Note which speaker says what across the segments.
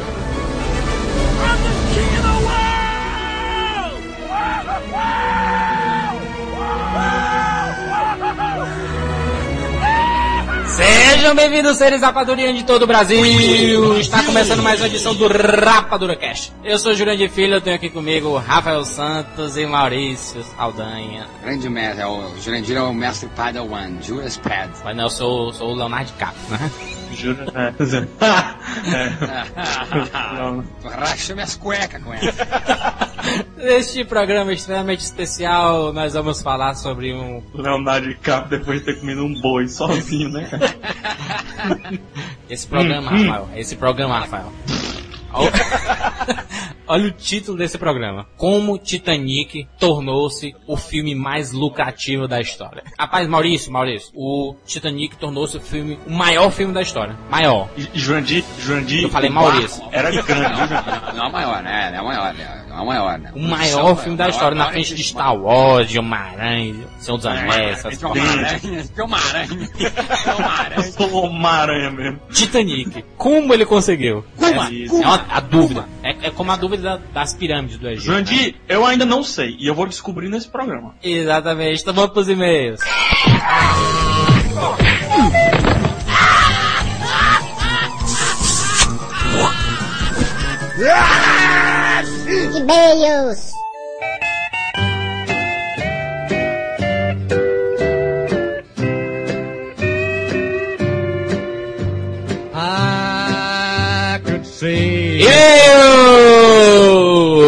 Speaker 1: I'm the king of the world! Wow!
Speaker 2: Sejam bem-vindos, seres rapadurianos de todo o Brasil! Está começando mais uma edição do Rapadura Cast. Eu sou Jurandir Filho, eu tenho aqui comigo Rafael Santos e Maurício Aldanha.
Speaker 3: Grande mestre, é o Jurandir é o mestre Padawan, Juras Pad.
Speaker 2: Mas não, eu sou, sou o Leonardo DiCaprio, né?
Speaker 4: Juro, é. é. Não,
Speaker 3: Racha minhas cuecas com essa.
Speaker 2: Neste programa extremamente especial, nós vamos falar sobre um...
Speaker 4: o Leonardo DiCaprio depois de ter comido um boi sozinho, né, cara?
Speaker 2: Esse programa, Rafael. Esse programa, Rafael. Olha, olha o título desse programa. Como Titanic tornou-se o filme mais lucrativo da história. Rapaz, Maurício, Maurício, o Titanic tornou-se o filme, o maior filme da história. Maior.
Speaker 4: E- e Jurandir, Jurandir.
Speaker 2: Eu falei
Speaker 4: o barco
Speaker 2: Maurício.
Speaker 4: Era grande, viu,
Speaker 3: Não,
Speaker 4: Jurandir?
Speaker 3: não é o maior, né? Não é o maior, né? Não é o maior, né?
Speaker 2: O maior filme da história, na frente de Star Wars, de é Homem-Aranha, Senhor dos Anéis, essas
Speaker 3: É uma aranha, é uma aranha, é uma
Speaker 4: Eu
Speaker 3: aranha.
Speaker 4: sou uma aranha mesmo.
Speaker 2: Titanic. Como ele conseguiu?
Speaker 3: Kuma,
Speaker 2: é,
Speaker 3: Kuma.
Speaker 2: é uma- a dúvida. É, é como a dúvida das pirâmides do Egito. né?
Speaker 4: Jurandir, eu ainda não sei. E eu vou descobrir nesse programa.
Speaker 2: Exatamente. Então vamos pros e-mails.
Speaker 5: e-mails.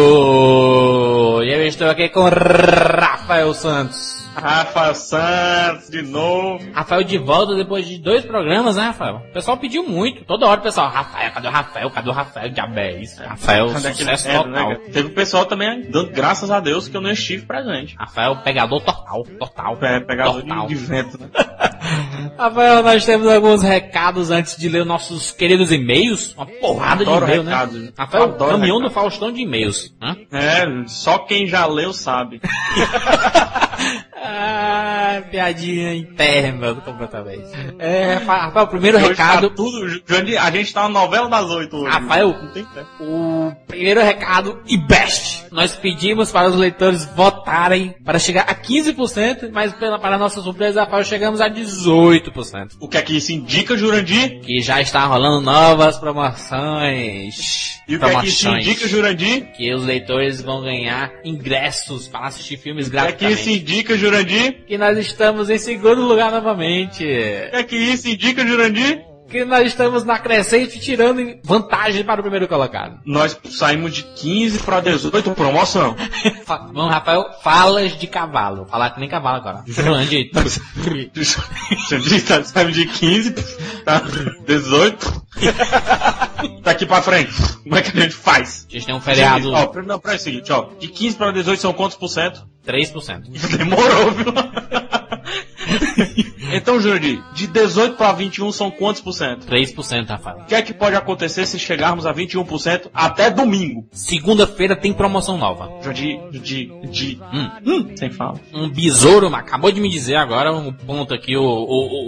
Speaker 2: Eu! E eu estou aqui com Rafael Santos.
Speaker 4: Rafa Santos, de novo.
Speaker 2: Rafael de volta depois de dois programas, né, Rafael? O pessoal pediu muito. Toda hora o pessoal, Rafael, cadê o Rafael? Cadê o Rafael? Diabo é isso? Rafael,
Speaker 4: Cadê aquele
Speaker 2: sucesso
Speaker 4: merda, né,
Speaker 2: total.
Speaker 4: cara? Teve o pessoal também, dando graças a Deus, que eu não estive presente.
Speaker 2: Rafael, pegador total, total.
Speaker 4: É, pegador de,
Speaker 2: total.
Speaker 4: de vento, né?
Speaker 2: Rafael, nós temos alguns recados antes de ler nossos queridos e-mails. Uma porrada de
Speaker 4: Adoro
Speaker 2: e-mail, né?
Speaker 4: recados.
Speaker 2: Rafael,
Speaker 4: Adoro
Speaker 2: caminhão do
Speaker 4: recados.
Speaker 2: Faustão de e-mails. né? Hã?
Speaker 4: É, só quem já leu sabe.
Speaker 2: Ah, piadinha interna completamente. É, Rafa- Rafael, primeiro
Speaker 4: Hoje
Speaker 2: recado.
Speaker 4: Tá tudo, Jurandir, a gente tá na novela das oito hoje.
Speaker 2: Rafael.
Speaker 4: Não tem tempo.
Speaker 2: O primeiro recado e best. Nós pedimos para os leitores votarem para chegar a 15%, mas pela, para nossa surpresa, Rafael, chegamos a 18%.
Speaker 4: O que é que isso indica, Jurandir?
Speaker 2: Que já está rolando novas promoções.
Speaker 4: E o que é que isso
Speaker 2: promoções.
Speaker 4: indica, Jurandir?
Speaker 2: que os leitores vão ganhar ingressos para assistir filmes
Speaker 4: O que é que
Speaker 2: gratuitamente.
Speaker 4: isso indica, Jurandir?
Speaker 2: que nós estamos em segundo lugar novamente.
Speaker 4: O que é que isso indica, Jurandir?
Speaker 2: que nós estamos na crescente tirando vantagem para o primeiro colocado.
Speaker 4: Nós saímos de 15 para 18, promoção.
Speaker 2: Fa- Vamos, Rafael, falas de cavalo. Falar que nem cavalo agora. Jurandir.
Speaker 4: Jurandir, tá, saímos de 15 para 18. Daqui Tá pra frente, como é que a gente faz?
Speaker 2: A gente tem um feriado
Speaker 4: Ó, pera- não, peraí, é o seguinte, ó. De 15 para 18 são quantos por cento?
Speaker 2: 3%.
Speaker 4: Demorou, viu? então, Jurandir, de 18 para 21 são quantos por cento?
Speaker 2: 3%, Rafael.
Speaker 4: O que é que pode acontecer se chegarmos a 21% até domingo?
Speaker 2: Segunda-feira tem promoção nova.
Speaker 4: De, de, de,
Speaker 2: Hum.
Speaker 4: hum, sem fala.
Speaker 2: Um besouro, mas acabou de me dizer agora um ponto aqui, o, o,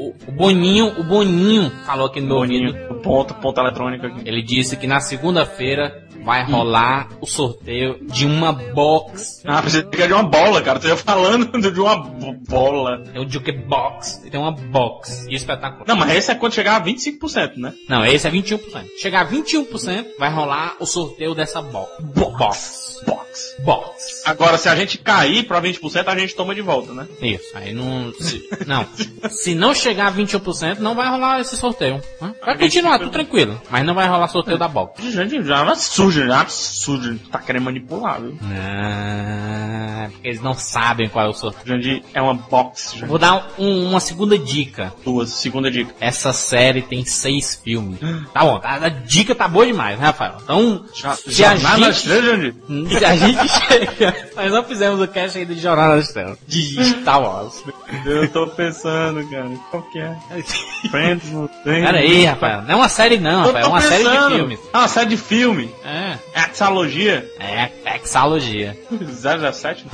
Speaker 2: o- o Boninho, o Boninho falou aqui no meu ouvido
Speaker 4: Boninho, ponto, ponto eletrônico aqui.
Speaker 2: Ele disse que na segunda-feira vai rolar o sorteio de uma box.
Speaker 4: Ah, pensei que era de uma bola, cara. Você ia falando de uma bo- bola.
Speaker 2: É um jukebox. Tem uma box. E o espetáculo.
Speaker 4: Não, mas esse é quando chegar a 25%, né?
Speaker 2: Não, esse é 21%. Chegar a 21%, vai rolar o sorteio dessa box. Box.
Speaker 4: Box.
Speaker 2: Box.
Speaker 4: Agora, se a gente cair pra 20%, a gente toma de volta, né?
Speaker 2: Isso. Aí não. se- não. Se não chegar a 21%, não vai rolar esse sorteio. né? Vai continuar, tudo tranquilo. Mas não vai rolar sorteio da box.
Speaker 4: Gente, já é absurdo, já é absurdo. Tá querendo manipular, viu?
Speaker 2: Ah, porque eles não sabem qual é o sorteio.
Speaker 4: Jandir, é uma box, Jandir.
Speaker 2: Vou dar um- uma segunda dica.
Speaker 4: Duas, segunda dica.
Speaker 2: Essa série tem seis filmes. Tá bom, tá- a dica tá boa demais, né, Rafael? Então,
Speaker 4: Já, tá
Speaker 2: se, a
Speaker 4: jornada das
Speaker 2: gente,
Speaker 4: Três, Jandir?
Speaker 2: se a gente chega. Nós não fizemos o cast ainda de Jornada das Estrelas. De Star Wars.
Speaker 4: Eu tô pensando, cara. Qual que é? Friends não tem.
Speaker 2: Pera aí, Rafael. Não é uma série, não,
Speaker 4: Uhum. Eu tô
Speaker 2: Rafael. É uma série
Speaker 4: pensando.
Speaker 2: de filmes.
Speaker 4: Ah, uma série de filme.
Speaker 2: É,
Speaker 4: Hexalogia.
Speaker 2: é hexalogia.
Speaker 4: 007.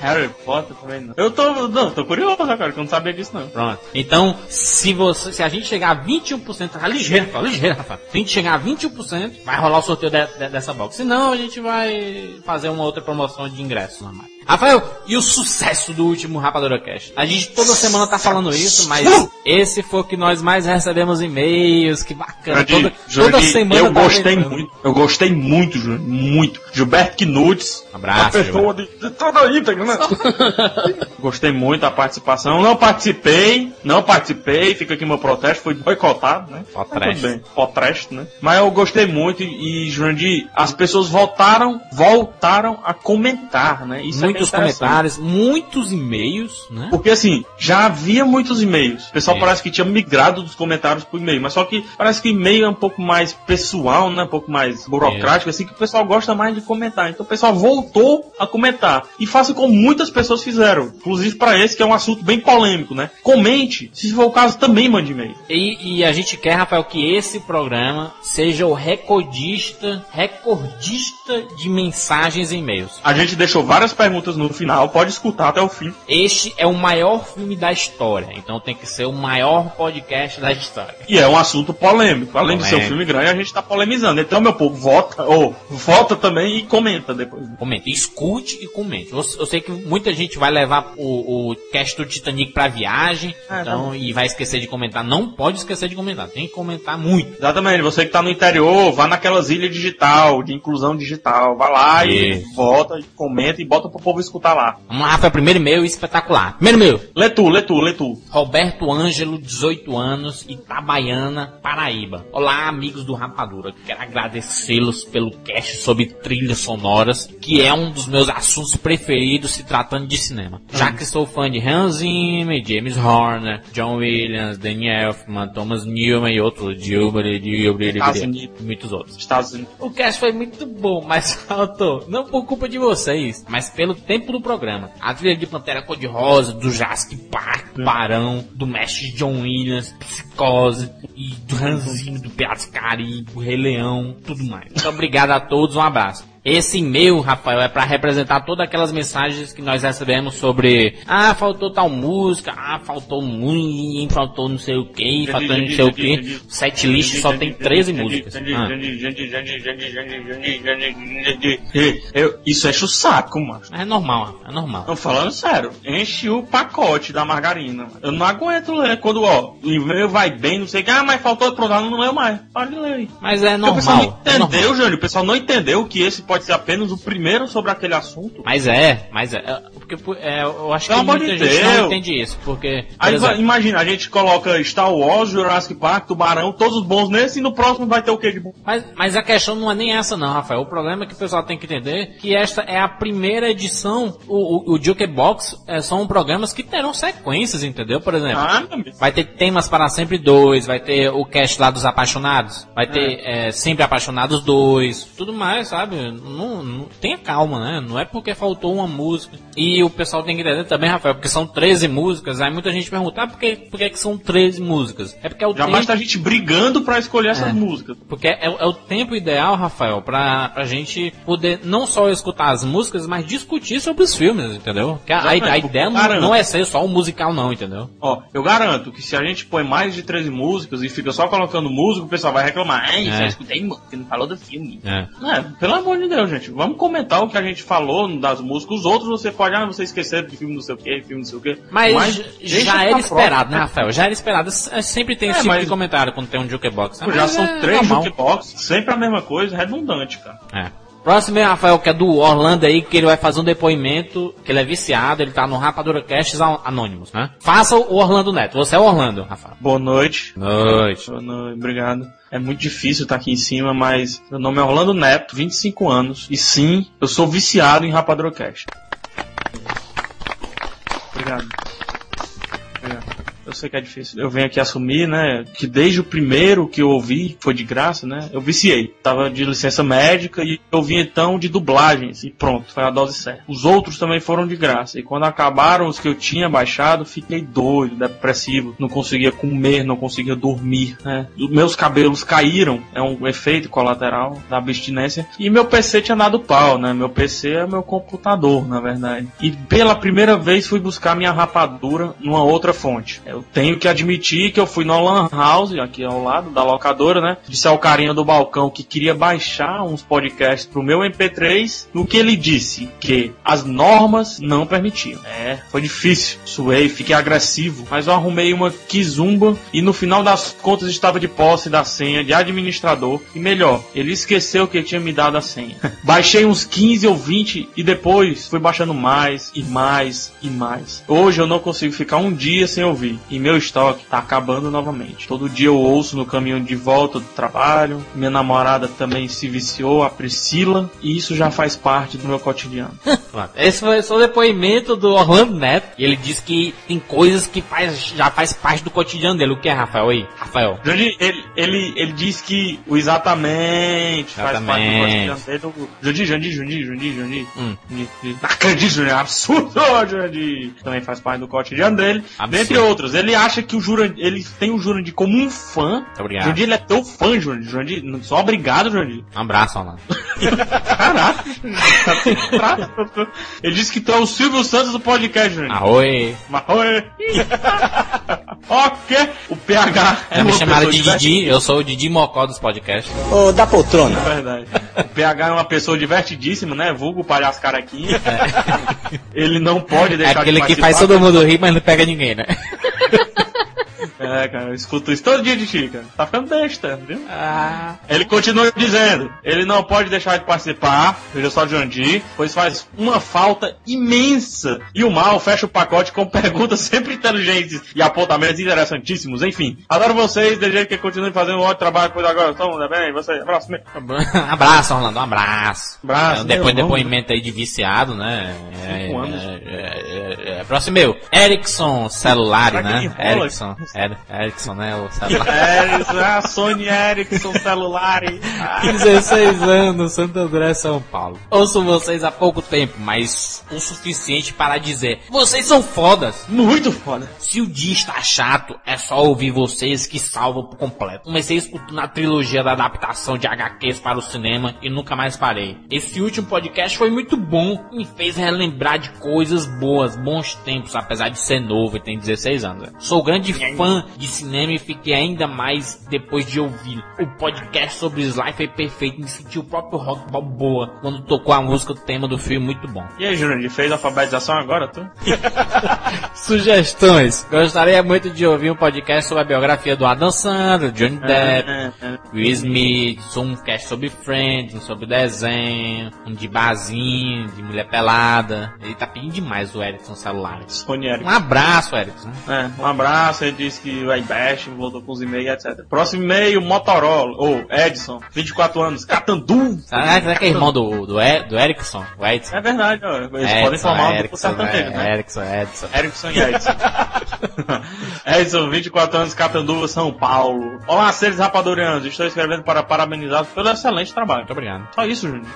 Speaker 4: Harry Potter também não. Eu tô. Não, tô curioso agora, que eu não sabia disso não.
Speaker 2: Pronto. Então, se você, se a gente chegar a 21%, tá ligeiro, Rafael, ligeiro, Rafael. Se a gente chegar a 21%, vai rolar o sorteio de- de- dessa box. Senão, a gente vai fazer uma outra promoção de ingressos normal. Rafael, e o sucesso do último Rapadura Cash? A gente toda semana tá falando isso, mas
Speaker 4: Uh!
Speaker 2: esse foi o que nós mais recebemos e-mails, que bacana. Toda, toda
Speaker 4: Jurandir,
Speaker 2: semana
Speaker 4: eu
Speaker 2: tá
Speaker 4: gostei
Speaker 2: aumentando.
Speaker 4: muito. Eu gostei muito, Jurandir, muito. Gilberto Knutz.
Speaker 2: Um Abraço,
Speaker 4: A pessoa de, de toda a íntegra, né? gostei muito da participação. Não participei, não participei. Fica aqui meu protesto. Fui boicotado, né? Mas
Speaker 2: Potresto.
Speaker 4: tudo bem. Potresto, né? Mas eu gostei muito e, e, Jurandir, as pessoas voltaram, voltaram a comentar, né? Isso é bem
Speaker 2: muitos
Speaker 4: interessante.
Speaker 2: comentários, muitos e-mails, né?
Speaker 4: Porque assim, já havia muitos e-mails. O pessoal
Speaker 2: É.
Speaker 4: parece que tinha migrado dos comentários pro e-mail, mas só que parece que e-mail é um pouco mais pessoal, né? Um pouco mais burocrático, assim, que o pessoal gosta mais de comentar. Então o pessoal voltou a comentar. E faça como muitas pessoas fizeram. Inclusive para esse, que é um assunto bem polêmico, né? Comente. Se for o caso, também mande e-mail.
Speaker 2: E, e a gente quer, Rafael, que esse programa seja o recordista, recordista de mensagens e e-mails.
Speaker 4: A gente deixou várias perguntas no final, pode escutar até o fim.
Speaker 2: Este é o maior filme da história, então tem que ser o maior podcast da história.
Speaker 4: E é um assunto polêmico. Além de ser um
Speaker 2: Polêmico.
Speaker 4: filme grande, a gente tá polemizando. Então, meu povo, vota, ou vota também e comenta depois.
Speaker 2: Comenta, escute e comente. Eu, eu sei que muita gente vai levar o, o cast do Titanic pra viagem,
Speaker 4: Ah, tá
Speaker 2: então, e vai esquecer de comentar. Não pode esquecer de comentar, tem que comentar muito.
Speaker 4: Exatamente, você que tá no interior, vá naquelas ilhas digital, de inclusão digital, vá lá e
Speaker 2: Isso.
Speaker 4: volta, e comenta e bota pro povo escutar lá.
Speaker 2: Vamos lá, Rafael, primeiro e-mail espetacular. Primeiro e-mail.
Speaker 4: Lê tu, lê tu, lê tu.
Speaker 2: Roberto Ângelo, 18 anos, Itabaiana, Paraíba. Olá, amigos do Rapadura. Quero agradecê-los pelo cast sobre trilhas sonoras, que é um dos meus assuntos preferidos se tratando de cinema. Já que sou fã de Hans Zimmer, James Horner, John Williams, Daniel Elfman, Thomas Newman e outros, Gilbert, Gilbert,
Speaker 4: Estados
Speaker 2: Gilbert,
Speaker 4: Unidos.
Speaker 2: e muitos outros.
Speaker 4: Estados Unidos.
Speaker 2: O cast foi muito bom, mas faltou. Não por culpa de vocês, mas pelo tempo do programa. A trilha de Pantera Cor-de-Rosa, do Jurassic Park, Barão, do Mestre John Williams, Psicose, e do Ranzinho, do Piratas do Caribe, Rei Leão, tudo mais. Muito obrigado a todos, um abraço. Esse e-mail, Rafael, é pra representar todas aquelas mensagens que nós recebemos sobre ah, faltou tal música, ah, faltou um, faltou não sei o que, faltou não sei o que. Sete list só tem 13 músicas. Ah.
Speaker 4: Eu- Isso enche o saco, mano.
Speaker 2: É normal, é normal.
Speaker 4: Tô falando sério, enche o pacote da margarina. Eu não aguento ler quando, ó, o e-mail vai bem, não sei o que, ah, mas faltou outro lado, não leio mais. Pode ler aí.
Speaker 2: Mas é
Speaker 4: Porque O pessoal
Speaker 2: normal. é
Speaker 4: não
Speaker 2: normal.
Speaker 4: entendeu, Jânio. O pessoal não entendeu que esse pode ser apenas o primeiro sobre aquele assunto.
Speaker 2: Mas é, mas é. é, Porque pô, é, eu acho que
Speaker 4: Pelo amor
Speaker 2: muita
Speaker 4: de
Speaker 2: gente
Speaker 4: Deus.
Speaker 2: não entende isso. Porque. por
Speaker 4: Aí vai-
Speaker 2: exemplo,
Speaker 4: imagina, a gente coloca Star Wars, Jurassic Park, Tubarão, todos os bons nesse e no próximo vai ter o que de bom?
Speaker 2: mas, mas a questão não é nem essa, não, Rafael. O problema é que o pessoal tem que entender que esta é a primeira edição. O, o, o Jukebox é, são programas que terão sequências, entendeu? Por exemplo.
Speaker 4: Ah, meu amigo.
Speaker 2: Vai ter temas para sempre dois, vai ter o cast lá dos apaixonados, vai ter
Speaker 4: É.
Speaker 2: eh, sempre apaixonados dois, tudo mais, sabe? Não, não- tenha calma, né? Não é porque faltou uma música. E o pessoal tem que entender também, Rafael, porque são 13 músicas. Aí muita gente pergunta, ah, por que, por que, que são 13 músicas? É porque é o
Speaker 4: Já
Speaker 2: tempo.
Speaker 4: basta a gente brigando pra escolher essas músicas.
Speaker 2: Porque é, é o tempo ideal, Rafael, pra, pra gente poder não só escutar as músicas, mas discutir sobre os filmes, entendeu? Porque a, a- a
Speaker 4: Exatamente.
Speaker 2: ideia não,
Speaker 4: Caramba.
Speaker 2: não é ser só um musical, não, entendeu?
Speaker 4: Ó, eu garanto que se a gente põe mais de 13 músicas e fica só colocando música, o pessoal vai reclamar. Ai,
Speaker 2: É.
Speaker 4: só escutei música, não falou do filme.
Speaker 2: É.
Speaker 4: É, pelo amor de Deus, gente. Vamos comentar o que a gente falou das músicas. Os outros você pode, ah, você esqueceu de filme não sei o que, filme não sei o que.
Speaker 2: Mas,
Speaker 4: deixa
Speaker 2: já
Speaker 4: pra
Speaker 2: era
Speaker 4: próxima.
Speaker 2: esperado, né, Rafael? Já era esperado. S- Sempre tem
Speaker 4: É,
Speaker 2: esse tipo
Speaker 4: mas-
Speaker 2: de comentário quando tem um jukebox. né?
Speaker 4: já
Speaker 2: Mas
Speaker 4: são
Speaker 2: é
Speaker 4: três
Speaker 2: normal.
Speaker 4: jukebox, sempre a mesma coisa, redundante, cara.
Speaker 2: É. Próximo é o Rafael, que é do Orlando aí, que ele vai fazer um depoimento, que ele é viciado, ele tá no Rapadura Casts An- Anônimos, né? Faça o Orlando Neto. Você é o Orlando, Rafael.
Speaker 4: Boa noite.
Speaker 2: Noite.
Speaker 4: Boa noite, obrigado. É muito difícil estar aqui em cima, mas meu nome é Orlando Neto, 25 anos, e sim, eu sou viciado em Rapadrocast. Obrigado. Obrigado. eu sei que é difícil. Eu venho aqui assumir, né? Que desde o primeiro que eu ouvi, foi de graça, né? Eu viciei. Tava de licença médica e eu vim então de dublagens. E pronto, foi a dose certa. Os outros também foram de graça. E quando acabaram os que eu tinha baixado, fiquei doido, depressivo. Não conseguia comer, não conseguia dormir, né? Os meus cabelos caíram. É um efeito colateral da abstinência. E meu PC tinha dado pau, né? Meu PC é meu computador, na verdade. E pela primeira vez fui buscar minha rapadura numa outra fonte. Eu tenho que admitir que eu fui na Lan House, aqui ao lado da locadora, né? Disse ao carinha do balcão que queria baixar uns podcasts pro meu MP3, no que ele disse que as normas não permitiam. É, foi difícil. Suei, fiquei agressivo, mas eu arrumei uma quizumba e no final das contas estava de posse da senha de administrador e melhor, ele esqueceu que tinha me dado a senha. Baixei uns 15 ou 20 e depois fui baixando mais e mais e mais. Hoje eu não consigo ficar um dia sem ouvir e meu estoque tá acabando novamente. Todo dia eu ouço no caminho de volta do trabalho. Minha namorada também se viciou, a Priscila, e isso já faz parte do meu cotidiano.
Speaker 2: Pronto. Esse foi só o depoimento do Orlando Neto. E ele diz que tem coisas que faz- já faz parte do cotidiano dele. O que é, Rafael? Aí, Rafael.
Speaker 4: Jurandir, ele, ele, ele diz que o exatamente, faz parte do
Speaker 2: Exatamente.
Speaker 4: cotidiano dele. do- Jurandir, Jurandir, Jurandir, Jurandir, Jurandir.
Speaker 2: Hum.
Speaker 4: Jurandir, Jurandir. Não acredito, Jurandir, é absurdo, Jurandir. Também faz parte do cotidiano dele.
Speaker 2: Absurdo.
Speaker 4: Dentre outros, ele acha que o Jurandir, ele tem o Jurandir como um fã.
Speaker 2: Obrigado.
Speaker 4: Jurandir, ele é teu fã, Jurandir. Jurandir, não- só obrigado, Jurandir.
Speaker 2: Um abraço, Orlando.
Speaker 4: Caraca. ele disse que tu é o Silvio Santos do podcast, Jurandir.
Speaker 2: Ah. Arroi.
Speaker 4: Mas, oi. ok. O PH é
Speaker 2: Já me
Speaker 4: uma
Speaker 2: chamaram
Speaker 4: pessoa
Speaker 2: de
Speaker 4: divertida.
Speaker 2: Didi. Eu sou o Didi Mocó dos podcasts.
Speaker 5: Ô, da poltrona.
Speaker 4: É Verdade. O PH é uma pessoa divertidíssima, né? Vulgo palhaço caraquinha. Ele não pode
Speaker 2: É
Speaker 4: deixar
Speaker 2: aquele
Speaker 4: de
Speaker 2: que
Speaker 4: participar.
Speaker 2: faz todo mundo rir, mas não pega ninguém, né?
Speaker 4: É, cara, eu escuto isso todo dia de ti, cara. Tá ficando besta, viu? Ele continua dizendo, ele não pode deixar de participar, veja só Jandir, pois faz uma falta imensa. E o mal fecha o pacote com perguntas sempre inteligentes e apontamentos interessantíssimos, enfim. Adoro vocês, desejo que continuem fazendo um ótimo trabalho, pois agora estão, né, bem? Vocês, abraço, meu.
Speaker 2: Tá abraço, Orlando. Um abraço.
Speaker 4: Abraço,
Speaker 2: É, Depois
Speaker 4: meu,
Speaker 2: depoimento aí de viciado, né?
Speaker 4: Cinco anos.
Speaker 2: é, é, é. Próximo meu. Erickson celular,
Speaker 4: Será que
Speaker 2: né?
Speaker 4: ele rola?
Speaker 2: Erickson. Eri- Erickson, né? O celular.
Speaker 4: É, a Sony Ericsson celular. hein? Ah.
Speaker 2: 16 anos, Santo André, São Paulo. Ouço vocês há pouco tempo, mas o suficiente para dizer: vocês são fodas.
Speaker 4: Muito foda.
Speaker 2: Se o dia está chato, é só ouvir vocês que salvam por completo. Comecei escutando a trilogia da adaptação de HQs para o cinema e nunca mais parei. Esse último podcast foi muito bom, me fez relembrar de coisas boas, bons tempos, apesar de ser novo e tem 16 anos. né? Sou grande fã de cinema e fiquei ainda mais depois de ouvir. O podcast sobre Sly foi perfeito, me senti o próprio rock balboa quando tocou a música do tema do filme, muito bom.
Speaker 4: E aí, Jurandir, fez alfabetização agora, tu?
Speaker 2: Sugestões. Gostaria muito de ouvir um podcast sobre a biografia do Adam Sandler, Johnny Depp,
Speaker 4: É, é, é.
Speaker 2: Will Smith, um cast sobre Friends, um sobre desenho, um de barzinho, de mulher pelada. Ele tá pedindo demais o Erickson celular.
Speaker 4: Sony
Speaker 2: Um
Speaker 4: Ericsson.
Speaker 2: abraço, Erickson.
Speaker 4: É, um abraço, ele disse que vai bash, voltou com os e-mails, etc. Próximo e-mail, Motorola, ou Edson, 24 anos, Catandu.
Speaker 2: Será, será que é irmão do, do, E- do Erickson? O Edson?
Speaker 4: É verdade, ó, eles podem
Speaker 2: Edson,
Speaker 4: formar um grupo
Speaker 2: Erickson,
Speaker 4: sertanejo, né?
Speaker 2: né? Erickson, Edson.
Speaker 4: Erickson e Edson. Edson, 24 anos, Catanduva, São Paulo. Olá, seres rapadurianos, estou escrevendo para parabenizá-los pelo excelente trabalho.
Speaker 2: Muito obrigado.
Speaker 4: Só isso, Jundi.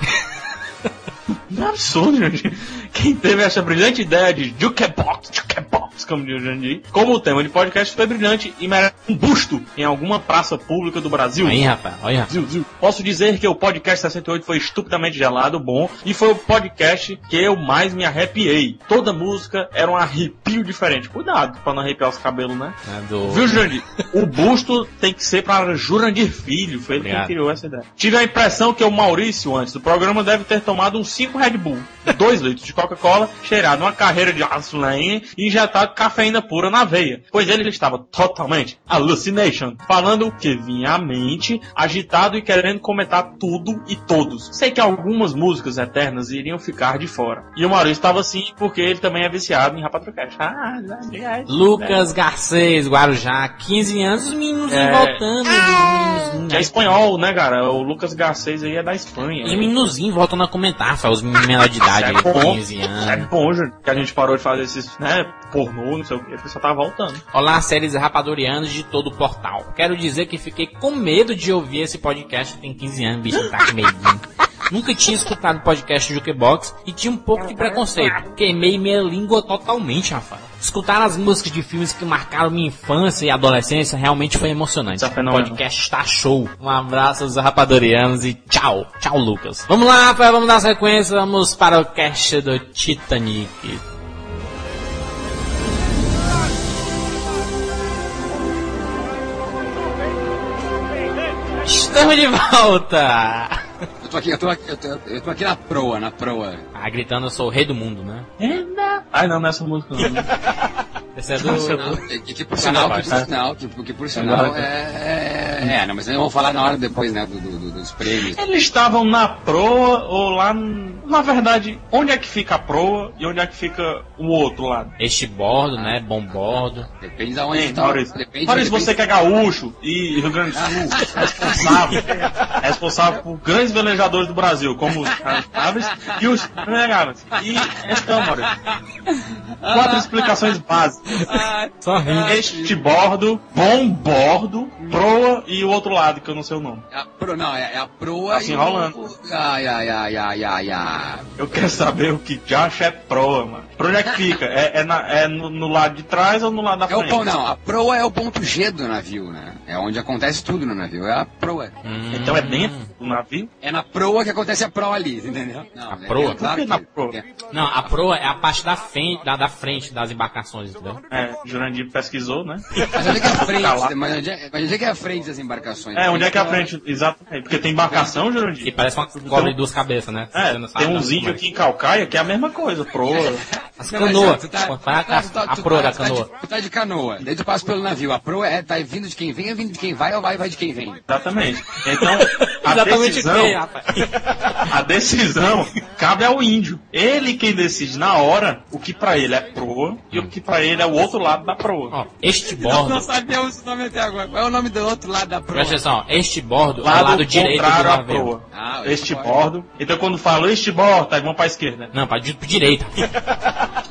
Speaker 4: É absurdo, Jundi. Quem teve essa brilhante ideia de Jukebox, Jukebox, como diz o Jundi, como tema de podcast foi brilhante e merece um busto em alguma praça pública do Brasil.
Speaker 2: Aí, é. rapaz, olha.
Speaker 4: Ziu, ziu. Posso dizer que o podcast 68 foi estupidamente gelado, bom, e foi o podcast que eu mais me arrepiei. Toda música era um arrepio diferente. Cuidado pra não arrepiar os cabelos, né?
Speaker 2: Né, do...
Speaker 4: Viu, Jurandir? O busto tem que ser para Jurandir Filho. Foi ele
Speaker 2: Obrigado.
Speaker 4: quem criou essa ideia. Tive a impressão que o Maurício, antes do programa, deve ter tomado uns 5 Red Bull, 2 litros de Coca-Cola, cheirado uma carreira de açulainha e injetado cafeína pura na veia. Pois ele estava totalmente hallucination, falando o que vinha à mente, agitado e querendo comentar tudo e todos. Sei que algumas músicas eternas iriam ficar de fora. E o Maurício estava assim porque ele também é viciado em Rapatrocast. Ah, legal.
Speaker 2: Lucas Garcês, Guarujá, 15 anos, os meninos
Speaker 4: É.
Speaker 2: voltando. Os meninos,
Speaker 4: Que é espanhol, né, cara? O Lucas Garcês aí é da Espanha.
Speaker 2: os meninozinhos voltando a comentar, fala, os meninos menor de idade,
Speaker 4: Isso é bom.
Speaker 2: 15
Speaker 4: É
Speaker 2: anos.
Speaker 4: bom, Júnior, que a gente parou de fazer esses, né, por pornô, não sei o que, a pessoa tá voltando.
Speaker 2: Olá, séries rapadorianas de todo o portal. Quero dizer que fiquei com medo de ouvir esse podcast. Tem 15 anos, bicho, tá com medinho. Nunca tinha escutado podcast do Jukebox e tinha um pouco de preconceito. Queimei minha língua totalmente, Rafael. Escutar as músicas de filmes que marcaram minha infância e adolescência realmente foi emocionante.
Speaker 4: Isso é
Speaker 2: O
Speaker 4: fenômeno.
Speaker 2: podcast tá show. Um abraço aos rapadorianos e tchau. Tchau, Lucas. Vamos lá, Rafael, vamos dar sequência. Vamos para o cast do Titanic. Estamos de volta!
Speaker 3: Eu tô aqui, eu tô aqui, eu tô, eu tô aqui na proa, na proa.
Speaker 2: Ah, gritando, eu sou o rei do mundo, né?
Speaker 4: Ai não, não é essa música não.
Speaker 2: Esse é do...
Speaker 3: Não, que, que, que por sinal, que por sinal, que, que por sinal
Speaker 2: tá-
Speaker 3: é. É, é, não, mas eu vou falar na hora depois, né, do, do- do- dos prêmios.
Speaker 4: Eles estavam na proa ou lá. n- Na verdade, onde é que fica a proa e onde é que fica o outro lado?
Speaker 2: Este bordo, né? Bom bordo.
Speaker 3: Depende da onde
Speaker 4: Hein,
Speaker 3: tá.
Speaker 4: Maurício,
Speaker 3: Depende,
Speaker 4: Maurício
Speaker 3: depende-
Speaker 4: você que é gaúcho e Rio Grande do Sul, é responsável, é responsável por grandes velejadores do Brasil, como os Carlos Chaves e os Né, Chaves? E então, Maurício, quatro explicações básicas.
Speaker 2: Só rindo.
Speaker 4: Este bordo, bom bordo, proa e o outro lado, que eu não sei o nome.
Speaker 3: É a proa, não, é, é a proa.
Speaker 4: Tá se
Speaker 3: e o-
Speaker 4: enrolando.
Speaker 3: Ai, ai, ai, ai, ai, ai.
Speaker 4: Eu quero saber o que acha é proa, mano. Pra onde é que fica? É, é na- é no, no lado de trás ou no lado da
Speaker 3: É o
Speaker 4: frente?
Speaker 3: pão, não. A proa é o ponto G do navio, né? É onde acontece tudo no navio. É a proa.
Speaker 4: Então é dentro do navio?
Speaker 3: É na proa que acontece a prole, entendeu? Não,
Speaker 2: A
Speaker 3: né,
Speaker 2: proa?
Speaker 3: é claro
Speaker 4: Por que na
Speaker 3: que-
Speaker 4: proa?
Speaker 3: é.
Speaker 2: Não, a proa é a parte da frente, da, da frente das embarcações, entendeu?
Speaker 4: É, Jurandir pesquisou, né?
Speaker 3: Mas onde é que é a
Speaker 4: Tá lá.
Speaker 3: frente? Mas onde é, mas onde é que é a frente das embarcações?
Speaker 4: É, onde é que é a frente? Exatamente. Porque tem embarcação,
Speaker 2: Que
Speaker 4: Jurandir?
Speaker 2: parece uma cobra de duas cabeças, né? Você não
Speaker 4: Então, É,
Speaker 2: sabe
Speaker 4: tem
Speaker 2: não
Speaker 4: uns
Speaker 2: como é.
Speaker 4: índios aqui em Calcaia que é a mesma coisa, proa.
Speaker 2: As
Speaker 3: Não, mas,
Speaker 2: canoas.
Speaker 3: tu tá-
Speaker 2: Vai a,
Speaker 3: tu tá-
Speaker 2: a
Speaker 3: tu
Speaker 2: proa
Speaker 3: tá-
Speaker 2: da
Speaker 3: tu tá de-
Speaker 2: canoa.
Speaker 3: Tu tá de canoa, daí tu passa pelo navio. A proa é, tá vindo de quem vem, é vindo de quem vai, ou vai, vai de quem vem.
Speaker 4: Exatamente. Então, a
Speaker 2: Exatamente o
Speaker 4: decisão,
Speaker 2: que, é, rapaz?
Speaker 4: a decisão cabe ao índio. Ele quem decide na hora o que pra ele é proa e o que pra ele é o outro lado da proa.
Speaker 2: Ó, este bordo.
Speaker 3: sabemos o nome até agora. Qual é o nome do outro lado da proa?
Speaker 2: Presta atenção, ó, este bordo é o lado direito do
Speaker 4: contrário à
Speaker 2: navio.
Speaker 4: proa.
Speaker 3: Ah,
Speaker 4: este
Speaker 3: este
Speaker 4: bordo. Então quando falo este bordo, tá, vamos pra esquerda.
Speaker 2: Não, pra, di- pro direita.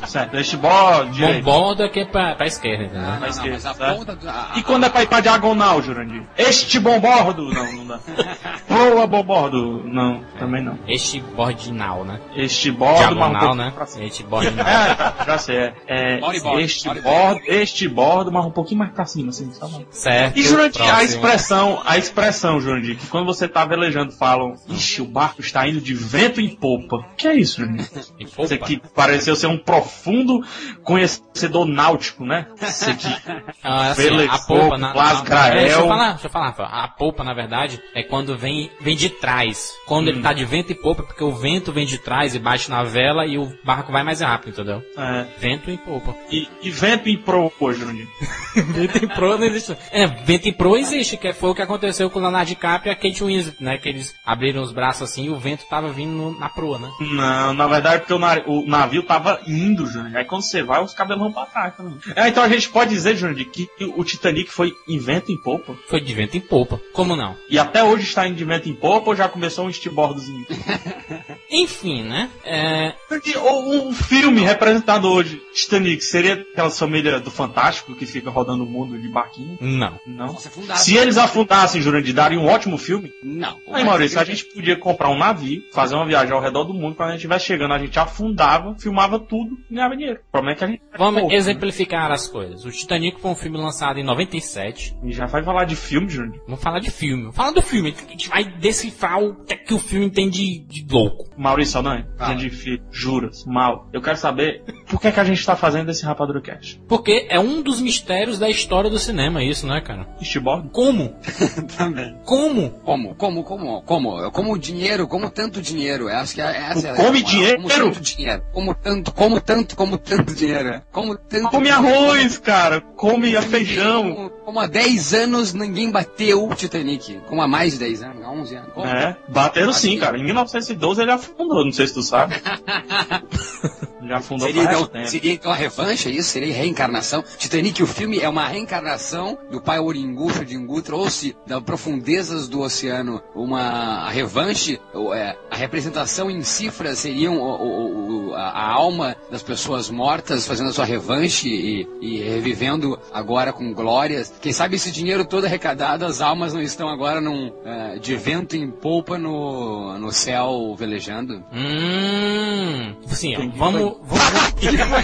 Speaker 4: Certo, este bordo,
Speaker 2: Bom
Speaker 4: direito.
Speaker 2: bordo é que é pra, pra esquerda,
Speaker 3: Não,
Speaker 2: entendeu?
Speaker 3: não, não, mas a
Speaker 4: Tá.
Speaker 3: ponta do. a- a-
Speaker 4: E quando é pra ir pra diagonal, Jurandir? Este bom bordo? Não, não dá. Proa bom bordo? Não, também não.
Speaker 2: Este bordinal, né?
Speaker 4: Este bordo, mas um
Speaker 2: Diagonal,
Speaker 4: pouquinho
Speaker 2: né?
Speaker 4: pra cima.
Speaker 2: Este bordinal.
Speaker 4: É, já sei, é. é
Speaker 3: Body board,
Speaker 4: este,
Speaker 3: body
Speaker 4: bordo, este bordo, mas um pouquinho mais pra cima, assim, tá bom?
Speaker 2: Certo.
Speaker 4: E Jurandir, a
Speaker 2: próximo.
Speaker 4: expressão, a expressão, Jurandir, que quando você tá velejando falam, ixi, o barco está indo de vento em popa. Que é isso, Jurandir?
Speaker 2: E poupa.
Speaker 4: Você que pareceu ser um profundo conhecedor náutico, né? Você que
Speaker 2: Ah, assim,
Speaker 4: Felix,
Speaker 2: a polpa na,
Speaker 4: Blas
Speaker 2: na- na- deixa eu
Speaker 4: Grael.
Speaker 2: falar, deixa eu falar, Rafa. a polpa na verdade é quando vem vem de trás. Quando ele tá de vento e polpa, porque o vento vem de trás e bate na vela e o barco vai mais rápido, entendeu?
Speaker 4: é,
Speaker 2: Vento e polpa.
Speaker 4: E, e vento em proa, Jurandir.
Speaker 2: vento e proa não existe. É, vento e proa existe, que foi o que aconteceu com o Leonardo DiCaprio e a Kate Winslet, né, que eles abriram os braços assim e o vento tava vindo no- na proa, né?
Speaker 4: Não, na verdade, porque o, na- o navio tava indo, Jurandir. Aí quando você vai, os cabelos vão pra trás também. É, então a gente pode dizer, Jurandir, que o Titanic foi em vento em popa.
Speaker 2: Foi de vento e polpa. Como não?
Speaker 4: E até hoje está indo de vento em popa ou já começou um estibordozinho?
Speaker 2: Enfim, né? É,
Speaker 4: Porque o, o filme representado hoje, Titanic, seria aquela família do Fantástico que fica rodando o mundo de barquinho?
Speaker 2: não.
Speaker 4: Não.
Speaker 3: Nossa, é afundado.
Speaker 4: Se eles afundassem, Jurandir, daria um ótimo filme?
Speaker 3: Não.
Speaker 4: Aí, Maurício, a gente podia comprar um navio, fazer uma viagem ao redor do mundo, quando a gente estivesse chegando, a gente afundava, filmava tudo e ganhava dinheiro. O problema é que a gente.
Speaker 2: Vamos
Speaker 4: Pô,
Speaker 2: exemplificar as coisas. O Titanic foi um filme lançado em 97,
Speaker 4: E já vai falar de filme, Júnior.
Speaker 2: Vamos falar de filme. Fala do filme. A gente vai decifrar o que, é que o filme tem de, de louco.
Speaker 4: Maurício Anan,
Speaker 3: Fala.
Speaker 4: de filho, juras, mal. Eu quero saber por que, é que a gente tá fazendo esse rapadrocast.
Speaker 2: Porque é um dos mistérios da história do cinema, isso, né, cara?
Speaker 4: Estibordo?
Speaker 2: Como?
Speaker 3: Também.
Speaker 2: Como?
Speaker 3: Como, como, como, como? Como dinheiro, como tanto dinheiro. Eu Acho que é- essa é a-
Speaker 4: Come
Speaker 3: como-
Speaker 4: dinheiro?
Speaker 3: Como tanto dinheiro. Como tanto, como tanto, como tanto dinheiro. é. Como tanto.
Speaker 4: Come arroz, cara! Come feijão!
Speaker 3: Como, como há 10 anos ninguém bateu o Titanic. Como há mais de 10 anos, há 11 anos. Como?
Speaker 4: É, bateram sim, cara. Em 1912 ele afundou, não sei se tu sabe. Ele afundou
Speaker 3: Seria,
Speaker 4: faz
Speaker 3: então,
Speaker 4: tempo.
Speaker 3: seria então a revanche, é isso? Seria reencarnação? Titanic, o filme, é uma reencarnação do pai Oringu, Xudingu, trouxe das profundezas do oceano uma revanche, ou, é, a representação em cifras seriam o- o- o- o- a, a alma das pessoas mortas fazendo a sua revanche e, e revivendo agora com glórias. Quem sabe esse dinheiro todo arrecadado, as almas não estão agora num, eh, de vento em polpa no, no céu velejando?
Speaker 2: Hum. Assim, ó, vamos. Vamos,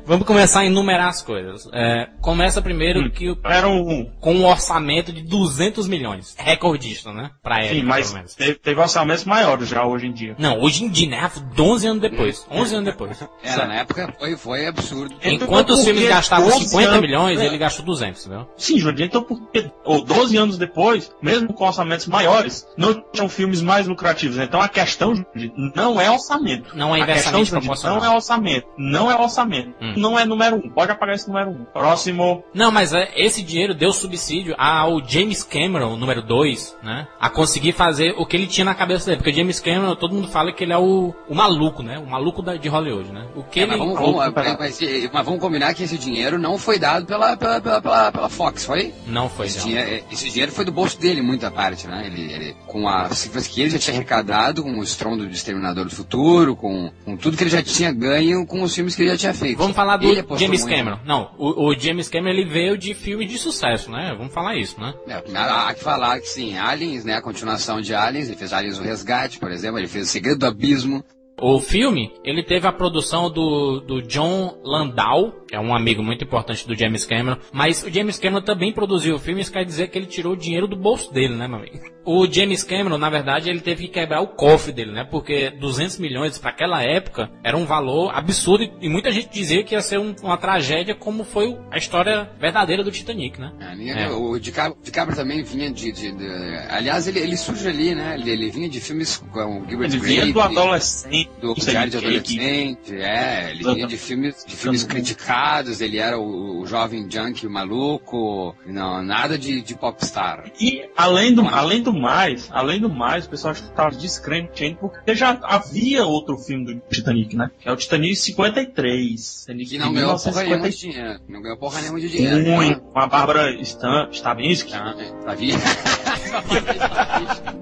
Speaker 2: vamos começar a enumerar as coisas. É, começa primeiro
Speaker 4: Hum.
Speaker 2: que o-
Speaker 4: Era um.
Speaker 2: com um orçamento de 200 milhões. Recordista, né?
Speaker 3: É,
Speaker 2: Pra ele,
Speaker 4: Sim, mas
Speaker 2: pelo menos.
Speaker 4: teve, teve orçamentos maiores já hoje em dia.
Speaker 2: Não, hoje em dia, né? 11 anos depois. 11 anos depois.
Speaker 3: Era, É, na época foi, É, foi absurdo.
Speaker 4: Então,
Speaker 2: Enquanto os
Speaker 4: por que
Speaker 2: filmes gastavam
Speaker 4: 12
Speaker 2: 50
Speaker 4: anos?
Speaker 2: milhões,
Speaker 3: né?
Speaker 4: É.
Speaker 2: ele gastou 200, entendeu?
Speaker 4: Sim, Jurandir, então porque ou 12 anos depois, mesmo com orçamentos maiores, não tinham filmes mais lucrativos. Então a questão Jurandir, não é orçamento.
Speaker 2: Não é
Speaker 4: a questão
Speaker 2: inversamente
Speaker 4: Jurandir,
Speaker 2: proporcional.
Speaker 4: não é orçamento. Não é orçamento.
Speaker 2: Hum.
Speaker 4: Não é número um. Pode apagar esse número um. Próximo.
Speaker 2: Não, mas é, esse dinheiro deu subsídio ao James Cameron, o número 2, né? A conseguir fazer o que ele tinha na cabeça dele. Porque o James Cameron, todo mundo fala que ele é o, o maluco, né? O maluco da- de Hollywood, né? O que
Speaker 3: É,
Speaker 2: ele.
Speaker 3: mas, vamos,
Speaker 4: falou
Speaker 3: vamos-
Speaker 4: que tá-
Speaker 3: é, mas, é, mas vamos combinar que esse dinheiro não foi dado pela, pela, pela, pela- pela Fox, foi?
Speaker 2: Não foi,
Speaker 3: Esse
Speaker 2: não.
Speaker 3: dinheiro, é, esse dinheiro foi do bolso dele, muita parte, né? Ele, ele- com as cifras que ele já tinha arrecadado, com o estrondo do Exterminador do Futuro, com, com tudo que ele já tinha ganho, com os filmes que ele já tinha feito.
Speaker 2: Vamos falar do
Speaker 3: Ele apostou
Speaker 2: James
Speaker 3: muito. né?
Speaker 2: Cameron. Não, o, o James Cameron ele veio de filmes de sucesso, né? Vamos falar isso, né?
Speaker 3: É, primeiro, há que falar que sim, Aliens, né? A continuação de Aliens, ele fez Aliens o Resgate, por exemplo, ele fez O Segredo do Abismo.
Speaker 2: O filme, ele teve a produção do, do John Landau, que é um amigo muito importante do James Cameron, mas o James Cameron também produziu o filme, isso quer dizer que ele tirou o dinheiro do bolso dele, né, meu amigo? O James Cameron, na verdade, ele teve que quebrar o cofre dele, né? Porque 200 milhões para aquela época era um valor absurdo e- e muita gente dizia que ia ser um- uma tragédia como foi o- a história verdadeira do Titanic, né?
Speaker 3: É, ninguém-
Speaker 2: É.
Speaker 3: O DiCaprio, DiCaprio também vinha de. de- de- aliás, ele, ele surge ali, né? Ele, ele vinha de filmes com o Gilbert
Speaker 4: Ele vinha
Speaker 3: Grape,
Speaker 4: do adolescente.
Speaker 3: do
Speaker 4: Isso aí,
Speaker 3: Diário de
Speaker 4: que-
Speaker 3: Adolescente, é, ele vinha de filmes, de filmes criticados, ele era o, o jovem junkie maluco, não, nada de, de popstar.
Speaker 4: E além do, além do mais, além do mais, o pessoal acho que tava descrente ainda, porque já havia outro filme do Titanic, né? Que é o Titanic 53. Titanic
Speaker 3: Que não
Speaker 4: de
Speaker 3: ganhou porra nenhuma
Speaker 4: 1953.
Speaker 3: de dinheiro. Não ganhou porra nenhuma de dinheiro.
Speaker 4: Ruim, com a Bárbara Stan, Stavinsky.
Speaker 3: Ah, Sabia?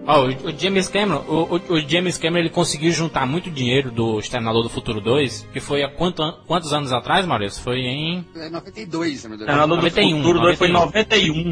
Speaker 2: Ó, o, o James Cameron, o, o- o James Cameron ele conseguiu juntar muito dinheiro do Exterminador do Futuro 2, que foi há quanto an- quantos anos atrás, Maurício? Foi em
Speaker 3: É 92, se não me engano.
Speaker 4: Senador do
Speaker 2: 91,
Speaker 4: Futuro 2 foi em 91.
Speaker 3: 91.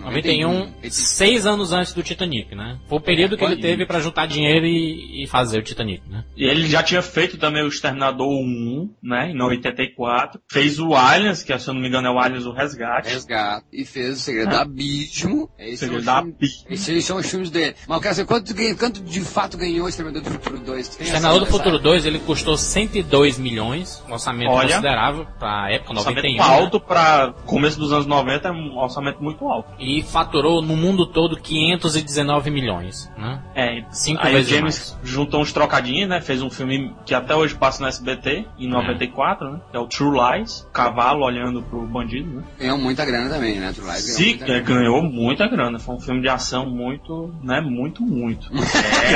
Speaker 2: 91,
Speaker 3: 91.
Speaker 2: seis anos antes do Titanic, né? Foi o período que ele
Speaker 4: Olha.
Speaker 2: teve pra juntar dinheiro e, e fazer o Titanic, né?
Speaker 4: E ele já tinha feito também o Exterminador 1, né? Em 84. Fez o Aliens, que se eu não me engano é o Aliens o Resgate.
Speaker 3: Resgate. E fez
Speaker 2: Ah.
Speaker 3: o Segredo do Abismo. Esse é o
Speaker 4: Segredo da
Speaker 3: filme-
Speaker 4: Pi.
Speaker 3: Esses são os filmes dele. Mas eu quero saber quanto, ganha- quanto de fato ganhou o Exterminador do Futuro 2. Tu tem essa-
Speaker 2: Exterminador do
Speaker 3: essa-
Speaker 2: Futuro 2 ele custou 102 milhões, um orçamento
Speaker 4: Olha.
Speaker 2: considerável pra época,
Speaker 3: um,
Speaker 4: Orçamento
Speaker 2: 91. né?
Speaker 4: é alto para começo dos anos 90 é um orçamento muito alto.
Speaker 2: né? E faturou no mundo todo 519 milhões, né?
Speaker 4: É,
Speaker 2: Cinco
Speaker 4: aí o
Speaker 2: vezes
Speaker 4: James juntou uns trocadinhos, né? Fez um filme que até hoje passa no SBT,
Speaker 3: É.
Speaker 4: em 94, né? Que é o True Lies, cavalo olhando pro bandido, né?
Speaker 3: Ganhou muita grana também, né? True Lies ganhou
Speaker 4: Sim,
Speaker 3: muita grana.
Speaker 4: é, ganhou muita grana. Foi um filme de ação muito, né? Muito, muito.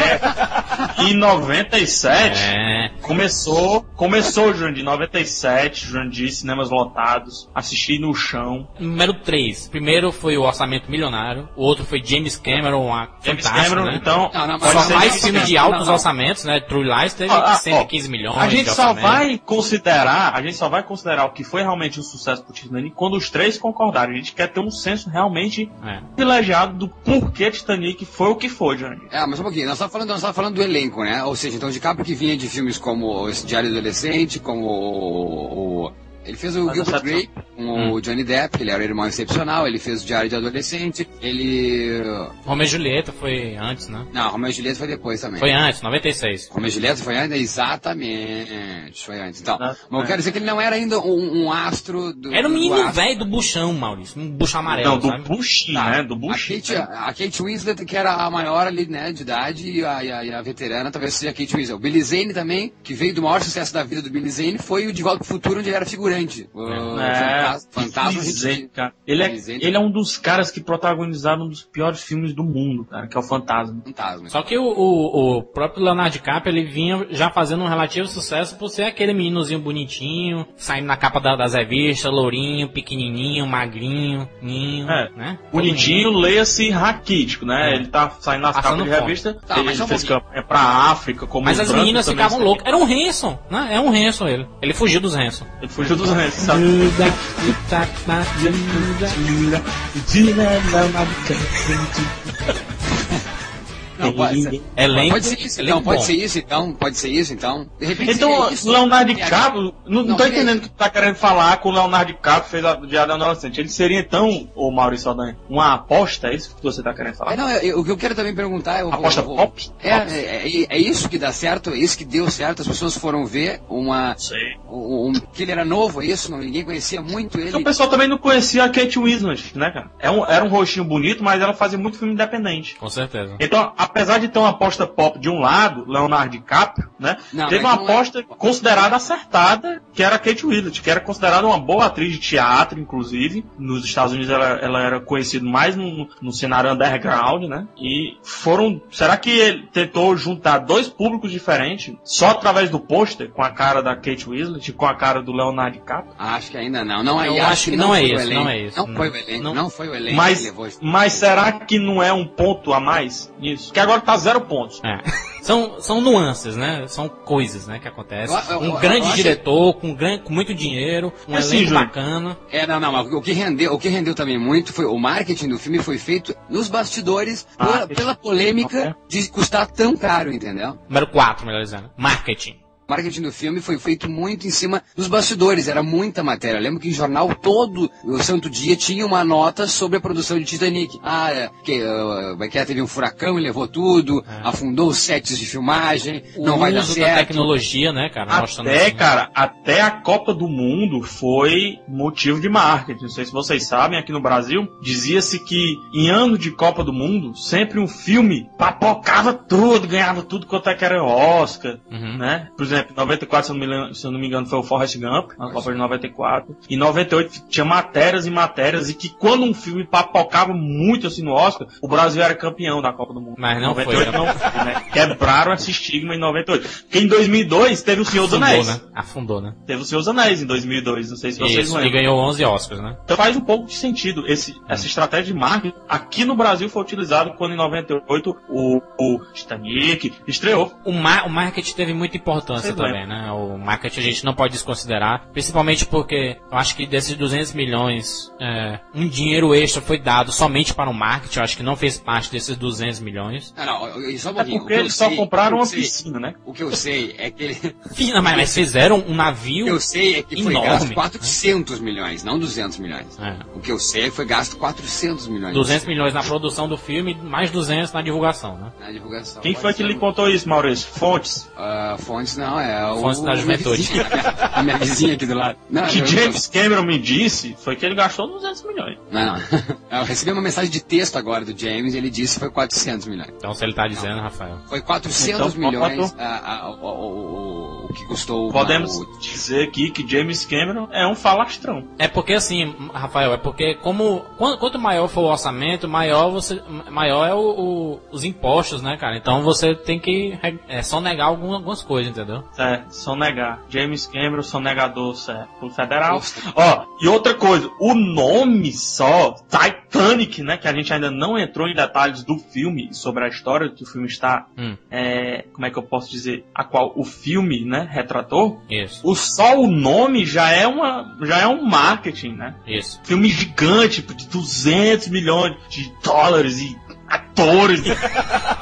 Speaker 4: é. Em 97,
Speaker 2: É.
Speaker 4: começou, começou, Jurandir, 97, Jurandir, cinemas lotados, assisti no chão.
Speaker 2: Número 3. Primeiro foi o Orçamento Milionário. O outro foi James Cameron, a
Speaker 4: James
Speaker 2: fantástica,
Speaker 4: Cameron,
Speaker 2: né?
Speaker 4: então,
Speaker 3: Não, não, mas
Speaker 4: pode
Speaker 2: Só
Speaker 4: ser
Speaker 2: mais
Speaker 4: James
Speaker 2: filme de
Speaker 4: Cameron.
Speaker 2: altos orçamentos, né? True Lies teve
Speaker 4: Ah, ah,
Speaker 2: 115 milhões.
Speaker 4: A gente
Speaker 2: de
Speaker 4: só
Speaker 2: orçamento.
Speaker 4: vai considerar, a gente só vai considerar o que foi realmente um sucesso pro Titanic quando os três concordarem. A gente quer ter um senso realmente
Speaker 2: É.
Speaker 4: privilegiado do porquê Titanic foi o que foi, Johnny.
Speaker 3: É, mas só um pouquinho, nós estamos falando, nós tava falando do elenco, né? Ou seja, então de cabo que vinha de filmes como esse Diário Adolescente, como o. o- ele fez o
Speaker 4: Mas
Speaker 3: Gilbert
Speaker 4: essa-
Speaker 3: Grape com
Speaker 2: Hum.
Speaker 3: o Johnny Depp, ele era o irmão excepcional, ele fez o Diário de Adolescente, ele.
Speaker 2: Romeo e Julieta foi antes, né?
Speaker 3: Não, Romeo e Julieta foi depois também.
Speaker 2: Foi antes, 96.
Speaker 3: Romeo e Julieta foi antes, exatamente. Foi antes. Então,
Speaker 4: Exato,
Speaker 3: mas eu
Speaker 4: é.
Speaker 3: quero dizer que ele não era ainda um, um astro do.
Speaker 2: Era um
Speaker 3: do
Speaker 2: menino
Speaker 3: astro.
Speaker 2: velho do buchão, Maurício. Um buchão amarelo,
Speaker 4: Não, do
Speaker 2: sabe?
Speaker 4: Bushin,
Speaker 3: Tá.
Speaker 4: né? Do
Speaker 3: A
Speaker 4: Bushin.
Speaker 3: Kate, a Kate Winslet, que era a maior ali, né, de idade, e a, e a- e a veterana talvez seja a Kate Winslet. O Billy Zane também, que veio do maior sucesso da vida do Billy Zane, foi o De Volta pro Futuro, onde ele era figurante. O-
Speaker 4: É,
Speaker 3: Fantas- fantasma. a gente-
Speaker 4: Dizem, cara. Ele é,
Speaker 3: Dizem-
Speaker 4: ele é um dos caras que protagonizaram um dos piores filmes do mundo, cara, que é o Fantasma.
Speaker 3: Fantasma.
Speaker 2: Só que o, o- o próprio Leonardo DiCaprio, ele vinha já fazendo um relativo sucesso por ser aquele meninozinho bonitinho, saindo na capa da- das revistas, lourinho, pequenininho, magrinho, ninho,
Speaker 4: É,
Speaker 2: né?
Speaker 4: Bonitinho,
Speaker 3: é?
Speaker 4: leia-se raquítico, né?
Speaker 2: É.
Speaker 4: Ele tá saindo nas
Speaker 2: Passando
Speaker 4: capas de
Speaker 2: fome.
Speaker 4: revista.
Speaker 3: Tá,
Speaker 4: ele
Speaker 3: mas só um
Speaker 4: fez
Speaker 3: pouquinho.
Speaker 4: campanha pra África, como
Speaker 2: Mas
Speaker 4: os
Speaker 2: as
Speaker 4: brancos
Speaker 2: meninas
Speaker 4: também
Speaker 2: ficavam
Speaker 4: saíram.
Speaker 2: loucas. Era um Hanson, né? É um Hanson ele. Ele fugiu dos Hanson.
Speaker 4: Ele fugiu dos rentes, sabe?
Speaker 2: Tá,
Speaker 3: Não, pode ser.
Speaker 2: Elenco,
Speaker 3: Pode ser isso,
Speaker 2: elenco
Speaker 3: então. Pode
Speaker 2: é bom.
Speaker 3: ser isso, então. Pode ser isso, então. De repente.
Speaker 4: Então,
Speaker 3: seria isso. é
Speaker 4: Leonardo
Speaker 3: E aí,
Speaker 4: DiCaprio, não, não
Speaker 3: Não,
Speaker 4: tô
Speaker 3: peraí.
Speaker 4: entendendo o que tu tá querendo falar com o Leonardo DiCaprio fez a Diário Adolescente. Ele seria então, ô Maurício Aldan, uma aposta? É isso que você tá querendo
Speaker 3: É,
Speaker 4: falar?
Speaker 3: não, eu- eu- o que eu quero também perguntar é. o-
Speaker 4: Aposta
Speaker 3: o- o-
Speaker 4: pop?
Speaker 3: É, é, é- é isso que dá certo, é isso que deu certo. As pessoas foram ver uma.
Speaker 4: sei.
Speaker 3: Um, um- que ele era novo, é isso? Não, ninguém conhecia muito ele.
Speaker 4: Então, o pessoal também não conhecia a Kate Winslet, né, cara? É um- era um rostinho bonito, mas ela fazia muito filme independente.
Speaker 2: Com certeza.
Speaker 4: Então, apesar de ter uma aposta pop de um lado, Leonardo DiCaprio, né?
Speaker 3: Não,
Speaker 4: teve
Speaker 3: mas
Speaker 4: uma
Speaker 3: não é-
Speaker 4: aposta considerada acertada, que era a Kate Winslet, que era considerada uma boa atriz de teatro, inclusive. Nos Estados Unidos ela, ela era conhecida mais no, no cenário underground, né? E foram. Será que ele tentou juntar dois públicos diferentes só através do pôster, com a cara da Kate Winslet e com a cara do Leonardo DiCaprio?
Speaker 3: Ah, Acho que ainda não. não
Speaker 2: Eu
Speaker 3: aí
Speaker 2: acho que não é
Speaker 3: foi o
Speaker 2: isso,
Speaker 3: elenco.
Speaker 2: não é isso.
Speaker 3: Não foi o elenco,
Speaker 2: Não.
Speaker 3: não, foi o elenco que
Speaker 4: Mas,
Speaker 3: levou isso.
Speaker 4: mas será que não é um ponto a mais nisso? Que agora tá zero pontos.
Speaker 2: É. São, são nuances, né? São coisas, né, que acontecem.
Speaker 3: Eu- eu-
Speaker 2: um
Speaker 3: eu-
Speaker 2: grande
Speaker 3: eu acho-
Speaker 2: diretor, com, um gran- com muito dinheiro, um
Speaker 4: Assim,
Speaker 2: elenco
Speaker 4: Júlio.
Speaker 2: bacana.
Speaker 3: É, não, não, mas o que rendeu, o que rendeu também muito foi o marketing do filme foi feito nos bastidores
Speaker 4: Ah,
Speaker 3: pela,
Speaker 4: isso.
Speaker 3: pela polêmica de custar tão caro, entendeu?
Speaker 2: Número 4, melhor dizendo. Marketing.
Speaker 3: O marketing do filme foi feito muito em cima dos bastidores, era muita matéria. Eu lembro que em jornal todo o santo dia tinha uma nota sobre a produção de Titanic. Ah, é, que, ah, como é que é? teve um furacão e levou tudo,
Speaker 4: É.
Speaker 3: afundou os sets de filmagem,
Speaker 2: O
Speaker 3: não vai dar
Speaker 2: uso da
Speaker 3: certo.
Speaker 2: tecnologia, né, cara? Mostrando
Speaker 4: Até,
Speaker 2: assim.
Speaker 4: cara, até a Copa do Mundo foi motivo de marketing. Não sei se vocês sabem, aqui no Brasil, dizia-se que em ano de Copa do Mundo, sempre um filme papocava tudo, ganhava tudo quanto é que era Oscar,
Speaker 2: Uhum.
Speaker 4: né? Por exemplo, 94, se eu não me lem- se eu não me engano, foi o Forrest Gump, a Copa de 94. E 98 tinha matérias e matérias, e que quando um filme papocava muito assim no Oscar, o Brasil era campeão da Copa do Mundo.
Speaker 2: Mas não foi,
Speaker 4: 98
Speaker 2: né?
Speaker 4: não foi, né? Quebraram esse estigma em 98. Porque em 2002 teve o Senhor dos
Speaker 2: Afundou,
Speaker 4: Anéis.
Speaker 2: né? Afundou, né?
Speaker 4: Teve os seus anéis em 2002, não sei se vocês
Speaker 2: Isso, e
Speaker 4: lembram.
Speaker 2: ganhou 11 Oscars, né?
Speaker 4: Então faz um pouco de sentido esse,
Speaker 3: Hum.
Speaker 4: essa estratégia de marketing. Aqui no Brasil foi utilizado quando em 98 o, o Titanic estreou.
Speaker 2: O, ma- o marketing teve muita importância
Speaker 4: Sei lá.
Speaker 2: também, né? O marketing a gente não pode desconsiderar, principalmente porque eu acho que desses 200 milhões, é, um dinheiro extra foi dado somente para o marketing, eu acho que não fez parte desses 200 milhões.
Speaker 3: Não, não, e só um
Speaker 4: É
Speaker 3: pouquinho.
Speaker 4: porque
Speaker 3: O que eu
Speaker 4: eles só
Speaker 3: sei-
Speaker 4: compraram
Speaker 3: o
Speaker 4: uma
Speaker 3: que eu sei-
Speaker 4: piscina, né?
Speaker 3: O que eu sei é que ele.
Speaker 2: Fina, Mas, mas fizeram um
Speaker 3: O que
Speaker 2: navio.
Speaker 3: eu sei é que foi
Speaker 2: Enorme.
Speaker 4: né?
Speaker 3: gasto 400 milhões, não 200 milhões.
Speaker 2: É,
Speaker 3: O que eu sei é que foi gasto 400 milhões.
Speaker 2: 200 milhões na produção do filme, mais 200 na divulgação, né?
Speaker 3: Na divulgação.
Speaker 4: Quem
Speaker 3: Pode
Speaker 4: foi que
Speaker 3: ser.
Speaker 4: lhe contou isso, Maurício? Fontes.
Speaker 3: Ah, fontes não, é o...
Speaker 2: Fontes da
Speaker 3: minha
Speaker 2: juventude.
Speaker 3: vizinha, A minha, a minha vizinha aqui do lado. Não,
Speaker 4: Que
Speaker 3: Ah, eu-
Speaker 4: James Cameron me disse foi que ele gastou 200 milhões.
Speaker 3: Não, não. Eu recebi uma mensagem de texto agora do James e ele disse que foi 400 milhões.
Speaker 2: Então se ele tá dizendo, Rafael.
Speaker 3: Foi 400
Speaker 4: Então,
Speaker 3: milhões
Speaker 4: quanto?
Speaker 3: ah, ah, o, o- o- o que custou... uma-
Speaker 4: Podemos
Speaker 3: o-
Speaker 4: dizer aqui que James Cameron é um falastrão.
Speaker 2: É porque assim, Rafael, é porque como quan- quanto maior for o orçamento, maior você maior é o, o- os impostos, né, cara? Então você tem que re- é, só negar algum- algumas coisas, entendeu?
Speaker 4: É, são negar. James Cameron, são negador, certo? Pro
Speaker 2: um
Speaker 4: federal.
Speaker 3: Nossa.
Speaker 4: Ó, e outra coisa, o nome só, Titanic, né? Que a gente ainda não entrou em detalhes do filme, sobre a história que o filme está.
Speaker 2: Hum.
Speaker 4: é, como é que eu posso dizer? A qual o filme, né? Retratou.
Speaker 2: Isso,
Speaker 4: O só o nome já é, uma, já é um marketing, né?
Speaker 2: isso.
Speaker 4: Filme gigante, tipo, de 200 milhões de dólares e atores. e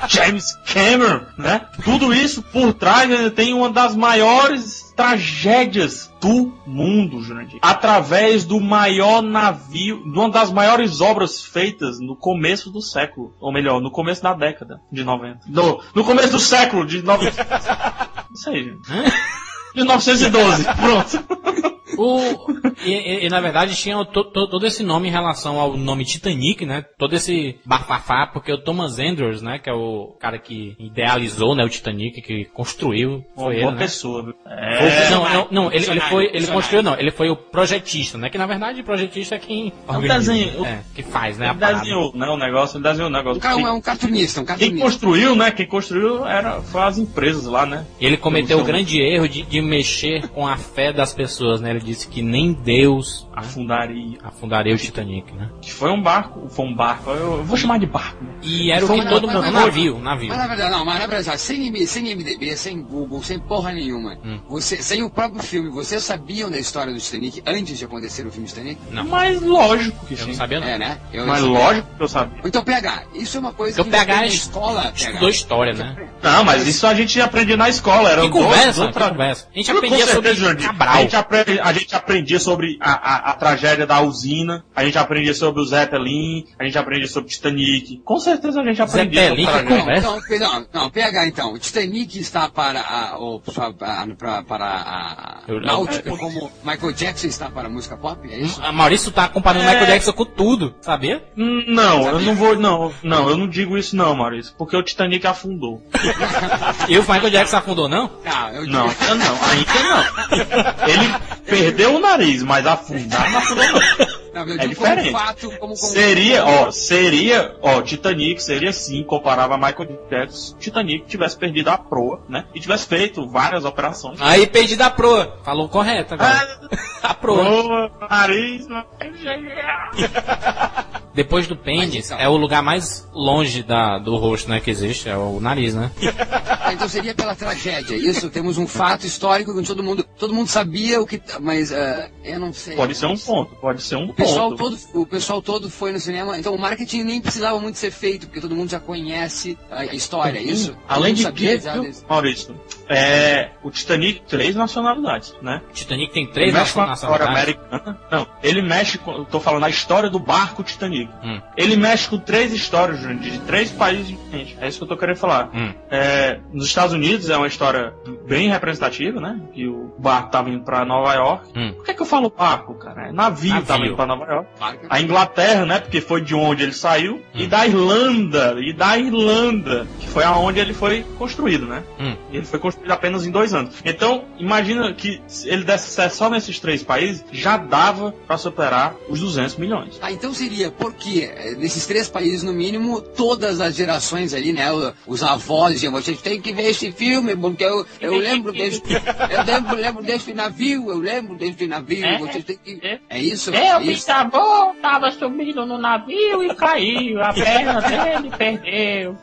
Speaker 4: James Cameron, né? Tudo isso por trás ainda tem uma das maiores tragédias do mundo, Jurandir. Através do maior navio, de uma das maiores obras feitas no começo do século. Ou melhor, no começo da década de 90. No, no começo do século de 90. Não sei, gente. 1912, pronto.
Speaker 2: O, O- e, e- e, na verdade tinha to- to- todo esse nome em relação ao nome Titanic, né? Todo esse bafafá, porque o Thomas Andrews, né? Que é o cara que idealizou né, o Titanic, que construiu.
Speaker 4: Uma
Speaker 2: Foi ele,
Speaker 4: boa
Speaker 2: né?
Speaker 4: pessoa, viu?
Speaker 2: Ou-
Speaker 4: É.
Speaker 2: não, não, não, ele, ele
Speaker 5: Visionário,
Speaker 2: foi, ele
Speaker 5: visionário.
Speaker 2: construiu não, ele foi o projetista, né? Que na verdade o projetista é quem
Speaker 4: um
Speaker 2: organiza,
Speaker 4: desenho.
Speaker 2: é, que faz, né? a
Speaker 4: Ele
Speaker 2: parada.
Speaker 4: desenhou, né, o negócio, ele desenhou o
Speaker 3: Um
Speaker 4: negócio.
Speaker 3: cara
Speaker 4: Quem-
Speaker 3: é um cartunista, um
Speaker 4: Quem
Speaker 3: cartunista.
Speaker 4: construiu, né? Quem construiu era, foi as empresas lá, né?
Speaker 2: E ele cometeu o
Speaker 4: Produção.
Speaker 2: grande erro de, de mexer com a fé das pessoas, né? Ele disse que nem Deus
Speaker 4: A fundaria.
Speaker 2: afundaria o Titanic, né?
Speaker 4: Que foi um barco. Foi um barco. Eu, eu vou chamar de barco. né?
Speaker 2: E era o que
Speaker 3: Foi
Speaker 2: todo
Speaker 3: uma-
Speaker 2: mundo.
Speaker 3: uma-
Speaker 2: Um navio, um navio.
Speaker 3: Mas na verdade, não, mas na verdade, sem, IMD sem MDB, sem Google, sem porra nenhuma,
Speaker 2: Hum.
Speaker 3: você, sem o próprio filme, vocês sabiam da história do Titanic antes de acontecer o filme Titanic?
Speaker 2: Não.
Speaker 4: Mas lógico que
Speaker 2: Eu
Speaker 4: sim.
Speaker 2: não sabia, não.
Speaker 3: É, né? Eu
Speaker 4: Mas
Speaker 3: eu-
Speaker 4: lógico que eu sabia.
Speaker 3: Então, PH, isso é uma coisa
Speaker 2: Então,
Speaker 3: que você
Speaker 2: PH
Speaker 3: tem na
Speaker 2: es-
Speaker 3: escola,
Speaker 2: Estudou
Speaker 3: PH.
Speaker 2: história, né?
Speaker 4: Não, mas isso a gente aprendia na escola. Era
Speaker 2: Que
Speaker 4: dois-
Speaker 2: conversa,
Speaker 4: dois
Speaker 2: que
Speaker 4: pra-
Speaker 2: conversa. A gente
Speaker 4: Com
Speaker 2: aprendia sobre
Speaker 4: certeza, Jurandir. A
Speaker 2: Cabral.
Speaker 4: gente, aprende- a gente aprendia sobre a, a- a tragédia da usina, a gente aprendia sobre o Zeppelin, a gente aprendia sobre Titanic. Com certeza a gente aprendia
Speaker 2: Zeppelin,
Speaker 4: sobre
Speaker 2: que
Speaker 4: tragédia.
Speaker 2: com- conversa.
Speaker 3: Não, então, não, não, PH então. O Titanic está para a, o, sua- a- para, para a, a
Speaker 2: Eu-
Speaker 3: náutica, como Michael Jackson está para a música pop, é isso?
Speaker 2: A Maurício tá comparando o
Speaker 4: É.
Speaker 2: Michael Jackson com tudo, sabia?
Speaker 4: Hum, Não, eu não vou. Não, não, eu não digo isso não, Maurício. Porque o Titanic afundou.
Speaker 2: E o Michael Jackson afundou, não?
Speaker 3: Não, eu
Speaker 4: Hum? Não, ainda não, ainda não. Ele perdeu o nariz, mas afundar não afundou não.
Speaker 3: não, eu digo
Speaker 4: é
Speaker 3: como
Speaker 4: diferente.
Speaker 3: fato, como, como
Speaker 4: Seria, ó, seria, ó, Titanic seria sim, comparava a Michael Jackson, se Titanic tivesse perdido a proa, né? E tivesse feito várias operações.
Speaker 2: Aí perdi da proa. Falou correto agora. A proa.
Speaker 4: Proa, nariz, né. mas-
Speaker 2: Depois do pênis,
Speaker 3: então.
Speaker 2: é o lugar mais longe da, do rosto, né, que existe. É o nariz, né?
Speaker 3: Ah, então seria pela tragédia. Isso, temos um fato histórico que todo mundo, todo mundo sabia o que, mas ah, eu não sei.
Speaker 4: Pode ser um ponto, pode ser um
Speaker 3: O pessoal,
Speaker 4: ponto.
Speaker 3: todo, o pessoal todo foi no cinema, então o marketing nem precisava muito ser feito, porque todo mundo já conhece a história, é isso?
Speaker 4: Uhum. Além
Speaker 3: Todo mundo
Speaker 4: de
Speaker 3: sabia
Speaker 4: que,
Speaker 3: já
Speaker 4: viu,
Speaker 3: desse-
Speaker 4: Maurício, é, o Titanic três nacionalidades, né?
Speaker 2: Titanic tem
Speaker 4: Ele
Speaker 2: três né?
Speaker 4: mexe com a história
Speaker 2: nacionalidades.
Speaker 4: americana. Não, ele mexe com. Eu tô falando a história do barco Titanic.
Speaker 2: Hum.
Speaker 4: Ele mexe com três histórias, Jurandir, de três países diferentes. É isso que eu tô querendo falar.
Speaker 2: Hum.
Speaker 4: É, nos Estados Unidos é uma história bem representativa, né? Que o barco tava indo pra Nova York.
Speaker 2: Hum.
Speaker 4: Por que, que eu falo barco, cara? É navio,
Speaker 2: Navio.
Speaker 4: tava indo pra Nova York.
Speaker 3: Marca.
Speaker 4: A Inglaterra, né? Porque foi de onde ele saiu.
Speaker 2: Hum.
Speaker 4: E da Irlanda. E da Irlanda. Que foi aonde ele foi construído, né?
Speaker 2: Hum.
Speaker 4: Ele foi construído apenas em dois anos. Então, imagina que se ele desse sucesso só nesses três países, já dava pra superar os 200 milhões.
Speaker 3: Ah, então seria porque eh, nesses três países, no mínimo, todas as gerações ali, né? o- Os avós diziam, vocês têm que ver esse filme, porque eu, eu lembro desse. Eu lembro, lembro desse navio, eu lembro desse navio,
Speaker 5: É,
Speaker 3: vocês têm que.
Speaker 5: é.
Speaker 3: É isso?
Speaker 5: Meu
Speaker 3: isso.
Speaker 4: tá
Speaker 5: bisavô tava subindo no navio e caiu. A perna dele perdeu.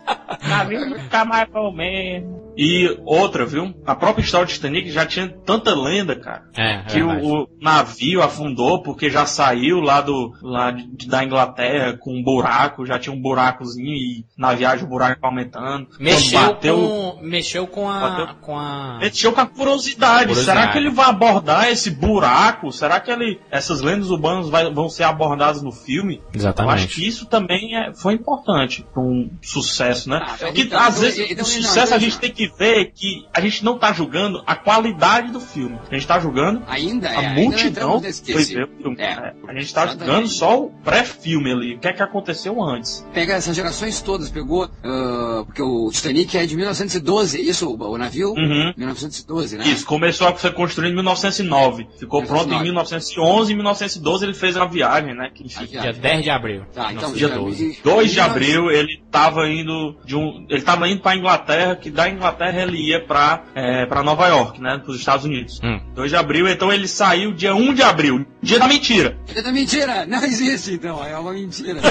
Speaker 5: O navio nunca mais foi o mesmo.
Speaker 4: E outra, viu? A própria história do Titanic já tinha tanta lenda, cara.
Speaker 2: É, é
Speaker 4: que
Speaker 2: verdade.
Speaker 4: o, o navio afundou porque já saiu lá do lá de- da Inglaterra com um buraco, já tinha um buracozinho e na viagem o buraco aumentando.
Speaker 2: Mexeu,
Speaker 4: Quando bateu,
Speaker 2: com, mexeu com a.
Speaker 4: bateu-
Speaker 2: Com a...
Speaker 4: mexeu com a curiosidade.
Speaker 2: Curiosidade.
Speaker 4: Será que ele vai abordar esse buraco? Será que ele essas lendas urbanas vai- vão ser abordadas no filme? Eu acho que isso também é, foi importante para um sucesso, né?
Speaker 3: Ah, então,
Speaker 4: que
Speaker 3: então,
Speaker 4: às
Speaker 3: então,
Speaker 4: vezes
Speaker 3: então,
Speaker 4: o
Speaker 3: então,
Speaker 4: sucesso
Speaker 3: então,
Speaker 4: a gente
Speaker 3: então.
Speaker 4: tem que ver que a gente não tá julgando a qualidade do filme. A gente tá julgando
Speaker 3: Ainda é.
Speaker 4: a
Speaker 3: ainda não
Speaker 4: multidão
Speaker 3: entramos
Speaker 4: foi
Speaker 3: nesse quesito.
Speaker 4: ver o filme.
Speaker 3: É,
Speaker 4: É, a gente tá
Speaker 3: exatamente.
Speaker 4: jogando só o pré-filme ali. O que é que aconteceu antes?
Speaker 3: Pega essas gerações todas, pegou. ah, porque o Titanic é de 1912, isso? O, o navio?
Speaker 4: Uhum.
Speaker 3: 1912, né?
Speaker 4: Isso, começou a ser construído em 1909. Ficou pronto em 1911, em 1912 ele fez a viagem, né? Que, enfim,
Speaker 3: A viagem.
Speaker 2: Dia 10 de abril.
Speaker 3: Tá, então,
Speaker 4: dia
Speaker 3: já-
Speaker 2: 12.
Speaker 4: 2 de abril ele tava indo de um, ele tava indo para Inglaterra, que da Inglaterra ele ia para é, para Nova York, né, para os Estados Unidos.
Speaker 2: Hum.
Speaker 4: 2 de abril, então ele saiu dia 1 de abril, dia da mentira.
Speaker 3: É da mentira! Não existe, então, é uma mentira.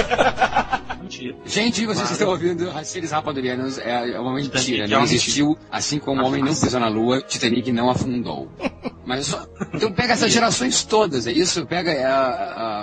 Speaker 4: Mentira.
Speaker 3: Gente, vocês
Speaker 4: Claro.
Speaker 3: estão ouvindo Raciris Rapadurianos, é é uma mentira,
Speaker 4: Titanic é
Speaker 3: não
Speaker 4: uma
Speaker 3: existiu, assim como o homem não pisou na lua, Titanic não afundou. Mas só, então pega essas gerações todas, é isso? Pega, é, é,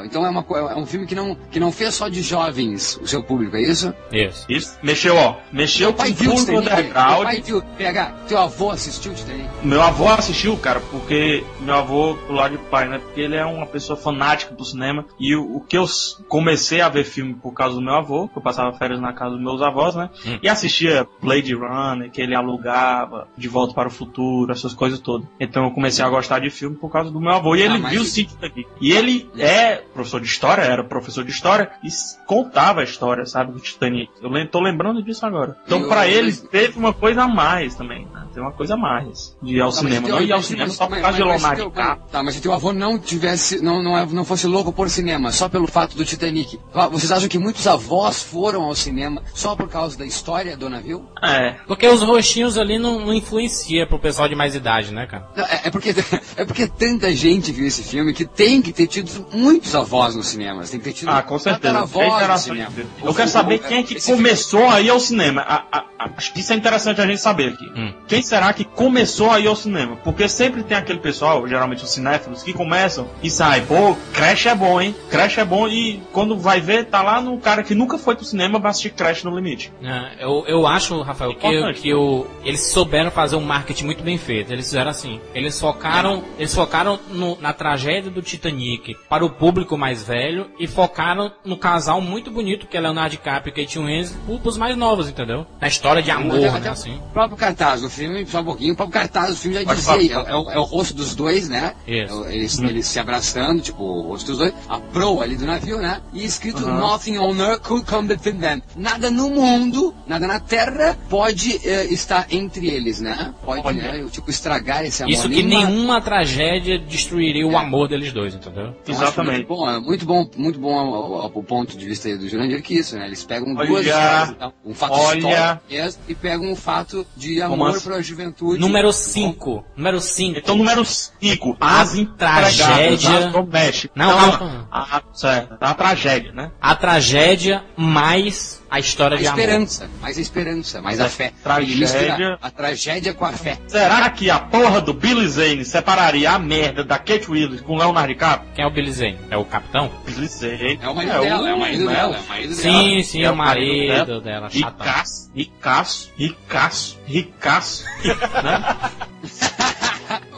Speaker 3: é, então é, uma, co- é um filme que não, que não fez só de jovens o seu público, é isso?
Speaker 2: Isso.
Speaker 4: Isso, mexeu, ó, mexeu com o público
Speaker 3: meu
Speaker 4: underground.
Speaker 3: pai viu, pega, teu avô assistiu Titanic,
Speaker 4: Meu avô assistiu, cara, porque meu avô, pro lado de pai, né? Porque ele é uma pessoa fanática do cinema. E o, o que eu s- comecei a ver filme por causa do meu avô, que eu passava férias na casa dos meus avós, né?
Speaker 3: Hum.
Speaker 4: E assistia Blade Runner, que ele alugava, De Volta para o Futuro, essas coisas todas. Então eu comecei a gostar de filme por causa do meu avô. E ele
Speaker 3: Ah, mas
Speaker 4: viu o
Speaker 3: isso-
Speaker 4: sítio daqui. E ele é professor de história, era professor de história, e s- contava a história, sabe, do Titanic. Eu lem- tô lembrando disso agora. Então
Speaker 3: Eu-
Speaker 4: pra ele
Speaker 3: mas-
Speaker 4: teve uma coisa a mais também, né? Tem uma coisa a mais de ir ao
Speaker 3: Não, mas então,
Speaker 4: cinema.
Speaker 3: teu-
Speaker 4: Não ia ao
Speaker 3: mas
Speaker 4: cinema
Speaker 3: teu-
Speaker 4: só por
Speaker 3: mas-
Speaker 4: causa de
Speaker 3: mas- mas
Speaker 4: Lomar
Speaker 3: teu-
Speaker 4: de carro.
Speaker 3: Tá, mas se teu avô não tivesse, não, não, é- não fosse louco por cinema, só pelo fato do Titanic, ah, vocês acham que muitos avós foram ao cinema só por causa da história do navio?
Speaker 4: É,
Speaker 2: Porque os roxinhos ali não, não influencia pro pessoal de mais idade, né, cara?
Speaker 3: Não, É, é porque, é porque tanta gente viu esse filme que tem que ter tido muitos avós nos cinemas. Tem que ter tido
Speaker 4: Ah, com certeza.
Speaker 3: tataravós
Speaker 4: É
Speaker 3: no
Speaker 4: interessante.
Speaker 3: cinema.
Speaker 4: Eu quero saber quem é que
Speaker 3: né? Esse filme-
Speaker 4: começou a ir ao cinema. A- a- a- acho que isso é interessante a gente saber aqui.
Speaker 2: Hum.
Speaker 4: Quem será que começou a ir ao cinema? Porque sempre tem aquele pessoal, geralmente os cinéfilos, que começam e saem. Pô, creche é bom, hein? Creche é bom e quando vai ver, tá lá no cara que nunca foi pro cinema vai assistir creche no limite.
Speaker 2: É, eu, eu acho, Rafael, que,
Speaker 4: Importante.
Speaker 2: que o, eles souberam fazer um marketing muito bem feito. Eles fizeram assim. Eles focaram, eles focaram no- na tragédia do Titanic para o público mais velho e focaram no casal muito bonito que é Leonardo DiCaprio e Kate Winslet pro- pros mais novos, entendeu? Na história de amor,
Speaker 3: Até- até
Speaker 2: né? Assim.
Speaker 3: O próprio cartaz do filme, só um pouquinho, o próprio cartaz do filme já
Speaker 4: Pode Uhum.
Speaker 3: dizia,
Speaker 4: falar.
Speaker 3: é, é o, é o rosto dos dois, né?
Speaker 2: Isso.
Speaker 3: É o- Eles, eles se abraçando, tipo, o rosto dos dois, a proa ali do navio, né? E escrito
Speaker 4: Uhum.
Speaker 3: Nothing on earth could come between them. Nada no mundo, nada na terra pode eh, estar entre eles, né? Pode,
Speaker 4: Olha.
Speaker 3: né? Eu, tipo, estragar esse amor.
Speaker 2: Isso que
Speaker 3: Nenhuma-
Speaker 2: nenhuma tragédia destruiria
Speaker 3: É.
Speaker 2: o amor deles dois, entendeu?
Speaker 3: Eu acho
Speaker 4: Exatamente.
Speaker 3: Muito bom, é muito bom, muito bom ao- ao- ao- o ponto de vista aí do Jurandir que isso, né? Eles pegam
Speaker 4: Olha,
Speaker 3: duas histórias, então, um fato
Speaker 4: olha.
Speaker 3: histórico mesmo, e pegam um fato de amor
Speaker 4: Romance.
Speaker 3: para a juventude.
Speaker 2: Número 5. Número 5.
Speaker 4: Então, número 5. As empregadas
Speaker 2: tragédia-
Speaker 4: tá? domésticas.
Speaker 2: Não, tá calma.
Speaker 4: A, a, Ah, certo, a tragédia, né?
Speaker 2: A tragédia mais a história
Speaker 3: A
Speaker 2: de amor.
Speaker 3: esperança, mais a esperança, mais a fé.
Speaker 4: Tragédia.
Speaker 3: Ele mistura A tragédia com a fé.
Speaker 4: Será que a porra do Billy Zane separaria a merda da Kate Willis com o Leonardo DiCaprio?
Speaker 2: Quem é o Billy Zane? É o capitão?
Speaker 4: Billy Zane. um
Speaker 3: É o marido dela, é o marido dela, é o marido dela.
Speaker 2: Sim, sim,
Speaker 4: é
Speaker 2: é
Speaker 4: o
Speaker 2: o marido,
Speaker 4: marido
Speaker 2: dela, chatão.
Speaker 4: Ricaço, ricaço, ricaço, ricaço.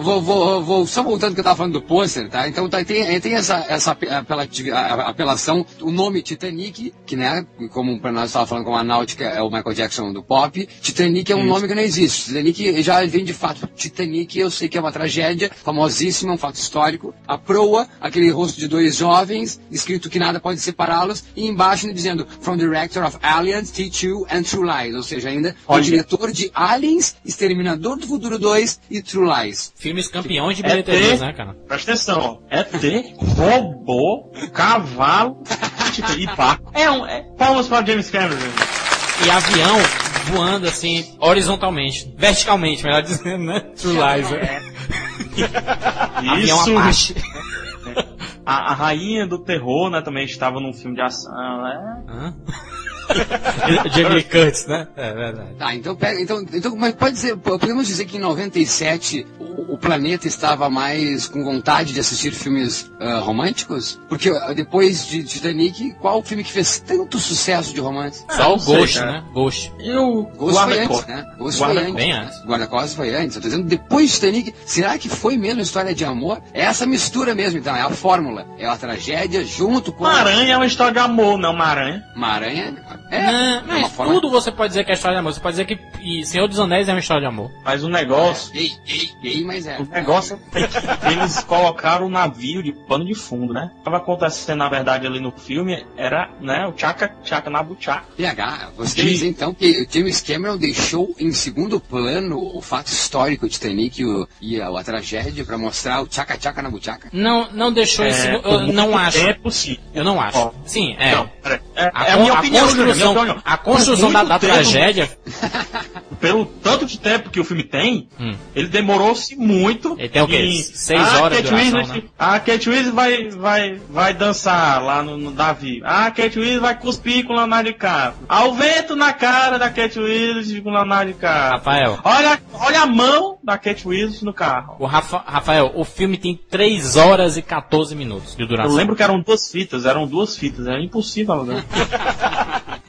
Speaker 3: Vou, vou, vou, só voltando que eu tava falando do pôster, tá? Então tá, tem, tem essa, essa ape- apelati- a- a- apelação, o nome Titanic, que né, como pra nós tava falando como a Náutica é o Michael Jackson do pop, Titanic é um nome que não existe. Titanic já vem de fato. Titanic eu sei que é uma tragédia, famosíssima, um fato histórico. A proa, aquele rosto de dois jovens, escrito que nada pode separá-los, e embaixo dizendo From Director of Aliens, T2 and True Lies, ou seja, ainda o
Speaker 4: Olha.
Speaker 3: diretor de Aliens, Exterminador do Futuro 2 e True Lies.
Speaker 2: Filmes campeões de
Speaker 4: É
Speaker 2: bilheterias,
Speaker 4: ter-
Speaker 2: né, cara?
Speaker 4: Presta atenção, ó. É ter robô, cavalo tipo, e barco. É um. É, palmas para James Cameron. gente.
Speaker 2: E avião voando assim, horizontalmente. Verticalmente, melhor dizendo, né? True Lies, né? Avião Apache.
Speaker 4: A, a rainha do terror, né? Também estava num filme de ação, né?
Speaker 2: Hã? Jamie Curtis, né? É verdade.
Speaker 3: Tá, então pega. Então, então mas pode dizer, podemos dizer que em 97 o, o planeta estava mais com vontade de assistir filmes ah, românticos? Porque ah, depois de Titanic, qual o filme que fez tanto sucesso de romance?
Speaker 2: Só o
Speaker 4: sei,
Speaker 2: Ghost,
Speaker 4: cara.
Speaker 2: né? Ghost.
Speaker 4: E o
Speaker 3: Ghost foi antes,
Speaker 4: guarda-costas.
Speaker 3: né? Ghost
Speaker 4: Guarda-
Speaker 3: foi antes.
Speaker 2: bem antes.
Speaker 3: Guarda-costas foi antes. Eu tô dizendo, depois de Titanic, será que foi mesmo história de amor? É essa mistura mesmo, então, é a fórmula. É a tragédia junto com
Speaker 4: Uma aranha é uma história de amor, não uma aranha.
Speaker 3: uma aranha. É,
Speaker 2: Não,
Speaker 3: é uma
Speaker 2: mas
Speaker 3: forma-
Speaker 2: tudo você pode dizer que é história de amor. Você pode dizer que e Senhor dos Anéis é uma história de amor.
Speaker 4: Mas o um negócio.
Speaker 3: Gay, gay, gay, mas é.
Speaker 4: O negócio é que eles colocaram o navio de pano de fundo, né? O que Tava acontecendo, na verdade, ali no filme, era, né, o Chaka Chaka Nabuchá.
Speaker 3: PH, você
Speaker 4: Sim.
Speaker 3: quer dizer então que o James Cameron deixou em segundo plano o fato histórico do Titanic e, o, e a, a tragédia pra mostrar o tchaca-tchaca na buchaca?
Speaker 2: Não, não deixou
Speaker 4: É,
Speaker 2: esse.
Speaker 4: por
Speaker 2: Eu
Speaker 4: muito
Speaker 2: não acho.
Speaker 4: Tempo, sim.
Speaker 2: Eu não acho.
Speaker 4: Ó.
Speaker 2: Sim, é.
Speaker 4: Não, peraí. é,
Speaker 2: A,
Speaker 4: é a
Speaker 2: con-
Speaker 4: minha
Speaker 2: a
Speaker 4: opinião, Júnior,
Speaker 2: construção,
Speaker 4: minha opinião.
Speaker 2: a construção
Speaker 4: Por
Speaker 2: da,
Speaker 4: muito
Speaker 2: da
Speaker 4: tempo,
Speaker 2: tragédia
Speaker 4: Pelo tanto de tempo que o filme tem,
Speaker 2: Hum.
Speaker 4: ele demorou-se muito.
Speaker 2: Ele tem o quê?
Speaker 4: em-
Speaker 2: Seis
Speaker 4: Ah,
Speaker 2: horas de
Speaker 4: Kate
Speaker 2: duração,
Speaker 4: Winslet-
Speaker 2: né?
Speaker 4: A Kate Winslet vai, vai, vai dançar lá no, no Davi. A Kate Winslet vai cuspir com o Leonardo DiCaprio. Ao vento na cara da Kate Winslet com o Leonardo DiCaprio.
Speaker 2: Rafael.
Speaker 4: Olha, olha a mão da Kate Winslet no carro.
Speaker 2: O Rafa- Rafael, o filme tem 3 horas e 14 minutos de
Speaker 4: Eu
Speaker 2: duração.
Speaker 4: lembro que eram duas fitas, eram duas fitas, era impossível alugar.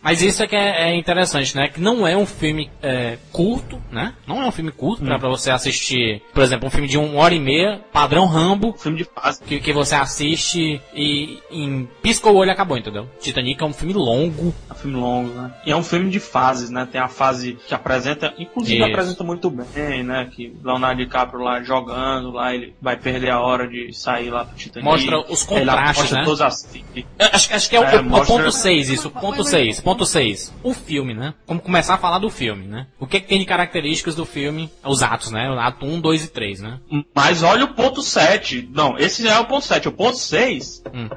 Speaker 2: Mas isso é que é, é interessante, né? Que não é um filme é, curto, né? Não é um filme curto
Speaker 4: Hum.
Speaker 2: pra, pra você assistir, por exemplo, um filme de uma hora e meia, padrão Rambo,
Speaker 4: um Filme de fase.
Speaker 2: que, que você assiste e em piscou o olho e acabou, entendeu? Titanic é um filme longo.
Speaker 4: É um filme longo, né? E é um filme de fases, né? Tem a fase que apresenta, inclusive
Speaker 2: Isso.
Speaker 4: apresenta muito bem, né? Que Leonardo DiCaprio lá jogando, lá ele vai perder a hora de sair lá pro Titanic.
Speaker 2: Mostra os
Speaker 4: Ele assim.
Speaker 2: contrastes,
Speaker 4: mostra
Speaker 2: né?
Speaker 4: todas as técnicas.
Speaker 2: Eu Acho, acho que é o,
Speaker 4: É,
Speaker 2: o
Speaker 4: mostra-
Speaker 2: ponto 6, isso. Ponto 6, ponto 6. O filme, né? Vamos começar a falar do filme, né? O que, é que tem de características do filme? Os atos, né? O ato 1, 2 e 3, né?
Speaker 4: Mas olha o ponto 7. Não, esse já é o ponto 7. O ponto 6.
Speaker 2: Hum.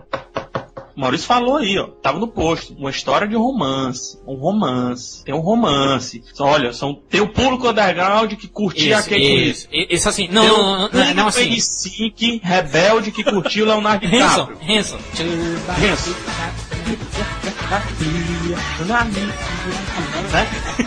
Speaker 4: Maurício falou aí, ó. Tava no posto. Uma história de romance. Um romance. Tem um romance. Só, Olha, são, tem o público underground que é curtia
Speaker 2: Isso,
Speaker 4: aquele.
Speaker 2: isso. E- Isso assim, não,
Speaker 4: Tem o
Speaker 2: não, não, não, não
Speaker 4: público
Speaker 2: assim.
Speaker 4: NSYNC, rebelde que curtiu Leonardo
Speaker 2: Hanson,
Speaker 4: DiCaprio.
Speaker 2: Hanson. tá
Speaker 4: Hanson. Né?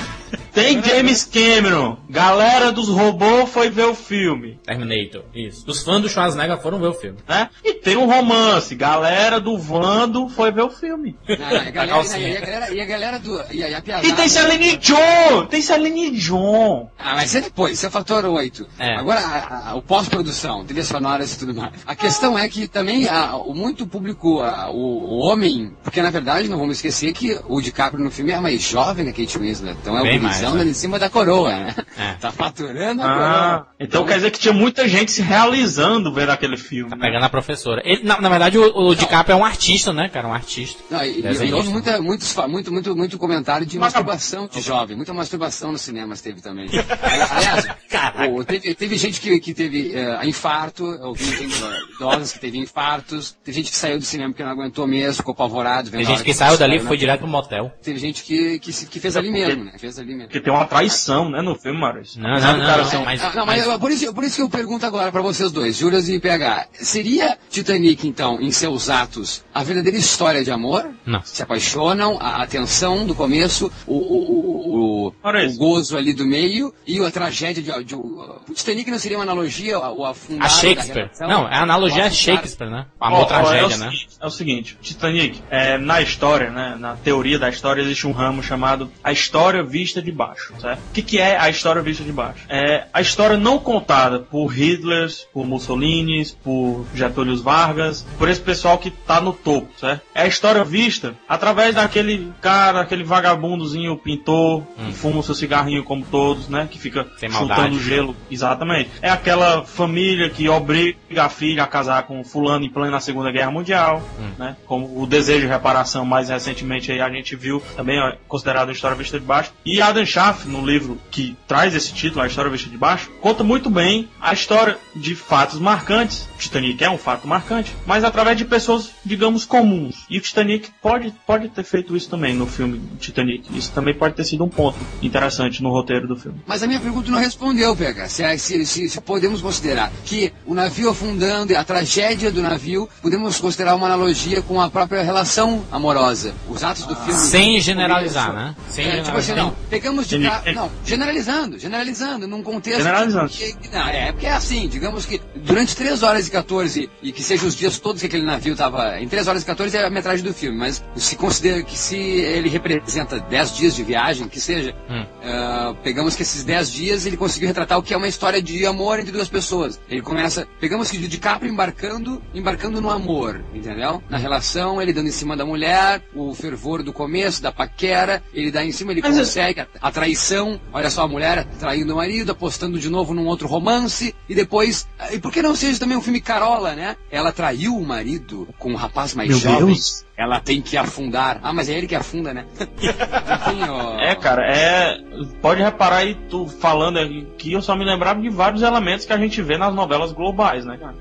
Speaker 4: Tem James Cameron. Galera dos robôs foi ver o filme.
Speaker 2: Terminator, isso. Os fãs do Schwarzenegger foram ver o filme.
Speaker 4: né? E tem um romance. Galera do Vando foi ver o filme.
Speaker 3: Não, e a galera-
Speaker 2: calcinha.
Speaker 3: e a galera- E a galera do. E a, e a piazada-
Speaker 4: E tem Celine John! Tem Celine John!
Speaker 3: Ah, mas isso é depois, isso é fator 8.
Speaker 2: É.
Speaker 3: Agora, a- a- o pós-produção, trilhas sonoras e tudo mais. A questão é que também a, o muito público, a- o, o homem, porque na verdade não vamos esquecer que o DiCaprio no filme é mais jovem que a Kate Winslet. Então é
Speaker 2: Bem
Speaker 3: o gurizão
Speaker 2: mais, né?
Speaker 3: dando em cima da coroa, né?
Speaker 2: É.
Speaker 3: Tá faturando a
Speaker 4: Ah,
Speaker 3: coroa.
Speaker 4: então quer dizer que tinha muita gente se realizando vendo aquele filme.
Speaker 2: Tá
Speaker 4: né?
Speaker 2: pegando a professora. Ele, na, na verdade, o, o DiCaprio é um artista, né, cara? Um artista.
Speaker 3: Não, e, e, e
Speaker 2: Desenhista.
Speaker 3: houve muita, muitos fa- muito, muito, muito comentário de
Speaker 4: Mas-
Speaker 3: masturbação de jovem. Muita masturbação nos cinemas teve também. Aliás,
Speaker 2: Caraca.
Speaker 3: o- teve, teve gente que, que teve eh, infarto, eu vi tem, eh, idosos que teve infartos, teve gente que saiu do cinema porque não aguentou mesmo, ficou apavorado.
Speaker 2: Tem
Speaker 3: vendo a
Speaker 2: gente
Speaker 3: hora
Speaker 2: que saiu dali e
Speaker 3: né?
Speaker 2: foi direto pro motel.
Speaker 3: Teve gente que, que, se- que fez ali mesmo, né? Fez ali mesmo.
Speaker 4: Porque tem uma traição, né, no filme, Maurício?
Speaker 2: Não,
Speaker 4: Apesar
Speaker 2: não,
Speaker 4: do
Speaker 2: não,
Speaker 4: cara
Speaker 2: não,
Speaker 4: ser um-
Speaker 2: mas-
Speaker 3: Ah, não, mas, por, isso, por isso que eu pergunto agora pra vocês dois, Juras e PH. Seria Titanic, então, em seus atos, a verdadeira história de amor?
Speaker 2: Não.
Speaker 3: Se apaixonam, a atenção do começo, o, o, o, o,
Speaker 4: Maurício.
Speaker 3: o gozo ali do meio e a tragédia de. de o Titanic não seria uma analogia ao afundar.
Speaker 2: A Shakespeare.
Speaker 3: né?
Speaker 2: Não, a analogia é Shakespeare, né?
Speaker 4: Ó,
Speaker 2: Amor
Speaker 4: ó, é o
Speaker 2: tragédia, né?
Speaker 4: seguinte- é o seguinte, Titanic, é, na história, né, na teoria da história, existe um ramo chamado a história vista de baixo, certo? O que, que é a história vista de baixo? É a história não contada por Hitler, por Mussolini, por Getúlio Vargas, por esse pessoal que tá no topo, certo? É a história vista através daquele cara, aquele vagabundozinho pintor, que fuma o seu cigarrinho como todos, né, que fica
Speaker 2: Sem Hum. maldade.
Speaker 4: chutando gelo, exatamente. É aquela família que obriga a filha a casar com fulano em plena Segunda Guerra Mundial, né? Como o desejo de reparação mais recentemente aí a gente viu, também ó, considerado a história vista de baixo. E Adam Schaff, no livro que traz esse título, A História Vista de Baixo, conta muito bem a história de fatos marcantes. Titanic é um fato marcante, mas através de pessoas, digamos, comuns. E o Titanic pode, pode ter feito isso também no filme Titanic. Isso também pode ter sido um ponto interessante no roteiro do filme.
Speaker 3: Mas a minha pergunta não respondeu, PH. Se, é- se, se, se podemos considerar que o navio afundando, e a tragédia do navio, podemos considerar uma analogia com a própria relação amorosa. Os atos do filme.
Speaker 2: Sem generalizar, né? Sem
Speaker 3: É, tipo assim,
Speaker 2: generalizar.
Speaker 3: não, pegamos de
Speaker 4: Entendi.
Speaker 3: cá, não, generalizando, generalizando, num contexto
Speaker 4: Generalizando.
Speaker 3: que, que- não, é, porque é assim, digamos que durante 3 horas e 14, e que sejam os dias todos que aquele navio tava, em 3 horas e 14 é a metragem do filme, mas se considera que se ele representa 10 dias de viagem, que seja,
Speaker 2: Hum.
Speaker 3: ah, pegamos que esses 10 dias ele conseguiu retratar o que é uma história de amor entre duas pessoas. Ele começa, pegamos que o DiCaprio embarcando, embarcando no amor, entendeu? Na relação, ele dando em cima da mulher, o fervor do começo, da paquera, ele dá em cima, ele
Speaker 4: Mas eu-
Speaker 3: consegue a, a traição, olha só a mulher traindo o marido, apostando de novo num outro romance, e depois, ah, e por que não seja também um filme Carola, né? Ela traiu o marido com um rapaz mais
Speaker 4: Meu
Speaker 3: jovem.
Speaker 4: Deus.
Speaker 3: Ela tem que afundar. Ah, mas é ele que afunda, né? Enfim, ó.
Speaker 4: É, cara, é. Pode reparar aí, tu falando aqui, eu só me lembrava de vários elementos que a gente vê nas novelas globais, né, cara?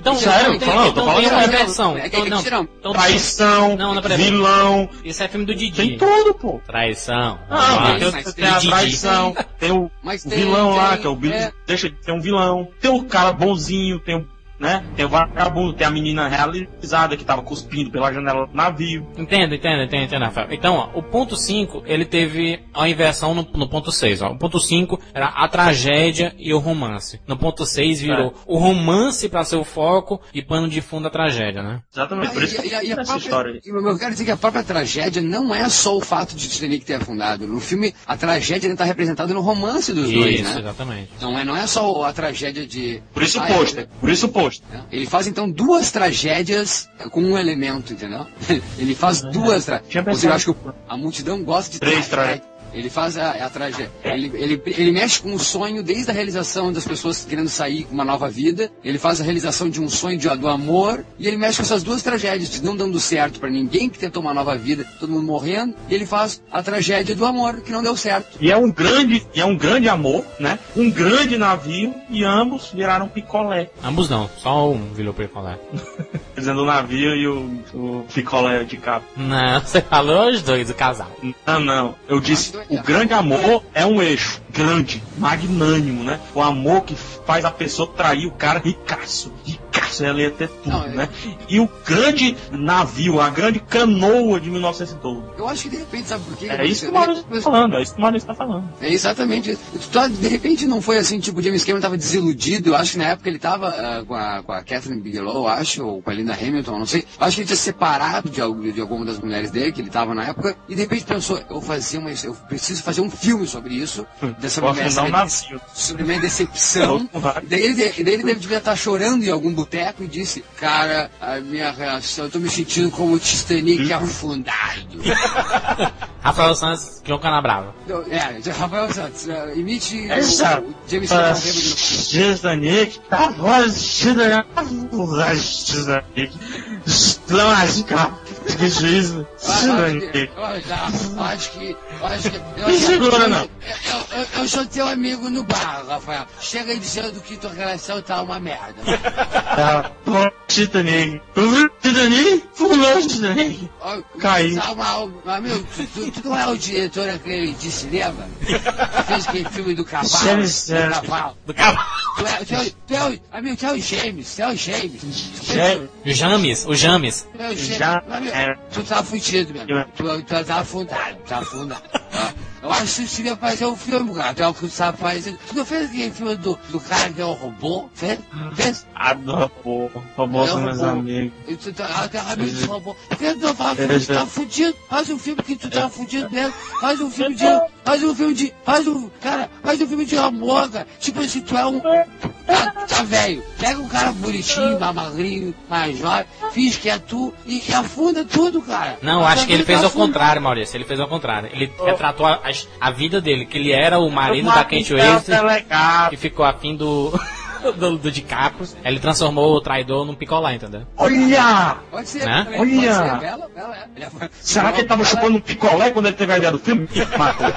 Speaker 2: Então,
Speaker 4: Sério?
Speaker 2: então tem-
Speaker 4: Falando, tô
Speaker 2: então
Speaker 4: falando
Speaker 2: tem uma
Speaker 4: sério.
Speaker 2: inversão.
Speaker 3: É que-
Speaker 2: Então,
Speaker 3: é que
Speaker 2: não,
Speaker 3: tiram.
Speaker 2: então-
Speaker 4: Traição,
Speaker 2: Não, não, peraí.
Speaker 4: vilão,
Speaker 2: Isso é filme do Didi.
Speaker 4: tem tudo, pô.
Speaker 2: Traição.
Speaker 4: Não,
Speaker 2: Ah,
Speaker 3: mas
Speaker 4: tem,
Speaker 3: mas
Speaker 4: tem a
Speaker 2: tem-
Speaker 4: traição, tem o
Speaker 3: Mas
Speaker 4: o
Speaker 3: tem-
Speaker 4: vilão lá,
Speaker 3: tem-
Speaker 4: que é o Billy.
Speaker 3: é.
Speaker 4: Deixa de ser um vilão. Tem o cara bonzinho, tem o né? Tem o vagabundo, tem a menina realizada que tava cuspindo pela janela do navio.
Speaker 2: Entendo, entendo, entendo, entendo, Rafael. Então, ó, o ponto 5, ele teve a inversão no, no ponto 6, ó. O ponto 5 era a tragédia e o romance. No ponto 6 virou
Speaker 3: Tá.
Speaker 2: o romance pra ser o foco e pano de fundo a tragédia, né?
Speaker 4: Exatamente, por isso
Speaker 3: E-
Speaker 4: que
Speaker 3: e- e a
Speaker 4: essa
Speaker 3: própria-
Speaker 4: história aí.
Speaker 3: e Eu quero dizer que a própria tragédia não é só o fato de Titanic ter afundado. No filme, a tragédia está representada no romance dos dois,
Speaker 2: Isso,
Speaker 3: né?
Speaker 2: exatamente.
Speaker 3: Não é, não é só a tragédia de.
Speaker 4: Por isso o
Speaker 3: Ah,
Speaker 4: pôster, por isso o pôster.
Speaker 3: né? Ele faz então duas tragédias com um elemento, entendeu? Ele faz duas
Speaker 4: Uhum. Tinha
Speaker 3: tragédias.
Speaker 4: pensado.
Speaker 3: Você acha que o- a multidão gosta de
Speaker 4: Três
Speaker 3: tragédia. Ele faz a, a tragédia. Ele, ele, ele mexe com o sonho desde a realização das pessoas querendo sair com uma nova vida. Ele faz a realização de um sonho de, do amor. E ele mexe com essas duas tragédias, de não dando certo pra ninguém que tentou uma nova vida, todo mundo morrendo. E ele faz a tragédia do amor, que não deu certo.
Speaker 4: E é um grande, e é um grande amor, né? Um grande navio e ambos viraram picolé.
Speaker 2: Ambos não, só um virou picolé.
Speaker 4: Quer dizer, o navio e o, o picolé de capa.
Speaker 2: Não, você falou os dois, o casal.
Speaker 4: Não, não. Eu disse, o grande amor é um eixo. Grande, magnânimo, né? O amor que faz a pessoa trair o cara ricaço. Ricaço, ela ia ter tudo,
Speaker 3: Não, é.
Speaker 4: né? E o grande navio, a grande canoa de 1912.
Speaker 3: Eu acho que de repente, sabe por quê?
Speaker 4: É isso que o Maurício tá falando, é isso que o Maurício tá falando.
Speaker 3: É exatamente isso. Tu tá- de repente não foi assim, tipo, o James Cameron tava desiludido, eu acho que na época ele tava ah, com, a, com a Catherine Bigelow, eu acho, ou com a Linda Hamilton, não sei. Eu acho que ele tinha separado de, algu- de alguma das mulheres dele, que ele tava na época, e de repente pensou, eu fazia uma, eu preciso fazer um filme sobre isso, dessa
Speaker 4: Vou
Speaker 3: minha,
Speaker 4: afundar um
Speaker 3: dessa-
Speaker 4: navio.
Speaker 3: sobre minha decepção. E Daí ele, de- daí ele deve- devia estar chorando em algum boteco e disse, cara, a minha reação, eu tô me sentindo como o Titanic afundado.
Speaker 2: Rafael Santos, João Canabrava.
Speaker 3: Não, É, Rafael Santos, é, imite
Speaker 4: É isso. Ah,
Speaker 3: o, o James Cameron bêbado.
Speaker 4: Titanic, a voz de Titanic, a voz de Titanic, Slamágica, é que juízo, Titanic.
Speaker 3: Eu acho que- eu Ah, acho que. eu acho que- eu
Speaker 4: Me
Speaker 3: acho que-
Speaker 4: segura, não.
Speaker 3: Eu, eu- eu sou teu amigo no bar, Rafael. Chega aí dizendo que tua relação tá uma merda.
Speaker 4: Tá, pô, Titanic. Tu viu Titanic? Fulano Titanic.
Speaker 3: Ó,
Speaker 4: Caiu.
Speaker 3: tá mal, amigo, tu, tu- tu não é o diretor aquele de cinema? Que Fez aquele filme do cavalo.
Speaker 4: Sério,
Speaker 3: Do
Speaker 4: sério.
Speaker 3: cavalo.
Speaker 2: Do cavalo.
Speaker 3: Tu é, tu é, tu é, o- amigo, tu é o James, tu é o James.
Speaker 4: Sério?
Speaker 2: O James, o James.
Speaker 3: Tu é o James.
Speaker 4: Já
Speaker 3: Amigo,
Speaker 4: era.
Speaker 3: Tu tá fudido, meu amigo. Tu, tu tá afundado, tá afundado. Tá? Eu acho que você devia fazer um filme, cara. É o que você tá fazendo. Tu não fez aquele filme do, do cara que é o robô? Fez? Fez?
Speaker 4: Adoro, pô. Roubou dos meus amigos.
Speaker 3: E tu tá até amigo
Speaker 2: Uhum.
Speaker 3: do robô. Por que tu não faz um
Speaker 4: Eu
Speaker 3: filme? Tu
Speaker 4: já-
Speaker 3: tá fudido. Faz um filme que tu tá fudido mesmo. Faz um filme de. Faz um filme de. Faz um. Cara, faz um filme de amor, cara. Tipo assim, tu é um. Tá, tá velho. Pega um cara bonitinho, mais magrinho, mais jovem. Finge que é tu e afunda tudo, cara.
Speaker 2: Não, acho que ele fez ao
Speaker 3: Afunda.
Speaker 2: contrário, Maurício. Ele fez ao contrário. Ele retratou a, a- a vida dele, que ele era o marido da Kate
Speaker 4: tá
Speaker 2: Winslet,
Speaker 4: delegado.
Speaker 2: que ficou afim do, do, do DiCaprio. Aí Ele transformou o traidor num picolé, entendeu?
Speaker 4: Olha!
Speaker 3: Pode ser.
Speaker 2: Né?
Speaker 3: também, pode
Speaker 4: Olha!
Speaker 3: ser. Bela, bela, é. Ele é-
Speaker 4: Será que ele tava chupando um picolé quando ele teve a ideia do filme? Matou.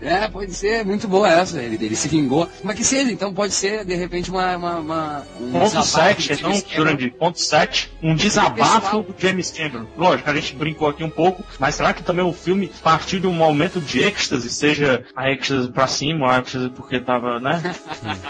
Speaker 3: É, pode ser. Muito boa essa. Ele, ele se vingou. Mas que seja, então pode ser, de repente, uma... uma, uma um
Speaker 4: Ponto
Speaker 3: desabafo
Speaker 4: 7,
Speaker 3: do
Speaker 4: então,
Speaker 3: James Cameron.
Speaker 4: grande. Ponto 7, um desabafo do James Cameron. Lógico, a gente brincou aqui um pouco, mas será que também o filme partiu de um aumento de êxtase, seja a êxtase pra cima, ou a êxtase porque tava, né?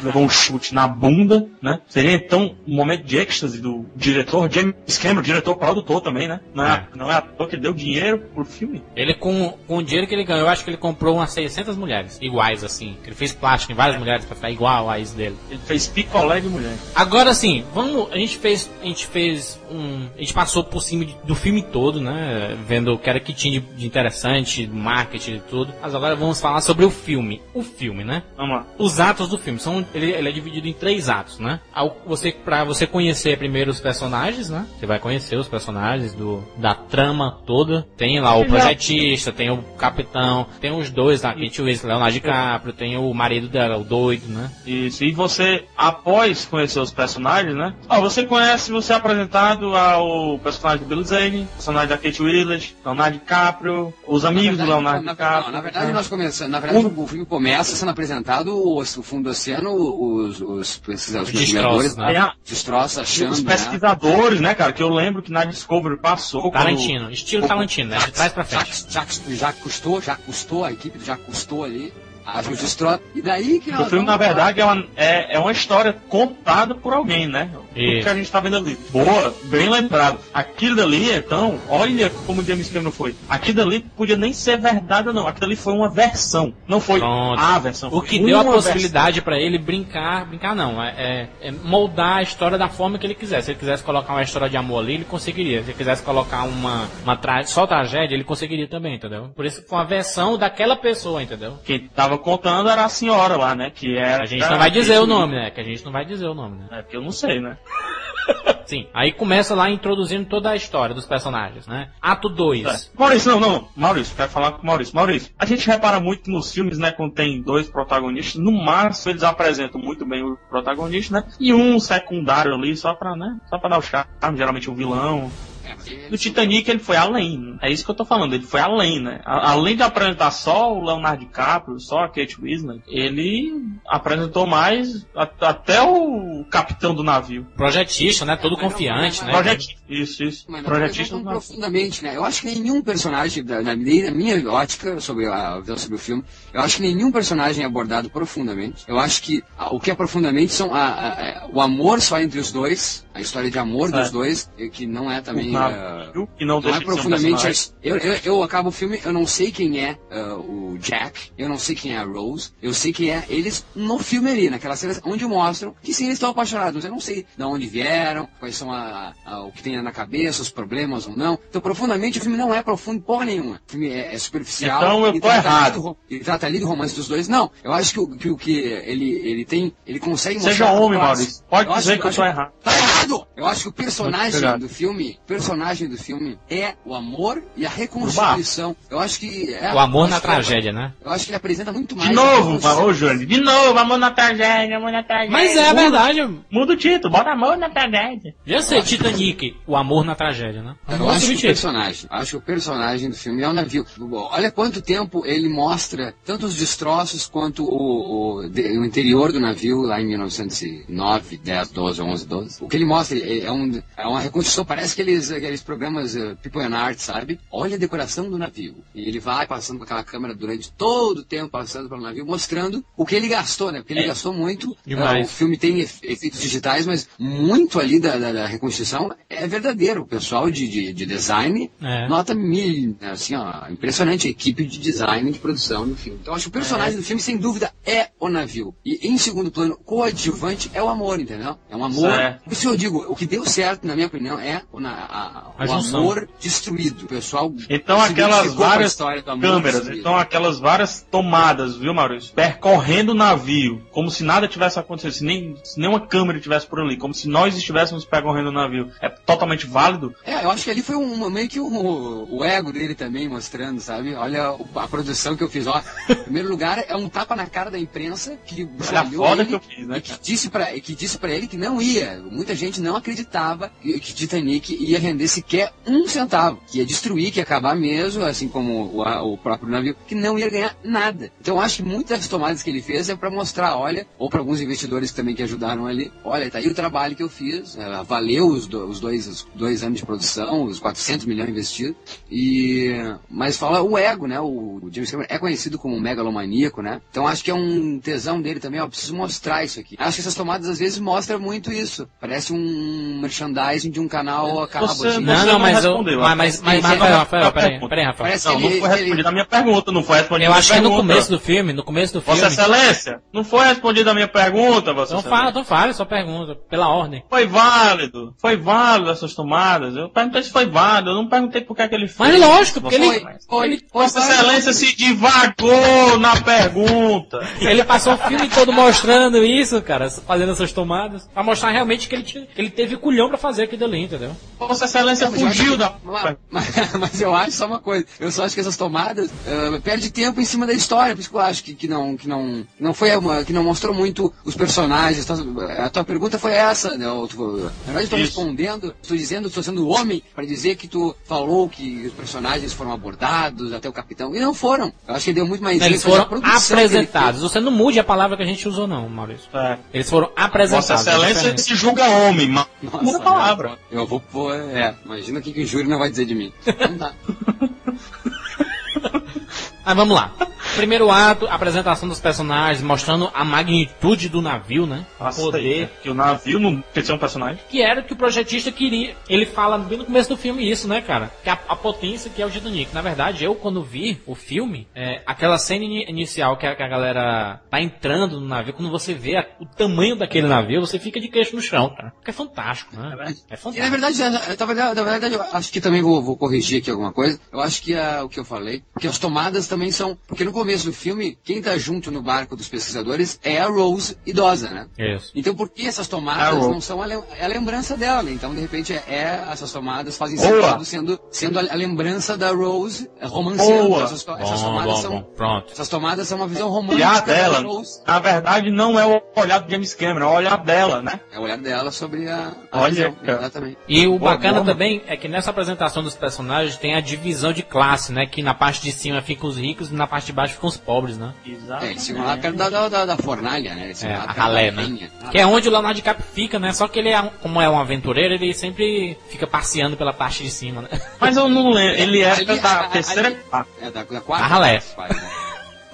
Speaker 4: levou um chute na bunda, né? Seria então um momento de êxtase do diretor James Cameron, diretor produtor também, né? Não é, não é ator que deu dinheiro pro filme.
Speaker 2: Ele, com, com o dinheiro que ele ganhou, eu acho que ele comprou umas 600 mulheres iguais, assim. Ele fez plástico em várias mulheres pra ficar igual a isso dele.
Speaker 4: Ele fez picolé de mulher.
Speaker 2: Agora sim, vamos. A gente fez. A gente fez um. A gente passou por cima de- do filme todo, né? Vendo o que era que tinha de, de interessante, do marketing e tudo. Mas agora vamos falar sobre o filme. O filme, né?
Speaker 4: Vamos lá.
Speaker 2: Os atos do filme. São, ele, ele é dividido em três atos, né? Ao- Você, pra você conhecer primeiro os personagens, né? Você vai conhecer os personagens do, da trama toda. Tem lá o projetista, tem o capitão, tem os dois lá, Kate Winslet, Leonardo DiCaprio, tem o marido dela, o doido, né?
Speaker 4: Isso, e você, após conhecer os personagens, né? Ó, você conhece, você é apresentado ao personagem do Billy Zane, personagem da Kate Willis, Leonardo DiCaprio, os
Speaker 3: Na
Speaker 4: amigos
Speaker 3: verdade,
Speaker 4: do Leonardo
Speaker 3: na-
Speaker 4: DiCaprio. né?
Speaker 3: não, na verdade, nós começamos. Na verdade, o filme começa sendo apresentado o, o fundo do oceano, os, os, esses, os
Speaker 2: Os
Speaker 3: mergulhadores,
Speaker 2: destroços, né?
Speaker 4: Aí, ah,
Speaker 3: destroços, achando.
Speaker 4: os
Speaker 3: né?
Speaker 4: pesquisadores, né, cara? Que eu lembro que na Discovery passou. quando-
Speaker 2: Tarantino, estilo Tarantino, né? De trás pra frente.
Speaker 3: Jacques, Jacques, Jacques Cousteau, Jacques Cousteau, a equipe do Jacques Cousteau ali, acha os destroços. E daí que um
Speaker 4: O
Speaker 3: nós
Speaker 4: filme,
Speaker 3: vamos
Speaker 4: na
Speaker 3: falar-
Speaker 4: verdade, é uma, é, é uma história contada por alguém, né? do que a gente tá vendo ali. Boa, bem lembrado. Aquilo dali, então, olha como o James Cameron foi. Aquilo dali podia nem ser verdade, não. Aquilo ali foi uma versão. Não foi
Speaker 2: Pronto.
Speaker 4: a versão.
Speaker 2: O que
Speaker 4: foi
Speaker 2: deu a
Speaker 4: uma
Speaker 2: possibilidade pra ele brincar, brincar não, é, é- é moldar a história da forma que ele quiser. Se ele quisesse colocar uma história de amor ali, ele conseguiria. Se ele quisesse colocar uma, uma tra- só tragédia, ele conseguiria também, entendeu? Por isso que foi uma versão daquela pessoa, entendeu?
Speaker 4: versão. Quem tava contando era a senhora lá, né? Que era.
Speaker 2: A gente não vai dizer o nome, né? Que a gente não vai dizer o nome, né?
Speaker 4: É, porque eu não sei, né?
Speaker 2: Sim. Aí começa lá introduzindo toda a história dos personagens, né? Ato 2.
Speaker 4: É. Maurício, não, não. Maurício, quero falar com o Maurício. Maurício, a gente repara muito nos filmes, né? Quando tem dois protagonistas, no máximo eles apresentam muito bem o protagonista, né? E um secundário ali, só pra, né? Só pra dar o charme, geralmente o vilão. No Titanic ele foi além, é isso que eu tô falando, ele foi além, né? A- além de apresentar só o Leonardo DiCaprio, só a Kate Winslet, ele apresentou mais a- até o capitão do navio.
Speaker 2: Projetista, né? Todo confiante, né?
Speaker 4: Projetista. Isso, isso.
Speaker 3: Mas
Speaker 4: Projetista
Speaker 3: Projetista
Speaker 4: do navio.
Speaker 3: profundamente, né? Eu acho que nenhum personagem, da- na, minha- na minha ótica sobre, a, visão sobre o filme, eu acho que nenhum personagem é abordado profundamente. Eu acho que ah, o que é profundamente são a- a- a- o amor só entre os dois, a história de amor
Speaker 4: É.
Speaker 3: dos dois, eh, que não é
Speaker 4: O
Speaker 3: também. ah,
Speaker 4: navio, que não,
Speaker 3: não
Speaker 4: deixa
Speaker 3: é
Speaker 4: de ser um
Speaker 3: profundamente.
Speaker 4: personagem.
Speaker 3: as- Eu, eu, eu acabo o filme, eu não sei quem é ah, o Jack, eu não sei quem é a Rose, eu sei quem é eles no filme ali, naquela cena onde mostram que sim, eles estão apaixonados, mas eu não sei de onde vieram, quais são a, a- o que tem na cabeça, os problemas ou não. Então, profundamente, o filme não é profundo porra nenhuma. O filme é, é superficial.
Speaker 4: Então, eu
Speaker 3: e
Speaker 4: tô
Speaker 3: trata ali
Speaker 4: errado.
Speaker 3: do ro- E trata ali do romance dos dois. Não, eu acho que o que, o que ele, ele tem, ele consegue
Speaker 4: Seja
Speaker 3: mostrar-
Speaker 4: homem, Maurício. Pode
Speaker 3: Eu acho-
Speaker 4: dizer que eu
Speaker 3: acho-
Speaker 4: tô errado.
Speaker 3: Tá errado! Eu acho que o personagem
Speaker 4: Obrigado.
Speaker 3: do filme, o personagem do filme é o amor e a reconstrução. Eu acho que é,
Speaker 2: O amor
Speaker 3: eu
Speaker 2: na
Speaker 3: acho que-
Speaker 2: tragédia, né?
Speaker 3: Eu acho que ele apresenta muito mais.
Speaker 4: De
Speaker 3: a
Speaker 4: novo,
Speaker 3: reconstrução.
Speaker 4: ô Jane, de novo, a mão na tragédia, a mão na tragédia.
Speaker 2: Mas é a
Speaker 4: Muda-
Speaker 2: verdade.
Speaker 4: Muda o título, bota a mão na tragédia.
Speaker 2: Já sei, Titanic, o amor na tragédia, né?
Speaker 3: Eu
Speaker 2: Nossa,
Speaker 3: acho que o
Speaker 2: mentira.
Speaker 3: personagem, acho que o personagem do filme é o navio. Olha quanto tempo ele mostra tanto os destroços quanto o, o, de- o interior do navio lá em 1909, 10, 12, 11, 12. O que ele mostra é, é um- é uma reconstrução, parece aqueles, aqueles programas eh, People and Art, sabe? Olha a decoração do navio. E ele vai passando com aquela câmera durante todo o tempo, passando pelo navio, mostrando o que ele gastou, né? Porque ele gastou muito.
Speaker 2: É. Demais.
Speaker 3: Ah, o filme tem efe- efeitos digitais, mas muito ali da, da- da reconstrução é verdadeiro. O pessoal de, de- de design
Speaker 2: É.
Speaker 3: nota mil, né? assim, ó, impressionante a equipe de design e de produção do filme. Então acho que o personagem do filme, sem dúvida, é o navio. E em segundo plano, coadjuvante é o amor, entendeu? É um amor.
Speaker 4: Certo.
Speaker 3: Por isso eu digo, o que deu certo, na minha opinião, é o, na- a-
Speaker 2: A
Speaker 3: o
Speaker 2: junção.
Speaker 3: amor destruído. O pessoal
Speaker 4: Então
Speaker 3: se
Speaker 4: aquelas
Speaker 3: identificou com a
Speaker 4: várias
Speaker 3: história do amor
Speaker 4: câmeras,
Speaker 3: destruído.
Speaker 4: então aquelas várias tomadas, viu, Maurício? Percorrendo o navio, como se nada tivesse acontecido, se, nem, se nenhuma câmera tivesse por ali, como se nós estivéssemos percorrendo o navio. É totalmente válido?
Speaker 3: É, eu acho que ali foi um, meio que um- o ego dele também mostrando, sabe? Olha o- a produção que eu fiz. Ó, em primeiro lugar, é um tapa na cara da imprensa que
Speaker 4: Olha a
Speaker 3: olhou
Speaker 4: foda
Speaker 3: ele
Speaker 4: que eu fiz, né,
Speaker 3: e que disse pra- e que disse pra ele que não ia. Muita gente não acreditava que, que Titanic ia render sequer um centavo, que ia destruir, que ia acabar mesmo, assim como o, a- o próprio navio, que não ia ganhar nada. Então eu acho que muitas das tomadas que ele fez é pra mostrar, olha, ou pra alguns investidores também que ajudaram ali, olha, tá aí o trabalho que eu fiz, eh, valeu os, do- os dois, os dois anos de produção, os 400 milhões investidos, e mas fala o ego, né? O o James Cameron é conhecido como um megalomaníaco, né? Então acho que é um tesão dele também, ó, preciso mostrar isso aqui. Acho que essas tomadas às vezes mostram muito isso. Parece um merchandising de um canal cabo, assim.
Speaker 4: Você
Speaker 2: Não,
Speaker 4: não
Speaker 2: não, mas eu.
Speaker 4: respondeu,
Speaker 2: Mas, mas, mas,
Speaker 3: Você
Speaker 2: Rafael,
Speaker 4: não
Speaker 2: Rafael,
Speaker 4: respondeu a
Speaker 2: peraí,
Speaker 4: pergunta.
Speaker 2: peraí, Rafael.
Speaker 3: Parece
Speaker 4: Não,
Speaker 3: que
Speaker 4: não
Speaker 3: ele-
Speaker 4: foi respondida a minha pergunta, não foi respondida
Speaker 2: Eu
Speaker 4: a minha
Speaker 2: acho que é no
Speaker 4: pergunta.
Speaker 2: começo do filme, no começo do filme.
Speaker 4: Vossa Excelência, não foi respondida a minha pergunta, Vossa
Speaker 2: Então
Speaker 4: Excelência.
Speaker 2: fala, então fala, só pergunta, pela ordem.
Speaker 4: Foi válido, foi válido essas tomadas. Eu perguntei se foi válido, eu não perguntei por que, é que ele fez.
Speaker 2: Mas lógico, porque ele-
Speaker 3: Foi, foi, foi,
Speaker 4: Vossa
Speaker 3: foi.
Speaker 4: Excelência se divagou na pergunta.
Speaker 2: Ele passou o filme todo mostrando isso, cara, fazendo essas tomadas. Pra mostrar realmente que ele, tinha, que ele teve culhão pra fazer aquilo ali, entendeu?
Speaker 4: Vossa Excelência
Speaker 3: Não, mas eu acho
Speaker 4: fugiu
Speaker 3: que-
Speaker 4: da
Speaker 3: Mas,
Speaker 4: pergunta.
Speaker 3: mas- mas eu acho só uma coisa. Eu só acho que essas tomadas ah, perde tempo em cima da história, por isso que eu acho que, que não que não que não foi uma- que não mostrou muito os personagens. Tá? A tua pergunta foi essa, né? Eu, tu- na verdade, eu tô
Speaker 4: Isso.
Speaker 3: respondendo, estou dizendo, estou sendo homem para dizer que tu falou que os personagens foram abordados até o capitão e não foram. Eu acho que deu muito mais.
Speaker 2: Eles
Speaker 3: ênfase à
Speaker 2: foram
Speaker 3: é produção que ele
Speaker 2: apresentados. Você não mude a palavra que a gente usou, não, Maurício.
Speaker 4: É.
Speaker 2: Eles foram apresentados. é
Speaker 4: Vossa Excelência se julga homem, mas
Speaker 3: fez. Nossa, né?
Speaker 4: muda a palavra.
Speaker 3: Eu vou pôr. É, imagina o que, que o júri não vai dizer de mim. Então tá.
Speaker 2: Mas vamos lá. Primeiro ato, apresentação dos personagens, mostrando a magnitude do navio, né? O
Speaker 4: Nossa, é
Speaker 2: poder.
Speaker 4: Que o navio não precisa ser um personagem.
Speaker 2: Que era o que o projetista queria. Ele fala bem no começo do filme isso, né, cara? Que a, a potência que é o Titanic. Na verdade, eu quando vi o filme, é, aquela cena ini- inicial que a, que a galera tá entrando no navio, quando você vê a- o tamanho daquele navio, você fica de queixo no chão, cara. Porque é fantástico, né? É
Speaker 3: E, na
Speaker 2: fantástico.
Speaker 3: verdade, na, na verdade, na verdade, eu acho que também vou, vou corrigir aqui alguma coisa. Eu acho que ah, o que eu falei, que as tomadas também são. Porque no começo do filme, quem tá junto no barco dos pesquisadores é a Rose idosa, né?
Speaker 2: Isso.
Speaker 3: Então por que essas
Speaker 4: A
Speaker 3: tomadas
Speaker 4: Rose.
Speaker 3: não são a, lem- é a lembrança dela? Então, de repente, é, é- essas tomadas fazem
Speaker 4: Boa.
Speaker 3: sentido sendo, sendo a, a lembrança da Rose é, romanceando.
Speaker 4: Boa.
Speaker 3: Essas, to- essas
Speaker 2: Bom,
Speaker 3: tomadas
Speaker 2: bom,
Speaker 3: são.
Speaker 2: bom. Pronto.
Speaker 3: Essas tomadas são uma visão
Speaker 4: O olhar
Speaker 3: romântica
Speaker 4: dela,
Speaker 3: da Rose.
Speaker 4: na verdade, não é o olhar do James Cameron, é o olhar dela, né?
Speaker 3: É o olhar dela sobre a. a
Speaker 4: Olha,
Speaker 3: visão,
Speaker 4: cara.
Speaker 3: Exatamente.
Speaker 2: E o
Speaker 4: Boa,
Speaker 2: bacana
Speaker 4: boa.
Speaker 2: também é que nessa apresentação dos personagens tem a divisão de classe, né? Que na parte de cima ficam os ricos e na parte de baixo ficam os pobres, né?
Speaker 4: Exato.
Speaker 3: É, eles ficam lá perto da, da, da- da fornalha, né? Eles ficam
Speaker 2: É,
Speaker 3: lá
Speaker 2: a
Speaker 3: perto
Speaker 2: ralé, né?
Speaker 3: da lenha.
Speaker 2: Que é onde o Leonardo DiCaprio fica, né? Só que ele, é, um- como é um aventureiro, ele sempre fica passeando pela parte de cima, né?
Speaker 4: Mas eu não lembro, ele é
Speaker 3: Ali,
Speaker 4: da
Speaker 3: a- a-
Speaker 4: terceira
Speaker 3: ali-
Speaker 4: parte.
Speaker 3: É, da, da quarta.
Speaker 2: A ralé.
Speaker 3: Vai, né?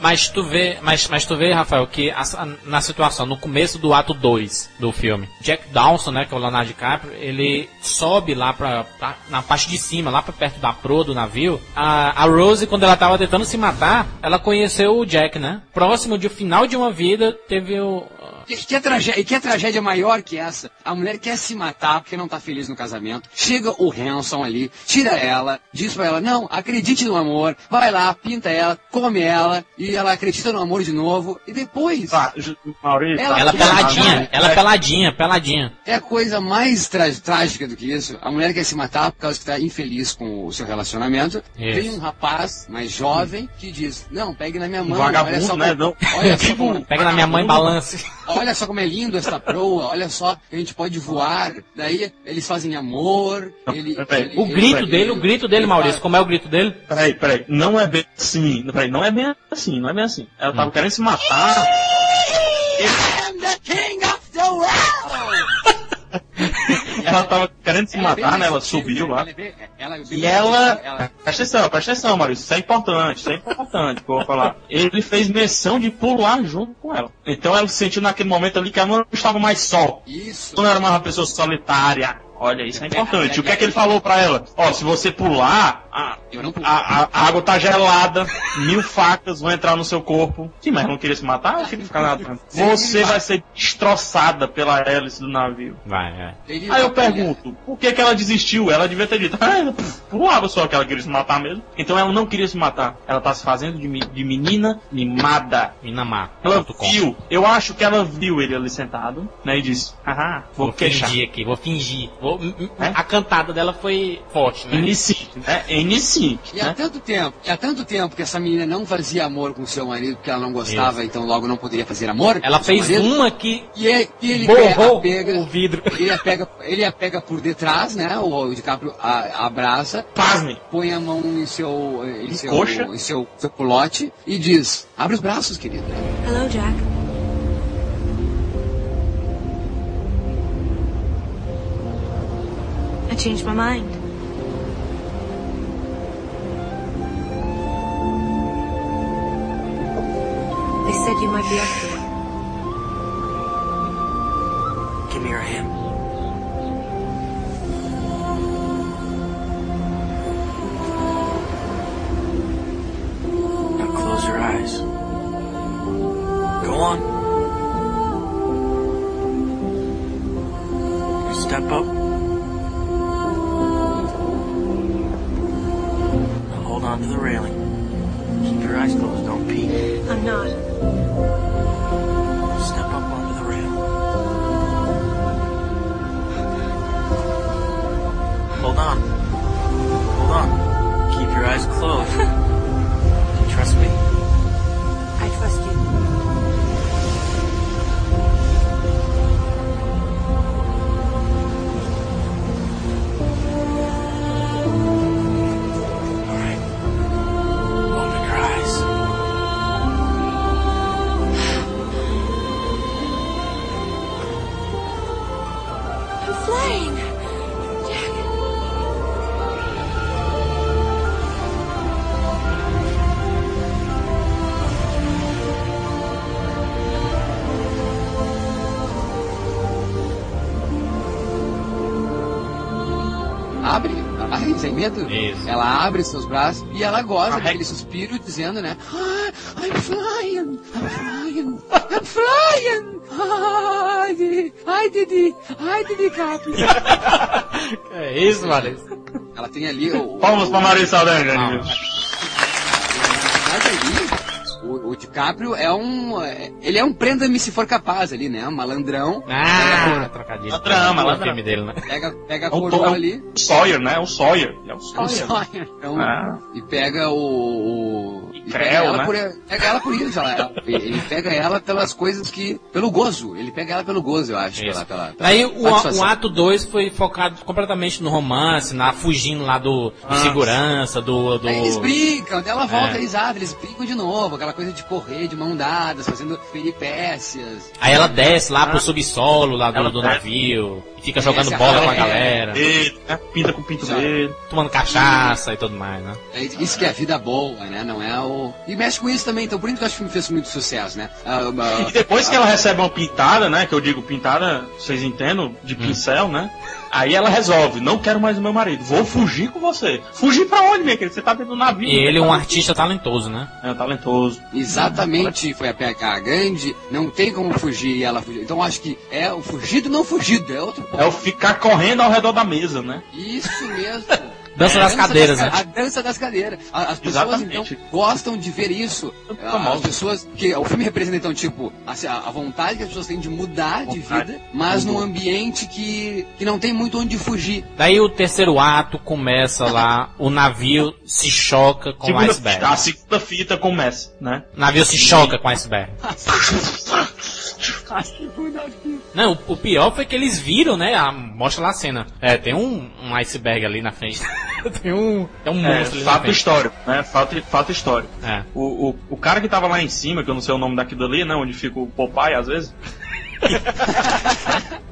Speaker 2: Mas tu vê, mas, mas tu vê, Rafael, que a- na situação, no começo do ato 2 do filme, Jack Dawson, né, que é o Leonardo DiCaprio, ele sobe lá pra, pra- na parte de cima, lá pra perto da proa do navio. A, a Rose, quando ela tava tentando se matar, ela conheceu o Jack, né? Próximo de o final de uma vida, teve o...
Speaker 3: Que, que, é tragédia, que é tragédia maior que essa? A mulher quer se matar porque não tá feliz no casamento. Chega o Hanson ali, tira ela, diz pra ela, não, acredite no amor, vai lá, pinta ela, come ela, e ela acredita no amor de novo, e depois...
Speaker 4: Tá, Ju- Maurício. tá
Speaker 2: Ela
Speaker 3: Ela- tá Que
Speaker 2: peladinha,
Speaker 3: maravilha.
Speaker 2: ela peladinha, peladinha.
Speaker 3: É a coisa mais trá- trágica do que isso. A mulher quer se matar por causa que está infeliz com o seu relacionamento.
Speaker 2: Isso.
Speaker 3: Tem um rapaz mais jovem que diz: Não, pegue na minha
Speaker 4: Um
Speaker 3: mão. olha
Speaker 4: vagabundo,
Speaker 3: só
Speaker 4: né?
Speaker 3: como-
Speaker 4: Não.
Speaker 3: Olha só, como,
Speaker 2: Pega na minha mãe e balance.
Speaker 3: olha só como é lindo essa proa, olha só, a gente pode voar. Daí eles fazem amor. Ele,
Speaker 4: peraí.
Speaker 3: ele-
Speaker 2: O
Speaker 3: ele-
Speaker 2: grito
Speaker 3: ele-
Speaker 2: dele, o grito dele,
Speaker 3: ele
Speaker 2: Maurício, como é o grito dele?
Speaker 4: Peraí, peraí, não é bem assim. Peraí, não é bem assim, não é bem assim. Ela
Speaker 3: Hum.
Speaker 4: tava querendo se matar.
Speaker 3: fala, "I'm the king of the world!"
Speaker 4: Ela tava querendo se
Speaker 3: Ela é bem
Speaker 4: matar, né? Ela
Speaker 3: mais sutil,
Speaker 4: subiu
Speaker 3: né?
Speaker 4: lá.
Speaker 3: Ela é bem- ela é bem
Speaker 4: E
Speaker 3: mais
Speaker 4: ela.
Speaker 3: sutil, ela-
Speaker 4: Presta atenção, presta atenção, Maurício. Isso é importante, isso é importante que eu vou falar. Ele fez menção de pular junto com ela. Então ela sentiu naquele momento ali que ela não estava mais só.
Speaker 3: Isso.
Speaker 4: Não era mais uma pessoa solitária. Olha, isso é importante. O que é que ele falou pra ela? Ó, se você pular, ah, a,
Speaker 3: Eu não pulo.
Speaker 4: a, a- a água tá gelada, mil facas vão entrar no seu corpo. Sim, mas não queria se matar? Fica ficar nada. Você vai ser destroçada pela hélice do navio.
Speaker 2: Vai, é. vai.
Speaker 3: Ele-
Speaker 4: Aí eu pergunto, por que, que ela desistiu? Ela devia ter dito, ah, pff, pulava só que ela queria se matar mesmo. Então ela não queria se matar. Ela tá se fazendo de, mi- de menina mimada. Ela
Speaker 2: Minamar.com.
Speaker 4: viu, eu acho que ela viu ele ali sentado, né? E disse, ah, vou
Speaker 2: Vou
Speaker 4: queixar.
Speaker 2: fingir aqui, vou fingir. Vou-
Speaker 4: É?
Speaker 2: A cantada dela foi forte, né?
Speaker 4: Inicie, né? Inicie,
Speaker 3: E há
Speaker 4: né?
Speaker 3: tanto tempo, e há tanto tempo que essa menina não fazia amor com seu marido porque ela não gostava, então logo não poderia fazer amor.
Speaker 2: Ela
Speaker 3: com seu
Speaker 2: fez
Speaker 3: marido.
Speaker 2: uma que
Speaker 3: E ele, e ele
Speaker 2: borrou
Speaker 3: pega,
Speaker 2: o
Speaker 3: pega-
Speaker 2: vidro.
Speaker 3: ele a pega, ele a pega por detrás, né? O, o DiCaprio a, abraça,
Speaker 4: Pasme.
Speaker 3: põe a mão em seu, em seu,
Speaker 4: coxa.
Speaker 3: em seu, seu culote e diz: abre os braços, querida.
Speaker 6: Hello, Jack. I changed my mind. They said you might be up to it.
Speaker 7: Give me your hand. Now close your eyes. Go on. Now step up. Now hold on to the railing. Keep your eyes closed. Don't peek.
Speaker 6: I'm not.
Speaker 7: Step up onto the rail. Hold on. Hold on. Keep your eyes closed. You Trust me.
Speaker 6: I trust you.
Speaker 7: All right. Open your eyes.
Speaker 6: I'm flying! Jack!
Speaker 3: abre, ela ri sem medo,
Speaker 2: Isso.
Speaker 3: ela abre seus braços e ela goza daquele suspiro dizendo, né? "Ah, I'm flying, I'm flying, I'm flying! Ai, Didi, ai, Didi, ai, Didi Capri.
Speaker 2: É isso, Marisa.
Speaker 3: Ela tem ali o...
Speaker 4: Palmas pra Maria Saldanha.
Speaker 3: Mas ali, o, o DiCaprio é um... é- Ele é um prenda-me se for capaz ali, né? Um malandrão. é
Speaker 2: Ah, trocadilho.
Speaker 4: Uma
Speaker 2: Não
Speaker 4: trama,
Speaker 2: é
Speaker 4: uma
Speaker 2: o filme dele, né?
Speaker 3: Pega, pega a
Speaker 4: É o,
Speaker 3: coroa
Speaker 4: to- é o
Speaker 3: tá ali.
Speaker 4: Sawyer, né? É o Sawyer. É o
Speaker 3: É um
Speaker 4: Sawyer.
Speaker 3: sonho. É um-
Speaker 4: Ah.
Speaker 3: E pega o. o-
Speaker 4: E
Speaker 3: e pega,
Speaker 4: creu,
Speaker 3: ela
Speaker 4: né?
Speaker 3: por, pega ela por isso, ela- ele ele pega ela pelas coisas que. pelo gozo. Ele pega ela pelo gozo, eu acho. Pela, pela, pela
Speaker 2: Daí o,
Speaker 3: é satisfação.
Speaker 2: o ato 2 foi focado completamente no romance, na fugindo lá do, do segurança, do. do...
Speaker 3: Ah, Aí eles brincam, daí ela volta
Speaker 2: É.
Speaker 3: risada, eles brincam de novo, aquela coisa de correr de mão dadas, fazendo peripécias.
Speaker 2: Aí ela desce lá
Speaker 3: Ah.
Speaker 2: pro subsolo lá do,
Speaker 4: Ela
Speaker 2: do
Speaker 4: desce.
Speaker 2: navio e fica
Speaker 3: Desce
Speaker 2: jogando
Speaker 3: a
Speaker 2: bola
Speaker 3: bola,
Speaker 2: com a
Speaker 3: é.
Speaker 2: galera,
Speaker 4: Ele, né? Pinta com o pinto
Speaker 3: Já.
Speaker 4: dele.
Speaker 2: tomando cachaça e tudo mais, né?
Speaker 3: É Isso que é a vida boa, né? Não é o. E mexe com isso também, então por isso que eu acho que o filme fez muito sucesso, né? Ah, ah,
Speaker 4: E depois que ela recebe uma pintada, né? Que eu digo pintada, vocês entendem? De
Speaker 2: Hum.
Speaker 4: pincel, né? Aí ela resolve, não quero mais o meu marido, vou fugir com você. Fugir pra onde, minha querida? Você tá dentro do navio.
Speaker 2: E ele é
Speaker 4: é
Speaker 2: um artista talentoso, né?
Speaker 4: É, talentoso.
Speaker 3: Exatamente, foi a PH grande, não tem como fugir e ela fugiu. Então acho que é o fugido não fugido, é outro
Speaker 4: É o ficar correndo ao redor da mesa, né?
Speaker 3: Isso mesmo.
Speaker 2: Dança
Speaker 3: É,
Speaker 2: das cadeiras,
Speaker 3: das-
Speaker 2: né?
Speaker 3: A dança das cadeiras. A- As pessoas
Speaker 4: Exatamente.
Speaker 3: então gostam de ver isso. Ah,
Speaker 4: Tá
Speaker 3: As
Speaker 4: mal.
Speaker 3: pessoas que o filme representa então tipo assim, a, a vontade que as pessoas têm de mudar de
Speaker 4: Vontade.
Speaker 3: vida, mas num
Speaker 4: Mudou.
Speaker 3: ambiente que, que não tem muito onde fugir.
Speaker 2: Daí o terceiro ato começa lá, o navio se choca com o
Speaker 4: Segunda
Speaker 2: iceberg.
Speaker 4: fita, a segunda fita começa, né?
Speaker 2: O navio se choca com o iceberg. Não, o- o pior foi que eles viram, né? a- mostra lá a cena. É, tem um, um iceberg ali na frente. tem um. Tem um
Speaker 4: É,
Speaker 2: monstro ali na
Speaker 4: fato
Speaker 2: frente.
Speaker 4: histórico, né? Fato, fato histórico.
Speaker 2: É.
Speaker 4: O, o, o cara que tava lá em cima, que eu não sei o nome daquilo ali, né? Onde fica o Popeye às vezes.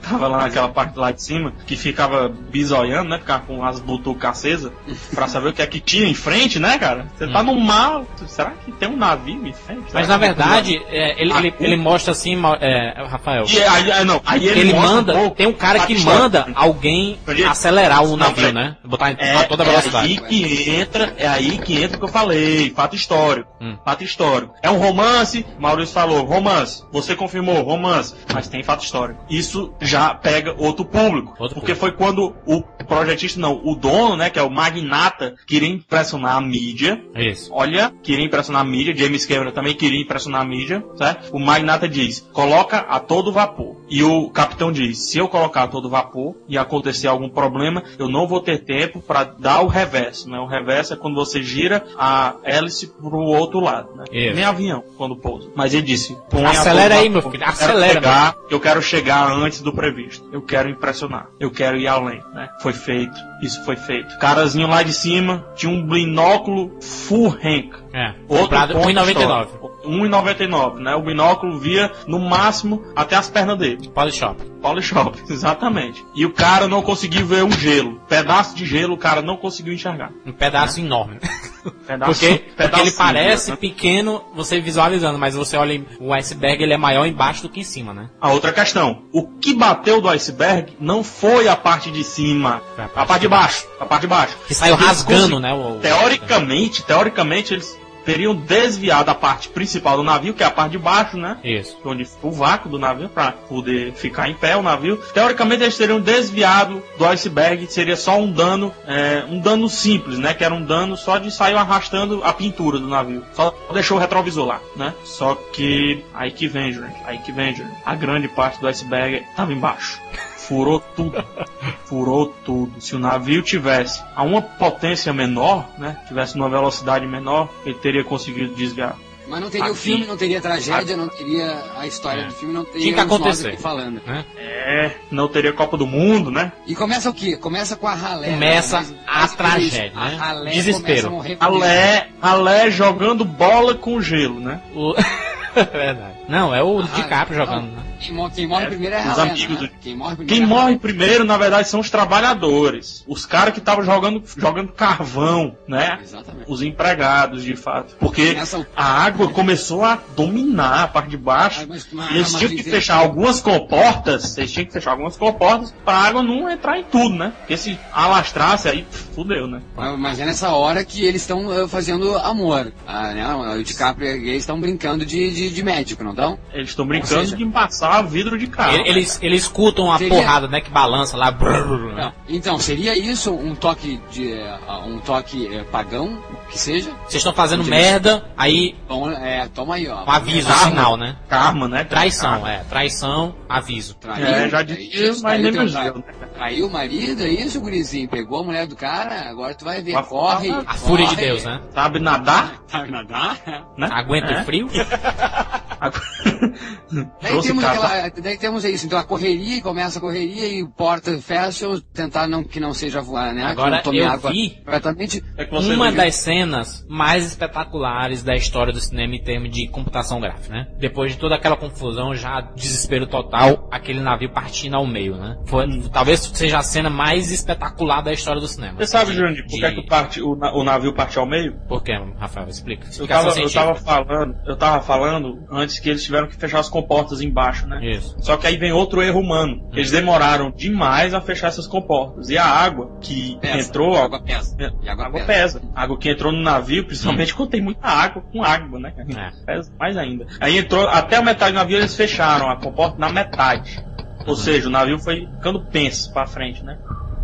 Speaker 4: tava lá naquela parte lá de cima, que ficava bisoiando, né? Ficava com as butucas acesas, pra saber o que é que tinha em frente, né, cara? Você tá no mar, tu- será que tem um navio em frente? Será
Speaker 2: Uhum. Mas
Speaker 4: que
Speaker 2: na
Speaker 4: tem um
Speaker 2: verdade, é, ele, ele, ele mostra assim, ma- é, Rafael.
Speaker 4: navio? Ah, um- E aí, aí não, aí ele,
Speaker 2: Ele
Speaker 4: mostra um
Speaker 2: manda,
Speaker 4: pouco
Speaker 2: tem um cara
Speaker 4: fato
Speaker 2: que
Speaker 4: histórico.
Speaker 2: manda alguém
Speaker 4: Entendi.
Speaker 2: acelerar o
Speaker 4: Não,
Speaker 2: navio,
Speaker 4: peraí.
Speaker 2: né? Botar em
Speaker 4: É,
Speaker 2: a toda
Speaker 4: é
Speaker 2: velocidade.
Speaker 4: aí que entra, é aí que entra o que eu falei, fato histórico.
Speaker 2: Hum.
Speaker 4: Fato histórico. É um romance, Maurício falou, romance. Você confirmou, romance, mas tem fato histórico. Isso já pega outro público,
Speaker 2: Outro
Speaker 4: porque
Speaker 2: público.
Speaker 4: foi quando o projetista não, o dono, né, que é o magnata, queria impressionar a mídia,
Speaker 2: Isso.
Speaker 4: Olha, queria impressionar a mídia. James Cameron também queria impressionar a mídia, certo? O Magnata diz: coloca a todo vapor. E o capitão diz: se eu colocar a todo vapor e acontecer algum problema, eu não vou ter tempo para dar o reverso, né? O reverso é quando você gira a hélice pro outro lado, né?
Speaker 2: Isso.
Speaker 4: Nem avião quando pousa. Mas ele disse: põe a
Speaker 2: Acelera
Speaker 4: todo
Speaker 2: aí, meu
Speaker 4: vapor.
Speaker 2: filho,
Speaker 4: Eu quero
Speaker 2: acelera,
Speaker 4: chegar- Ah, Eu quero chegar antes do previsto. Eu quero impressionar. Eu quero ir além, né? Foi feito. Isso foi feito. Carazinho lá de cima tinha um binóculo full rank.
Speaker 2: É.
Speaker 4: Outro
Speaker 2: Comprado
Speaker 4: ponto
Speaker 2: 1,99.
Speaker 4: histórico. 1,99, né? O binóculo via no máximo até as pernas dele.
Speaker 2: Pode shop.
Speaker 4: Paulo Shop, exatamente. E o cara não conseguiu ver um gelo. Pedaço de gelo o cara não conseguiu enxergar.
Speaker 2: Um pedaço enorme.
Speaker 4: Pedaço,
Speaker 2: Porque, porque ele
Speaker 4: um pedacinho,
Speaker 2: parece
Speaker 4: né?
Speaker 2: pequeno, você visualizando, mas você olha em- o iceberg, ele é maior embaixo do que em cima, né?
Speaker 4: A outra questão. O que bateu do iceberg não foi a parte de cima.
Speaker 2: Foi a
Speaker 4: A
Speaker 2: parte
Speaker 4: parte, de baixo. A parte de baixo.
Speaker 2: Que saiu
Speaker 4: Eles
Speaker 2: rasgando,
Speaker 4: consegui-
Speaker 2: né? o- o-
Speaker 4: Teoricamente, teoricamente, eles teriam desviado a parte principal do navio, que é a parte de baixo, né?
Speaker 2: Isso.
Speaker 4: onde fica o vácuo do navio para poder ficar em pé o navio. Teoricamente eles teriam desviado do iceberg, seria só um dano, é, um dano simples, né? Que era um dano só de sair arrastando a pintura do navio. Só deixou o retrovisor lá, né? Só que aí que vem, gente, aí que vem, gente. A grande parte do iceberg estava embaixo. Furou tudo. Furou tudo. Se o navio tivesse a uma potência menor, né? Tivesse uma velocidade menor, ele teria conseguido desviar.
Speaker 3: Mas não teria o
Speaker 4: Aqui.
Speaker 3: filme, não teria tragédia, não teria a história
Speaker 2: É.
Speaker 3: do filme, não teria
Speaker 2: Tinha que
Speaker 3: os nós
Speaker 2: acontecer.
Speaker 3: aqui falando.
Speaker 2: né?
Speaker 4: É, não teria Copa do Mundo, né?
Speaker 3: E começa o quê? Começa com a ralé. né?
Speaker 2: Começa
Speaker 3: Mas-
Speaker 2: a
Speaker 3: mas tudo isso,
Speaker 2: tragédia, né?
Speaker 3: A ralé
Speaker 2: Desespero.
Speaker 3: começa a morrer com isso.
Speaker 4: Alé, Alé jogando bola com gelo, né?
Speaker 2: O... Verdade. Não, é o
Speaker 3: Ah, então.
Speaker 2: DiCaprio
Speaker 3: não.
Speaker 2: jogando, né?
Speaker 3: Quem, mo- quem morre
Speaker 4: É,
Speaker 3: primeiro é a
Speaker 4: os
Speaker 3: ralé, né?
Speaker 4: amigos, né?
Speaker 3: Quem morre primeiro
Speaker 4: Quem
Speaker 3: é a ralé.
Speaker 4: morre primeiro, na verdade, são os trabalhadores. Os caras que estavam jogando, jogando carvão, né?
Speaker 3: Exatamente.
Speaker 4: Os empregados, de fato. Porque
Speaker 3: Nessa-
Speaker 4: a água começou a dominar a parte de baixo.
Speaker 3: Ai, mas- mas-
Speaker 4: e eles
Speaker 3: mas
Speaker 4: tinham que
Speaker 3: viver-
Speaker 4: fechar algumas comportas. Eles tinham que fechar algumas comportas pra água não entrar em tudo, né? Porque se alastrasse, aí pff, fudeu, né?
Speaker 3: Mas- Mas é nessa hora que eles estão eh, fazendo amor. Ah, né? O DiCaprio e a Gay estão brincando de, de, de médico, não estão?
Speaker 4: Eles estão brincando
Speaker 3: Ou seja-
Speaker 4: de passar vidro de carro.
Speaker 2: Ele- Eles, eles escutam a
Speaker 3: Seria-
Speaker 2: porrada, né? Que balança lá. brrr, né?
Speaker 3: Não. Então, seria isso um toque de. eh, um toque eh, pagão, que seja?
Speaker 2: Vocês estão fazendo
Speaker 3: Não.
Speaker 2: merda, aí
Speaker 3: Bom, é, toma aí, ó. Tá
Speaker 2: um aviso, um
Speaker 4: Karma.
Speaker 2: sinal, né?
Speaker 4: Karma, né?
Speaker 2: Traição, é. Traição, aviso.
Speaker 3: Traiu,
Speaker 4: É, já
Speaker 3: traiu,
Speaker 4: disse, mas
Speaker 3: traiu
Speaker 4: nem
Speaker 3: teu
Speaker 4: meu
Speaker 3: cara.
Speaker 4: gelo, né?
Speaker 3: Traiu o marido, é isso, gurizinho? Pegou a mulher do cara, agora tu vai ver.
Speaker 4: Mas-
Speaker 3: corre.
Speaker 4: A
Speaker 2: A fúria de
Speaker 3: corre.
Speaker 2: Deus, né?
Speaker 4: Sabe nadar,
Speaker 3: Sabe nadar?
Speaker 4: né?
Speaker 2: Aguenta
Speaker 4: Tá, É.
Speaker 2: o frio?
Speaker 4: Agora-
Speaker 3: Daí
Speaker 4: Trouxe
Speaker 3: temos,
Speaker 4: casar.
Speaker 3: aquela, daí temos isso, então a correria, começa a correria e porta fecha, tentar não, que não seja voar, né? que
Speaker 2: Agora
Speaker 3: não tome
Speaker 2: eu
Speaker 3: água
Speaker 2: vi-
Speaker 3: completamente.
Speaker 4: É que você
Speaker 2: Uma
Speaker 4: não-
Speaker 2: das cenas mais espetaculares da história do cinema em termos de computação gráfica, né? Depois de toda aquela confusão, já desespero total, aquele navio partindo ao meio, né? Foi, Talvez seja a cena mais espetacular da história do cinema.
Speaker 4: Você sabe, Jurandir, por
Speaker 2: De-
Speaker 4: que, é que o, parte- o na- o navio parte ao meio?
Speaker 2: Por quê, Rafael? Explica.
Speaker 4: Eu
Speaker 2: Explicação
Speaker 4: tava, eu
Speaker 2: científica.
Speaker 4: tava falando, eu tava falando antes que eles tiveram que fechar as comportas embaixo, né?
Speaker 2: Isso.
Speaker 4: Só que aí vem outro erro humano. Eles demoraram demais a fechar essas comportas. E a água que
Speaker 3: Pesa.
Speaker 4: entrou, a água,
Speaker 3: água pesa. E água,
Speaker 4: água
Speaker 3: pesa.
Speaker 4: pesa. A água que entrou no navio, principalmente quando tem muita água com água, né?
Speaker 2: É.
Speaker 4: Pesa mais ainda. Aí entrou até a metade do navio, eles fecharam a comporta na metade. Ou seja, o navio foi ficando penso pra frente, né?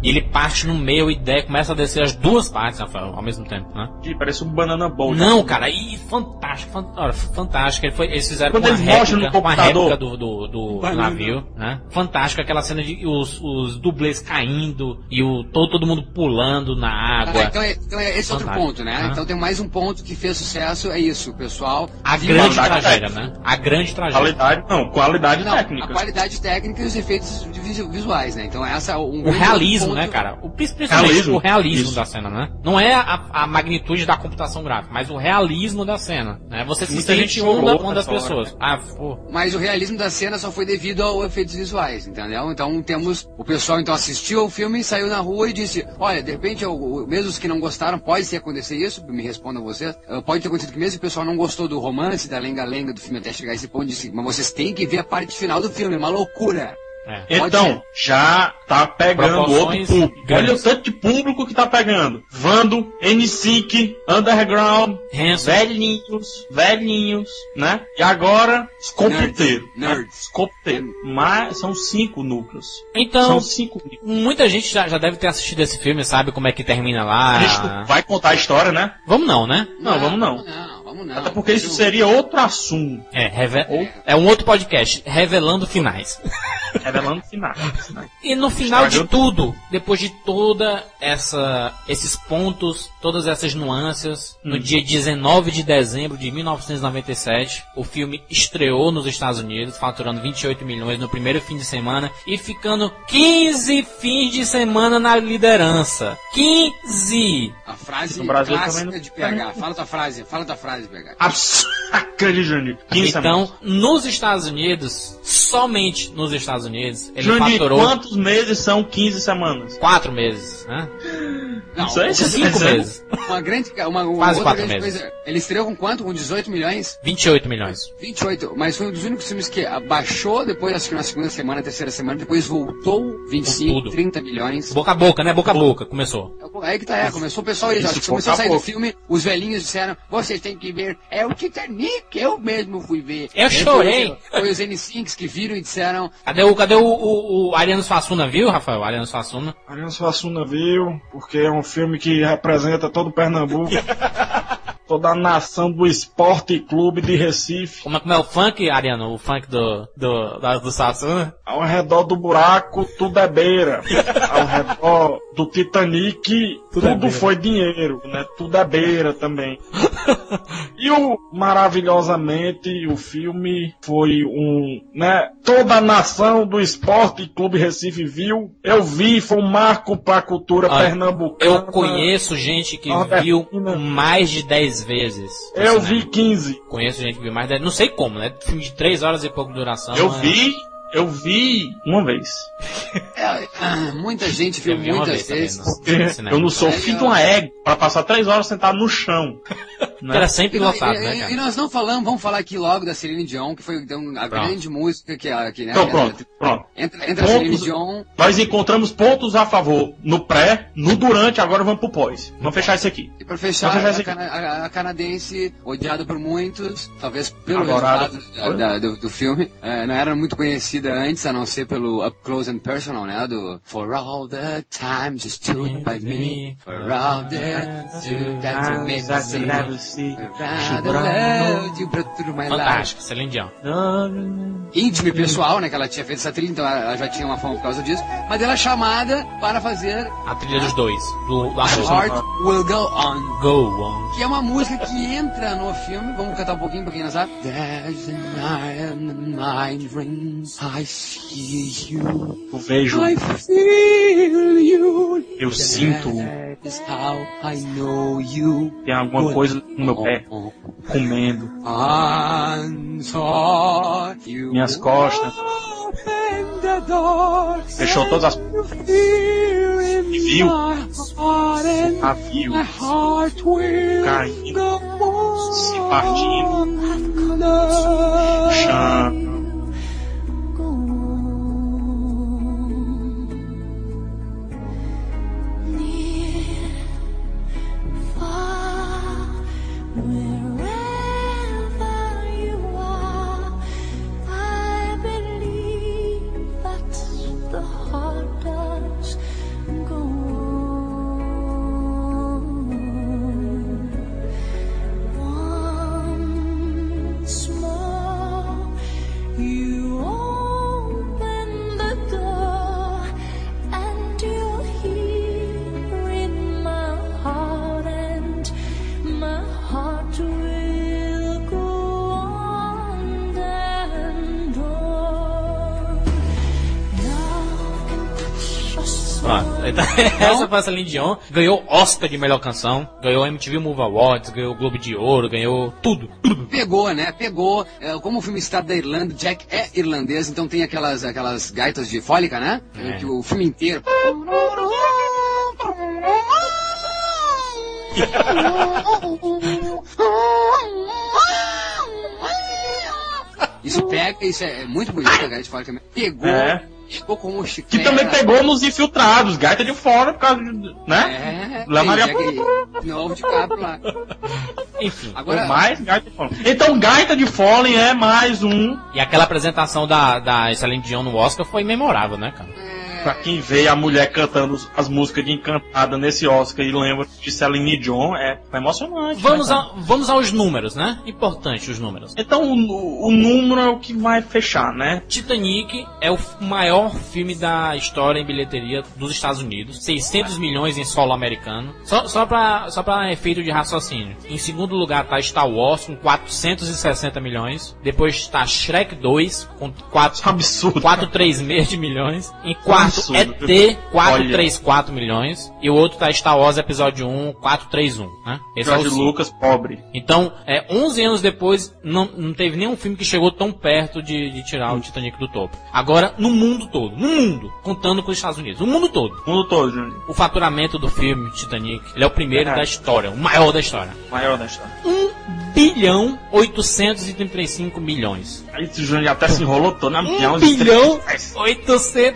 Speaker 2: E ele parte no meio e der, começa a descer as duas partes, Rafael, ao mesmo tempo, né?
Speaker 4: Ih, Parece um banana boat.
Speaker 2: Não, cara, e fantástico, fan- olha, fantástico. Ele foi- eles fizeram
Speaker 4: Quando
Speaker 2: uma,
Speaker 4: eles
Speaker 2: réplica,
Speaker 4: mostram no
Speaker 2: uma
Speaker 4: computador. um
Speaker 2: réplica do, do, do
Speaker 3: Vai,
Speaker 2: navio, né? Fantástico aquela cena de os, os dublês caindo e o, todo, todo mundo pulando na
Speaker 3: Ah,
Speaker 2: água.
Speaker 3: então, é, então é esse outro
Speaker 2: Fantástico.
Speaker 3: ponto, né?
Speaker 2: Aham.
Speaker 3: Então tem mais um ponto que fez sucesso, é isso, o pessoal.
Speaker 2: a
Speaker 3: viu
Speaker 2: grande
Speaker 4: maldade
Speaker 2: tragédia,
Speaker 4: técnica.
Speaker 2: né? A grande tragédia.
Speaker 4: Qualidade, não, qualidade
Speaker 3: Não, a
Speaker 4: técnica.
Speaker 3: qualidade técnica e os efeitos de visu- visuais, né? Então essa é um
Speaker 2: O
Speaker 3: grande
Speaker 2: realismo,
Speaker 3: ponto-
Speaker 2: né, cara? O, prin- principalmente
Speaker 4: Realismo.
Speaker 2: o realismo
Speaker 4: Isso.
Speaker 2: da cena, né? Não é a, a magnitude da computação gráfica, mas o realismo da cena. Né? Você se
Speaker 4: Muita gente
Speaker 2: sente onda,
Speaker 4: chorou
Speaker 2: onda das
Speaker 4: nessa hora,
Speaker 2: pessoas. Ah, pô.
Speaker 3: Mas o realismo da cena só foi devido aos efeitos visuais, entendeu? Então temos. O pessoal então assistiu ao filme, saiu na rua e disse: Olha, de repente, eu- eu- mesmo os que não gostaram, pode ter acontecer isso, me respondam vocês. eh, Pode ter acontecido que mesmo o pessoal não gostou do romance, da lenga-lenga do filme até chegar a esse ponto, disse: Mas vocês têm que ver a parte final do filme, é uma loucura.
Speaker 2: É.
Speaker 4: Então, já tá pegando outro
Speaker 2: Proporções
Speaker 4: público.
Speaker 2: grandes.
Speaker 4: Olha o tanto de público que tá pegando. Vando, NSYNC, Underground,
Speaker 2: Hanson.
Speaker 4: velhinhos, velhinhos, né? E agora, os computeiros.
Speaker 3: Nerds, nerds.
Speaker 4: né? Os computeiros. Mas são cinco núcleos.
Speaker 2: Então,
Speaker 4: São cinco núcleos.
Speaker 2: muita gente já, já deve ter assistido esse filme, sabe como é que termina lá.
Speaker 4: A gente vai contar a história, né?
Speaker 2: Vamos não, né?
Speaker 4: Não, vamos não.
Speaker 3: Vamos não, vamos não.
Speaker 4: Até porque isso
Speaker 3: Eu-
Speaker 4: seria outro assunto.
Speaker 2: Ah, É, reve- é um outro podcast, revelando finais.
Speaker 4: Revelando final.
Speaker 2: E no final de
Speaker 4: Estragou
Speaker 2: tudo, depois de toda essa esses pontos, todas essas nuances, no dia 19 de dezembro de 1997, o filme estreou nos Estados Unidos, faturando 28 milhões no primeiro fim de semana e ficando 15 fins de semana na liderança. 15!
Speaker 3: A frase
Speaker 4: No Brasil
Speaker 3: clássica
Speaker 4: também não-
Speaker 3: de PH. Fala tua frase, fala tua frase, PH.
Speaker 4: Absurda, Júnior. Quinze semanas.
Speaker 2: Então, nos Estados Unidos, somente nos Estados Unidos, ele
Speaker 4: Júnior,
Speaker 2: faturou
Speaker 4: quantos meses são 15 semanas?
Speaker 2: quatro meses, né?
Speaker 3: Não,
Speaker 4: Isso aí?
Speaker 2: Cinco
Speaker 4: Mas é-
Speaker 2: meses.
Speaker 3: uma grande. Uma, uma
Speaker 2: Quase
Speaker 3: outra
Speaker 2: quatro
Speaker 3: grande
Speaker 2: meses.
Speaker 3: coisa. Ele estreou com quanto? Com 18 milhões?
Speaker 2: 28 milhões.
Speaker 3: 28, mas foi um dos únicos filmes que abaixou depois, acho que na segunda semana, terceira semana, depois voltou 25,
Speaker 2: tudo.
Speaker 3: 30 milhões.
Speaker 2: Boca a boca, né? Boca a boca, começou.
Speaker 3: Aí que tá, é, começou o pessoal, eles,
Speaker 4: Isso
Speaker 3: acho que começou a
Speaker 4: pouco a
Speaker 3: sair do
Speaker 4: pouco.
Speaker 3: filme, os velhinhos disseram, vocês têm que ver, é o Titanic, eu mesmo fui ver.
Speaker 2: Eu
Speaker 3: Aí foi-
Speaker 2: chorei.
Speaker 3: Foi os N5 que viram e disseram,
Speaker 2: Cadê o, cadê o, o, o Ariano Suassuna, viu, Rafael? Ariano Suassuna.
Speaker 8: Ariano Suassuna viu, porque é um filme que representa todo Pernambuco, toda a nação do Esporte Clube de Recife,
Speaker 2: Como é, como é o funk, Ariano? O funk do, do, da- do Suassuna?
Speaker 8: ao redor do buraco, tudo é beira, ao redor do Titanic, tudo,
Speaker 2: é beira.
Speaker 8: foi dinheiro, né? Tudo é beira também. e o maravilhosamente o filme foi um, né? Toda a nação do Esporte Clube Recife viu. Eu vi, foi um marco para a cultura
Speaker 2: Olha,
Speaker 8: pernambucana.
Speaker 2: Ah,
Speaker 4: Ah,
Speaker 2: Eu conheço gente que viu mais de 10 vezes. Assim,
Speaker 8: Eu vi 15.
Speaker 2: Conheço gente que viu mais de 10 Não sei como, né? Filme de 3 horas e pouco de duração.
Speaker 4: Eu
Speaker 2: né?
Speaker 4: vi, eu vi uma vez.
Speaker 3: É, ah, muita gente viu
Speaker 2: Eu vi uma
Speaker 3: muitas
Speaker 2: vez também. no-
Speaker 3: vezes.
Speaker 2: no cinema.
Speaker 4: Eu não sou filho de uma égua pra passar três horas sentado no chão. né?
Speaker 2: Era sempre
Speaker 3: E-
Speaker 2: lotado,
Speaker 3: e,
Speaker 2: né,
Speaker 3: e
Speaker 2: cara?
Speaker 3: nós não falamos, vamos falar aqui logo da Celine Dion, que foi então, a
Speaker 2: Pronto.
Speaker 3: grande música que, a- que né,
Speaker 4: Então
Speaker 3: que-
Speaker 4: pronto, pronto.
Speaker 3: Entra, entra a
Speaker 4: Pontos-
Speaker 3: Celine Dion.
Speaker 4: Nós encontramos pontos a favor no pré, no durante, agora vamos pro pós. Vamos fechar isso aqui.
Speaker 3: E pra fechar,
Speaker 4: Mas eu já
Speaker 3: a,
Speaker 4: sei-
Speaker 3: cana- a- a canadense, odiada por muitos, talvez pelo
Speaker 4: Adorada.
Speaker 3: resultado da- da- do, do filme, é, não era muito conhecida antes, a não ser pelo Up Close and Personal, né? Do For All the Time Just Stood By Me, For All the Time That You Made Me See.
Speaker 2: Fantástico, Celine Dion.
Speaker 3: íntimo e pessoal, né? Que ela tinha feito essa trilha, então ela já tinha uma fama por causa disso. Mas ela é chamada para fazer
Speaker 2: A trilha dos dois. Do, do
Speaker 3: My
Speaker 2: amor.
Speaker 3: Heart Will Go On,
Speaker 2: Go on.
Speaker 3: que é uma música que entra no filme. Vamos cantar um pouquinho pra quem não sabe. There's a night in my dreams, I see you,
Speaker 4: Eu vejo,
Speaker 3: I feel you.
Speaker 4: eu sinto,
Speaker 3: That is how I know you.
Speaker 4: tem alguma coisa no meu pé comendo,
Speaker 3: And so you
Speaker 4: minhas costas.
Speaker 3: open the door.
Speaker 4: Fechou todas as
Speaker 3: E
Speaker 4: viu.
Speaker 3: My
Speaker 4: navios
Speaker 3: heart will
Speaker 4: caindo,
Speaker 3: go on.
Speaker 4: se partindo, chão.
Speaker 6: Once more, you open the door, and you'll hear in my heart, and my heart will go on and on. Love can touch your soul.
Speaker 2: Ó, então, essa foi a Celine Dion. Ganhou Oscar de melhor canção. Ganhou MTV Move Awards. Ganhou Globo de Ouro. Ganhou tudo. Tudo.
Speaker 3: Pegou, né? Pegou. É, como o filme está da Irlanda, Jack é irlandês, então tem aquelas, aquelas gaitas de fólica, né?
Speaker 2: É.
Speaker 3: Que o filme inteiro. Isso pega, isso é muito bonito, a gaita de fólica mesmo. Pegou,
Speaker 4: É.
Speaker 3: pegou com um É, o
Speaker 4: Que
Speaker 3: chiquete.
Speaker 4: também pegou nos infiltrados, gaita de fora, por causa de,
Speaker 3: É,
Speaker 4: né? Lá
Speaker 3: tem
Speaker 4: Maria-
Speaker 3: Jack novo de cabo lá.
Speaker 2: Enfim.
Speaker 3: Agora,
Speaker 4: Mais gaita de fora. Então, gaita de Fallen é mais um
Speaker 2: E aquela apresentação da, da Celine Dion no Oscar foi memorável, né, cara?
Speaker 4: Pra quem vê a mulher cantando as músicas de Encantada nesse Oscar e lembra de Celine Dion, é emocionante.
Speaker 2: Vamos,
Speaker 4: né,
Speaker 2: a,
Speaker 4: cara?
Speaker 2: vamos aos números, né? Importante os números.
Speaker 4: Então o, o número é o que vai fechar, né?
Speaker 2: Titanic é o f- maior filme da história em bilheteria dos Estados Unidos. 600 milhões em solo americano. Só, só pra, só pra efeito de raciocínio. Em segundo lugar tá Star Wars com 460 milhões. Depois tá Shrek 2 com 4...
Speaker 4: Isso é um absurdo.
Speaker 2: 436 de milhões. Em quarto,
Speaker 4: Absurdo.
Speaker 2: ET, 434 milhões. E o outro tá Star Wars Episódio 1, 431, né? Esse é
Speaker 4: George
Speaker 2: o cinco.
Speaker 4: Lucas, pobre.
Speaker 2: Então, é, 11 anos depois, não, não teve nenhum filme que chegou tão perto de, de
Speaker 4: Hum.
Speaker 2: tirar o Titanic do topo. Agora, no mundo todo, no mundo, contando com os Estados Unidos, no mundo todo,
Speaker 4: O mundo todo, Júnior.
Speaker 2: o faturamento do filme Titanic, ele é o primeiro
Speaker 4: Verdade.
Speaker 2: da história, o maior da história.
Speaker 4: Maior da história.
Speaker 2: 1 bilhão 835 milhões.
Speaker 4: Aí esse Júnior até se enrolou todo na
Speaker 2: 1
Speaker 4: milhão
Speaker 2: bilhão
Speaker 4: três-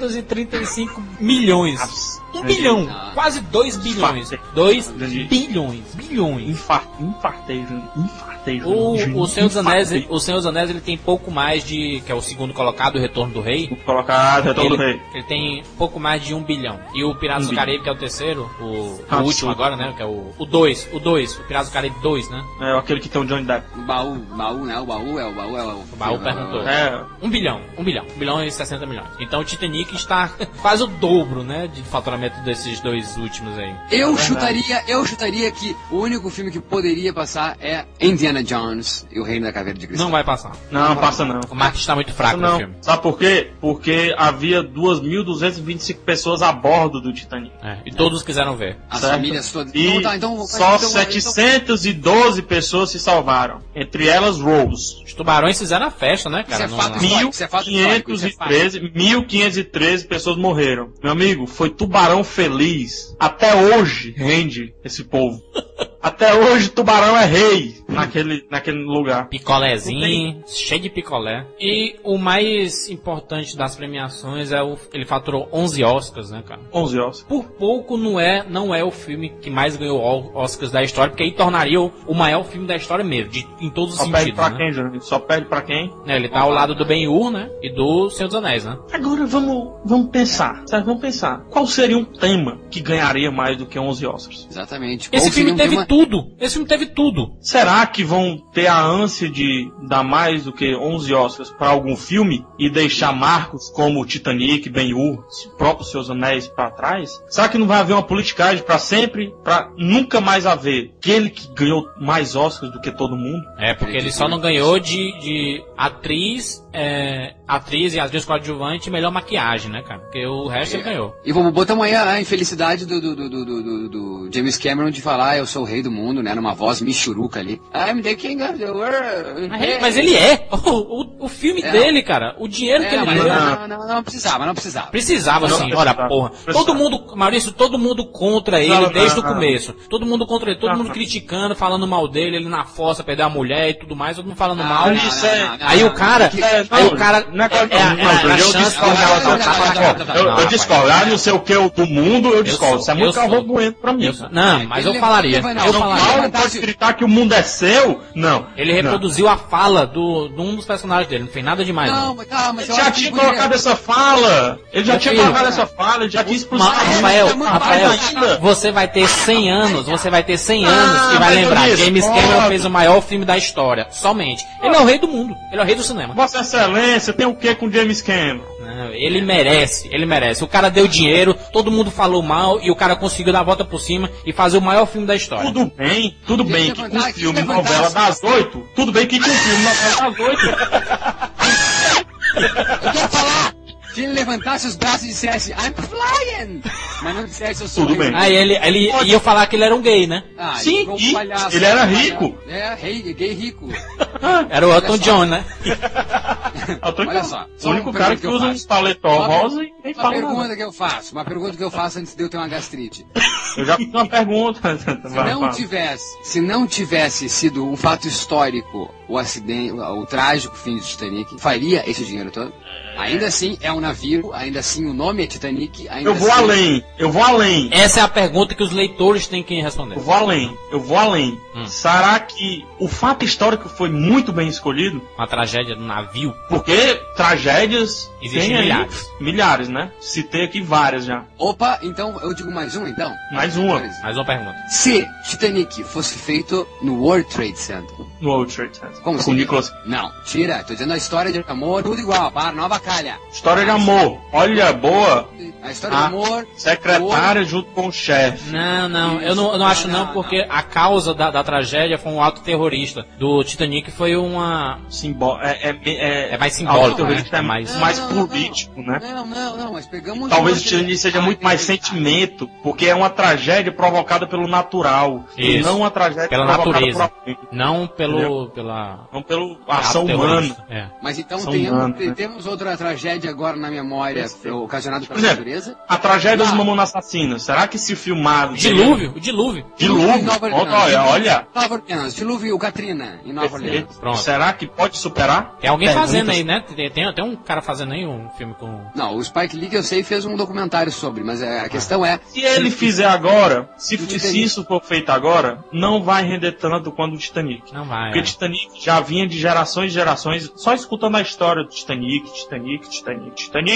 Speaker 2: 835 milhões.
Speaker 4: Abs- Ah.
Speaker 2: 1 bilhão, quase 2 bilhões. 2
Speaker 4: Entendi.
Speaker 2: bilhões, bilhões.
Speaker 4: Infar, infartei, Júnior. Infartei,
Speaker 2: O,
Speaker 4: Júnior.
Speaker 2: o Senhor dos Anéis,
Speaker 4: Infartei.
Speaker 2: o Senhor dos Anéis ele tem pouco mais de. que é o segundo colocado, o Retorno do Rei.
Speaker 4: Vou colocar ah, Retorno
Speaker 2: Ele,
Speaker 4: do Rei.
Speaker 2: ele tem pouco mais de um bilhão. E o Piratas
Speaker 4: Um
Speaker 2: do
Speaker 4: bilhão.
Speaker 2: Caribe, que é o terceiro, o, o
Speaker 4: Absurdo.
Speaker 2: último agora, né? Que é o. O 2, o 2, o Piratas do Caribe 2, né?
Speaker 4: É aquele que tem o Johnny Depp.
Speaker 3: o baú, baú, né? O baú é o baú, é o.
Speaker 2: O baú perguntou.
Speaker 4: É,
Speaker 2: Um bilhão, um bilhão, um bilhão e 60 milhões. Então o Titanic está quase o dobro, né? De faturamento lançamento desses dois últimos aí.
Speaker 4: É
Speaker 3: Eu chutaria, eu chutaria que o único filme que poderia passar é Indiana Jones e o Reino da Caveira de Cristal.
Speaker 2: Não vai passar.
Speaker 4: Não,
Speaker 3: é
Speaker 4: passa não.
Speaker 2: O Mark está
Speaker 3: tá
Speaker 2: muito fraco no
Speaker 4: Não.
Speaker 2: filme.
Speaker 4: Sabe por quê? Porque havia 2.225 pessoas a bordo do Titanic.
Speaker 2: É, e todos quiseram ver.
Speaker 3: As
Speaker 4: certo.
Speaker 3: famílias todas.
Speaker 4: E
Speaker 3: Então tá, então-
Speaker 4: só
Speaker 3: então-
Speaker 4: 712 pessoas se salvaram. Entre elas, Rose.
Speaker 2: Os tubarões fizeram a festa, né,
Speaker 3: Isso
Speaker 2: cara?
Speaker 3: é
Speaker 2: Não-
Speaker 3: fato
Speaker 2: não-
Speaker 3: histórico, isso é fato histórico, isso é fato.
Speaker 4: 1513, 1.513 pessoas morreram. Meu amigo, foi tubarão feliz. Até hoje rende esse povo. Até hoje tubarão é rei naquele, naquele lugar.
Speaker 2: Picolézinho, cheio de picolé. E o mais importante das premiações é o. Ele faturou 11 Oscars, né, cara?
Speaker 4: 11 horas.
Speaker 2: Por pouco não é, não é o filme que mais ganhou o- Oscars da história, porque aí tornaria o, o maior filme da história mesmo, de- em todos os
Speaker 4: Só perde
Speaker 2: sentidos.
Speaker 4: pra
Speaker 2: Né?
Speaker 4: quem, Júnior? Só perde pra quem?
Speaker 2: Né, Ele tá ao lado do Ben-Hur, né? E do Senhor dos Anéis, né?
Speaker 4: Agora vamos, vamos pensar, certo? Vamos pensar. Qual seria um tema que ganharia mais do que 11 Oscars?
Speaker 3: Exatamente.
Speaker 2: Esse
Speaker 3: Ou seria
Speaker 2: filme
Speaker 3: um
Speaker 2: teve
Speaker 3: tema-
Speaker 2: tudo. Esse filme teve tudo.
Speaker 4: Será que vão ter a ânsia de dar mais do que 11 Oscars pra algum filme e deixar marcos como Titanic, Ben-Hur, os próprios Seus Anéis pra trás? Será que não vai haver uma politicagem pra sempre, pra nunca mais haver aquele que ganhou mais Oscars do que todo mundo?
Speaker 2: É, porque ele só não ganhou de, de atriz, é, atriz e atriz coadjuvante e melhor maquiagem, né, cara? Porque o resto ele ganhou.
Speaker 3: E vamos botar amanhã a infelicidade do, do, do, do, do- do- do James Cameron de falar eu sou o rei do mundo, né? Numa voz michuruca ali. Ah, I'm the king of the world.
Speaker 2: Mas ele, mas ele é. O, o, o filme
Speaker 3: É.
Speaker 2: dele, cara, o dinheiro que
Speaker 3: É,
Speaker 2: ele
Speaker 3: mas
Speaker 2: ganhou.
Speaker 3: não, não, não, não precisava, não precisava.
Speaker 2: Precisava sim,
Speaker 4: Não,
Speaker 2: ora
Speaker 4: precisava,
Speaker 2: porra.
Speaker 4: precisava.
Speaker 2: Todo mundo, Maurício, todo mundo contra ele
Speaker 4: Precisava,
Speaker 2: desde o
Speaker 4: ah, ah.
Speaker 2: começo. Todo mundo contra ele, todo
Speaker 4: Ah,
Speaker 2: mundo
Speaker 4: ah.
Speaker 2: criticando, falando mal dele, ele na força, perder a mulher e tudo mais, todo mundo falando
Speaker 3: Não,
Speaker 2: mal.
Speaker 3: não,
Speaker 4: isso
Speaker 3: não,
Speaker 4: é-
Speaker 3: não, não,
Speaker 2: aí
Speaker 3: não,
Speaker 2: o cara,
Speaker 3: que-
Speaker 4: É,
Speaker 2: aí
Speaker 4: não,
Speaker 2: o cara,
Speaker 4: não é claro que
Speaker 2: é-
Speaker 4: eu-
Speaker 2: é-
Speaker 4: não,
Speaker 2: é-
Speaker 4: Júnior,
Speaker 2: a
Speaker 4: eu
Speaker 2: chance-
Speaker 3: não,
Speaker 4: discordo,
Speaker 3: não,
Speaker 4: eu
Speaker 3: não, não, não,
Speaker 4: discordo,
Speaker 3: não,
Speaker 4: eu-
Speaker 3: não,
Speaker 4: eu
Speaker 3: não,
Speaker 4: discordo, ah, não sei o que do mundo, eu discordo, isso é
Speaker 2: eu
Speaker 4: muito
Speaker 2: sou.
Speaker 4: arrogoento pra mim.
Speaker 2: Eu- não, mas eu
Speaker 3: Ele-
Speaker 2: falaria,
Speaker 3: ele-
Speaker 2: eu
Speaker 3: não,
Speaker 4: Não,
Speaker 2: falaria.
Speaker 4: Paulo não pode gritar que o mundo é seu? Não.
Speaker 2: tá Ele reproduziu a fala do, de um dos personagens dele, não tem nada demais.
Speaker 3: Não,
Speaker 2: Não.
Speaker 3: mas tá, mas
Speaker 4: Ele
Speaker 3: eu
Speaker 4: já
Speaker 3: acho que
Speaker 4: tinha
Speaker 3: podia-
Speaker 4: colocado essa fala. Ele já
Speaker 2: Meu
Speaker 4: tinha
Speaker 2: filho,
Speaker 4: colocado
Speaker 3: é cara.
Speaker 4: essa fala, ele já tinha
Speaker 2: Ma-
Speaker 4: expulsado.
Speaker 2: Rafael,
Speaker 3: mas-
Speaker 2: Rafael,
Speaker 3: mas
Speaker 4: é ainda-
Speaker 2: você vai ter 100 anos, você vai ter 100
Speaker 4: Ah,
Speaker 2: anos e vai
Speaker 4: mas eu
Speaker 2: lembrar.
Speaker 4: disse,
Speaker 2: James Cameron
Speaker 4: pode.
Speaker 2: fez o maior filme da história, somente. Ele é o rei do mundo, ele é o rei do cinema.
Speaker 4: Vossa Excelência, tem o que com James Cameron?
Speaker 2: Não, ele merece, ele merece. O cara deu dinheiro, todo mundo falou mal e o cara conseguiu dar a volta por cima e fazer o maior filme da história.
Speaker 4: Tudo bem, tudo
Speaker 3: Ele
Speaker 4: bem
Speaker 3: é
Speaker 4: que com
Speaker 3: fantástico,
Speaker 4: filme
Speaker 3: ele é
Speaker 4: novela das
Speaker 3: fantástico.
Speaker 4: oito, tudo bem que com filme novela das oito.
Speaker 3: Eu quero falar! Se ele levantasse os braços e dissesse I'm flying! Mas não dissesse eu sou
Speaker 4: Tudo
Speaker 3: rei.
Speaker 4: bem.
Speaker 2: Aí ele, ele
Speaker 4: Pode.
Speaker 2: ia falar que ele era um gay, né?
Speaker 3: Ah,
Speaker 4: Sim,
Speaker 3: igual
Speaker 4: e
Speaker 3: palhaço,
Speaker 4: ele era
Speaker 3: palhaço.
Speaker 4: rico.
Speaker 3: É, rei, gay rico.
Speaker 2: Era o Elton
Speaker 3: Olha só.
Speaker 2: John, né?
Speaker 4: Eu tô
Speaker 3: Olha
Speaker 4: encantado.
Speaker 3: só,
Speaker 4: Tá o
Speaker 3: só
Speaker 4: único
Speaker 3: uma pergunta
Speaker 4: cara que
Speaker 3: que eu
Speaker 4: usa um
Speaker 3: faço.
Speaker 4: paletó
Speaker 3: Uma per-
Speaker 4: rosa e
Speaker 3: Uma
Speaker 4: nem fala nada.
Speaker 3: pergunta que eu faço, uma pergunta que eu faço antes de eu ter uma gastrite.
Speaker 4: Eu já fiz uma pergunta.
Speaker 3: Se
Speaker 4: Vai,
Speaker 3: não
Speaker 4: fala.
Speaker 3: tivesse, se não tivesse sido um fato histórico o acidente, o trágico fim do Titanic, faria esse dinheiro todo? Ainda assim é um navio, ainda assim o nome é Titanic, ainda
Speaker 4: Eu vou
Speaker 3: assim-
Speaker 4: além, eu vou além.
Speaker 2: Essa é a pergunta que os leitores têm que responder.
Speaker 4: Eu vou além, eu vou além.
Speaker 3: Hum.
Speaker 4: Será que o fato histórico foi muito bem escolhido?
Speaker 2: Uma tragédia do navio.
Speaker 4: Porque tragédias
Speaker 2: Existem
Speaker 4: tem aí
Speaker 2: milhares.
Speaker 4: milhares, né? Citei aqui várias já.
Speaker 3: Opa, então eu digo mais um então.
Speaker 4: Mais uma
Speaker 2: Mais uma pergunta.
Speaker 3: Se Titanic fosse feito no World Trade Center,
Speaker 4: no Old Church. Center.
Speaker 3: como assim?
Speaker 4: Com
Speaker 3: seria?
Speaker 4: Nicholas.
Speaker 3: Não, tira, tô dizendo a história de amor, tudo igual, para, nova calha.
Speaker 4: História de amor. Olha, boa.
Speaker 3: A história
Speaker 4: Ah.
Speaker 3: de amor,
Speaker 4: Secretária junto com o chefe.
Speaker 2: Não, não, eu não, eu não
Speaker 3: Não,
Speaker 2: acho não,
Speaker 3: não,
Speaker 2: porque a causa da, da tragédia foi um ato terrorista. Do Titanic foi uma.
Speaker 4: Simbó é, é, é,
Speaker 2: É mais simbólico,
Speaker 4: Ah, o terrorista
Speaker 2: né?
Speaker 4: é mais,
Speaker 2: Não,
Speaker 4: mais
Speaker 3: não, não.
Speaker 4: político, né?
Speaker 3: não, não, não, mas pegamos...
Speaker 4: Talvez
Speaker 3: uma- Ah,
Speaker 4: o Tirani seja muito mais sentimento, porque é uma tragédia provocada pelo natural. E
Speaker 2: Isso.
Speaker 4: não uma tragédia
Speaker 2: Pela
Speaker 4: provocada
Speaker 2: natureza.
Speaker 4: por alguém.
Speaker 2: Não pelo. pela.
Speaker 4: Não pela ação
Speaker 2: ato
Speaker 4: humana.
Speaker 2: terrorista. É.
Speaker 3: Mas então
Speaker 4: São
Speaker 3: tenhamos-
Speaker 4: humanos, né?
Speaker 3: temos outra tragédia agora na memória ocasionada pela
Speaker 4: Por exemplo,
Speaker 3: natureza.
Speaker 4: A tragédia dos
Speaker 3: Lá.
Speaker 4: mamões assassinos. Será que se filmado...
Speaker 2: É. Dilúvio, o dilúvio.
Speaker 3: Dilúvio em
Speaker 4: Dilúvio.
Speaker 3: Nova Orleans.
Speaker 4: Olha, olha.
Speaker 3: Nova Orleans, dilúvio Katrina em Nova Orleans.
Speaker 4: Perfeito.
Speaker 2: Pronto.
Speaker 4: Será que pode superar?
Speaker 2: Tem alguém
Speaker 4: Perguntas.
Speaker 2: fazendo aí, né? Tem, tem, tem um cara fazendo aí um filme com.
Speaker 3: Não, o Spike Lee que eu sei fez um documentário sobre, mas é, a questão é...
Speaker 4: Se ele fizer agora, se,
Speaker 3: O
Speaker 4: se
Speaker 3: Titanic.
Speaker 4: isso for feito agora, não vai render tanto quanto o Titanic.
Speaker 2: Não vai.
Speaker 4: Porque
Speaker 2: é.
Speaker 4: o Titanic já vinha de gerações e gerações só escutando a história do Titanic, Titanic, Titanic, Titanic,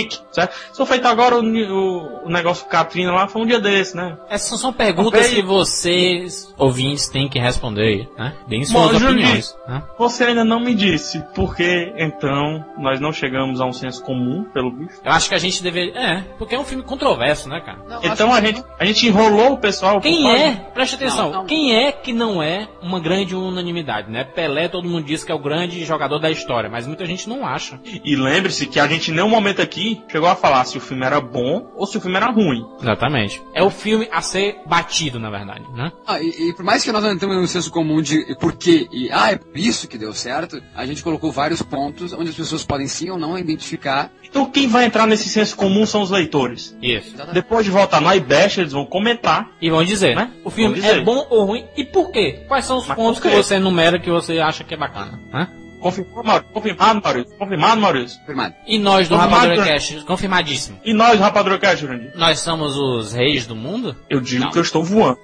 Speaker 4: Titanic, certo? Só feito agora o, ni- o, o negócio Katrina lá, foi um dia desse, né?
Speaker 2: Essas É, são perguntas
Speaker 4: Ok.
Speaker 2: que vocês, ouvintes, têm que responder aí, né? Deem suas
Speaker 4: Bom, Julinho.
Speaker 2: opiniões. Né?
Speaker 4: Você ainda não me disse por que, então, nós não chegamos a um senso comum, pelo visto.
Speaker 2: Eu acho que a gente deveria. É, porque é um filme controverso, né, cara?
Speaker 3: Não,
Speaker 4: Então a
Speaker 3: acho que
Speaker 4: gente, a gente enrolou o pessoal. por
Speaker 2: Quem
Speaker 4: causa-
Speaker 2: é, preste atenção,
Speaker 3: Não, não.
Speaker 2: quem é que não é uma grande unanimidade, né? Pelé, todo mundo diz que é o grande jogador da história, mas muita gente não acha.
Speaker 4: E lembre-se que a gente, em nenhum momento aqui, chegou a falar se o filme era bom ou se o filme era ruim.
Speaker 2: Exatamente. É o filme a ser batido, na verdade, né?
Speaker 3: Ah, e, e por mais que nós não tenhamos um senso comum de por quê e ah, é por isso que deu certo, a gente colocou vários pontos onde as pessoas podem sim ou não identificar.
Speaker 4: Então quem vai entrar nesse senso comum são os leitores.
Speaker 2: Isso.
Speaker 4: Depois de voltar no iBash, eles vão comentar.
Speaker 2: E vão dizer, né? O filme
Speaker 4: Vão dizer.
Speaker 2: é bom ou ruim e por quê? Quais são os
Speaker 4: Mas
Speaker 2: pontos que
Speaker 4: por quê?
Speaker 2: você enumera que você acha que é bacana, né?
Speaker 4: Confirmado, Maurício. Confirmado, Maurício. Confirmado, Maurício.
Speaker 3: Confirmado.
Speaker 2: E nós do
Speaker 4: Confirmado.
Speaker 2: Rapadura Cast, confirmadíssimo.
Speaker 4: E nós, rapadroca, Jurandir?
Speaker 2: Nós somos os reis do mundo?
Speaker 4: Eu digo
Speaker 2: Não.
Speaker 4: que eu estou voando.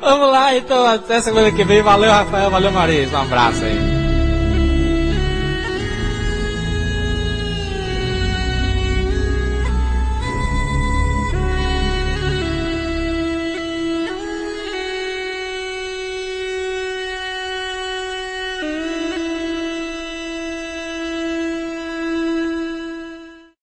Speaker 2: Vamos lá, então, até semana que vem. Valeu, Rafael, valeu, Marisa. Um abraço aí.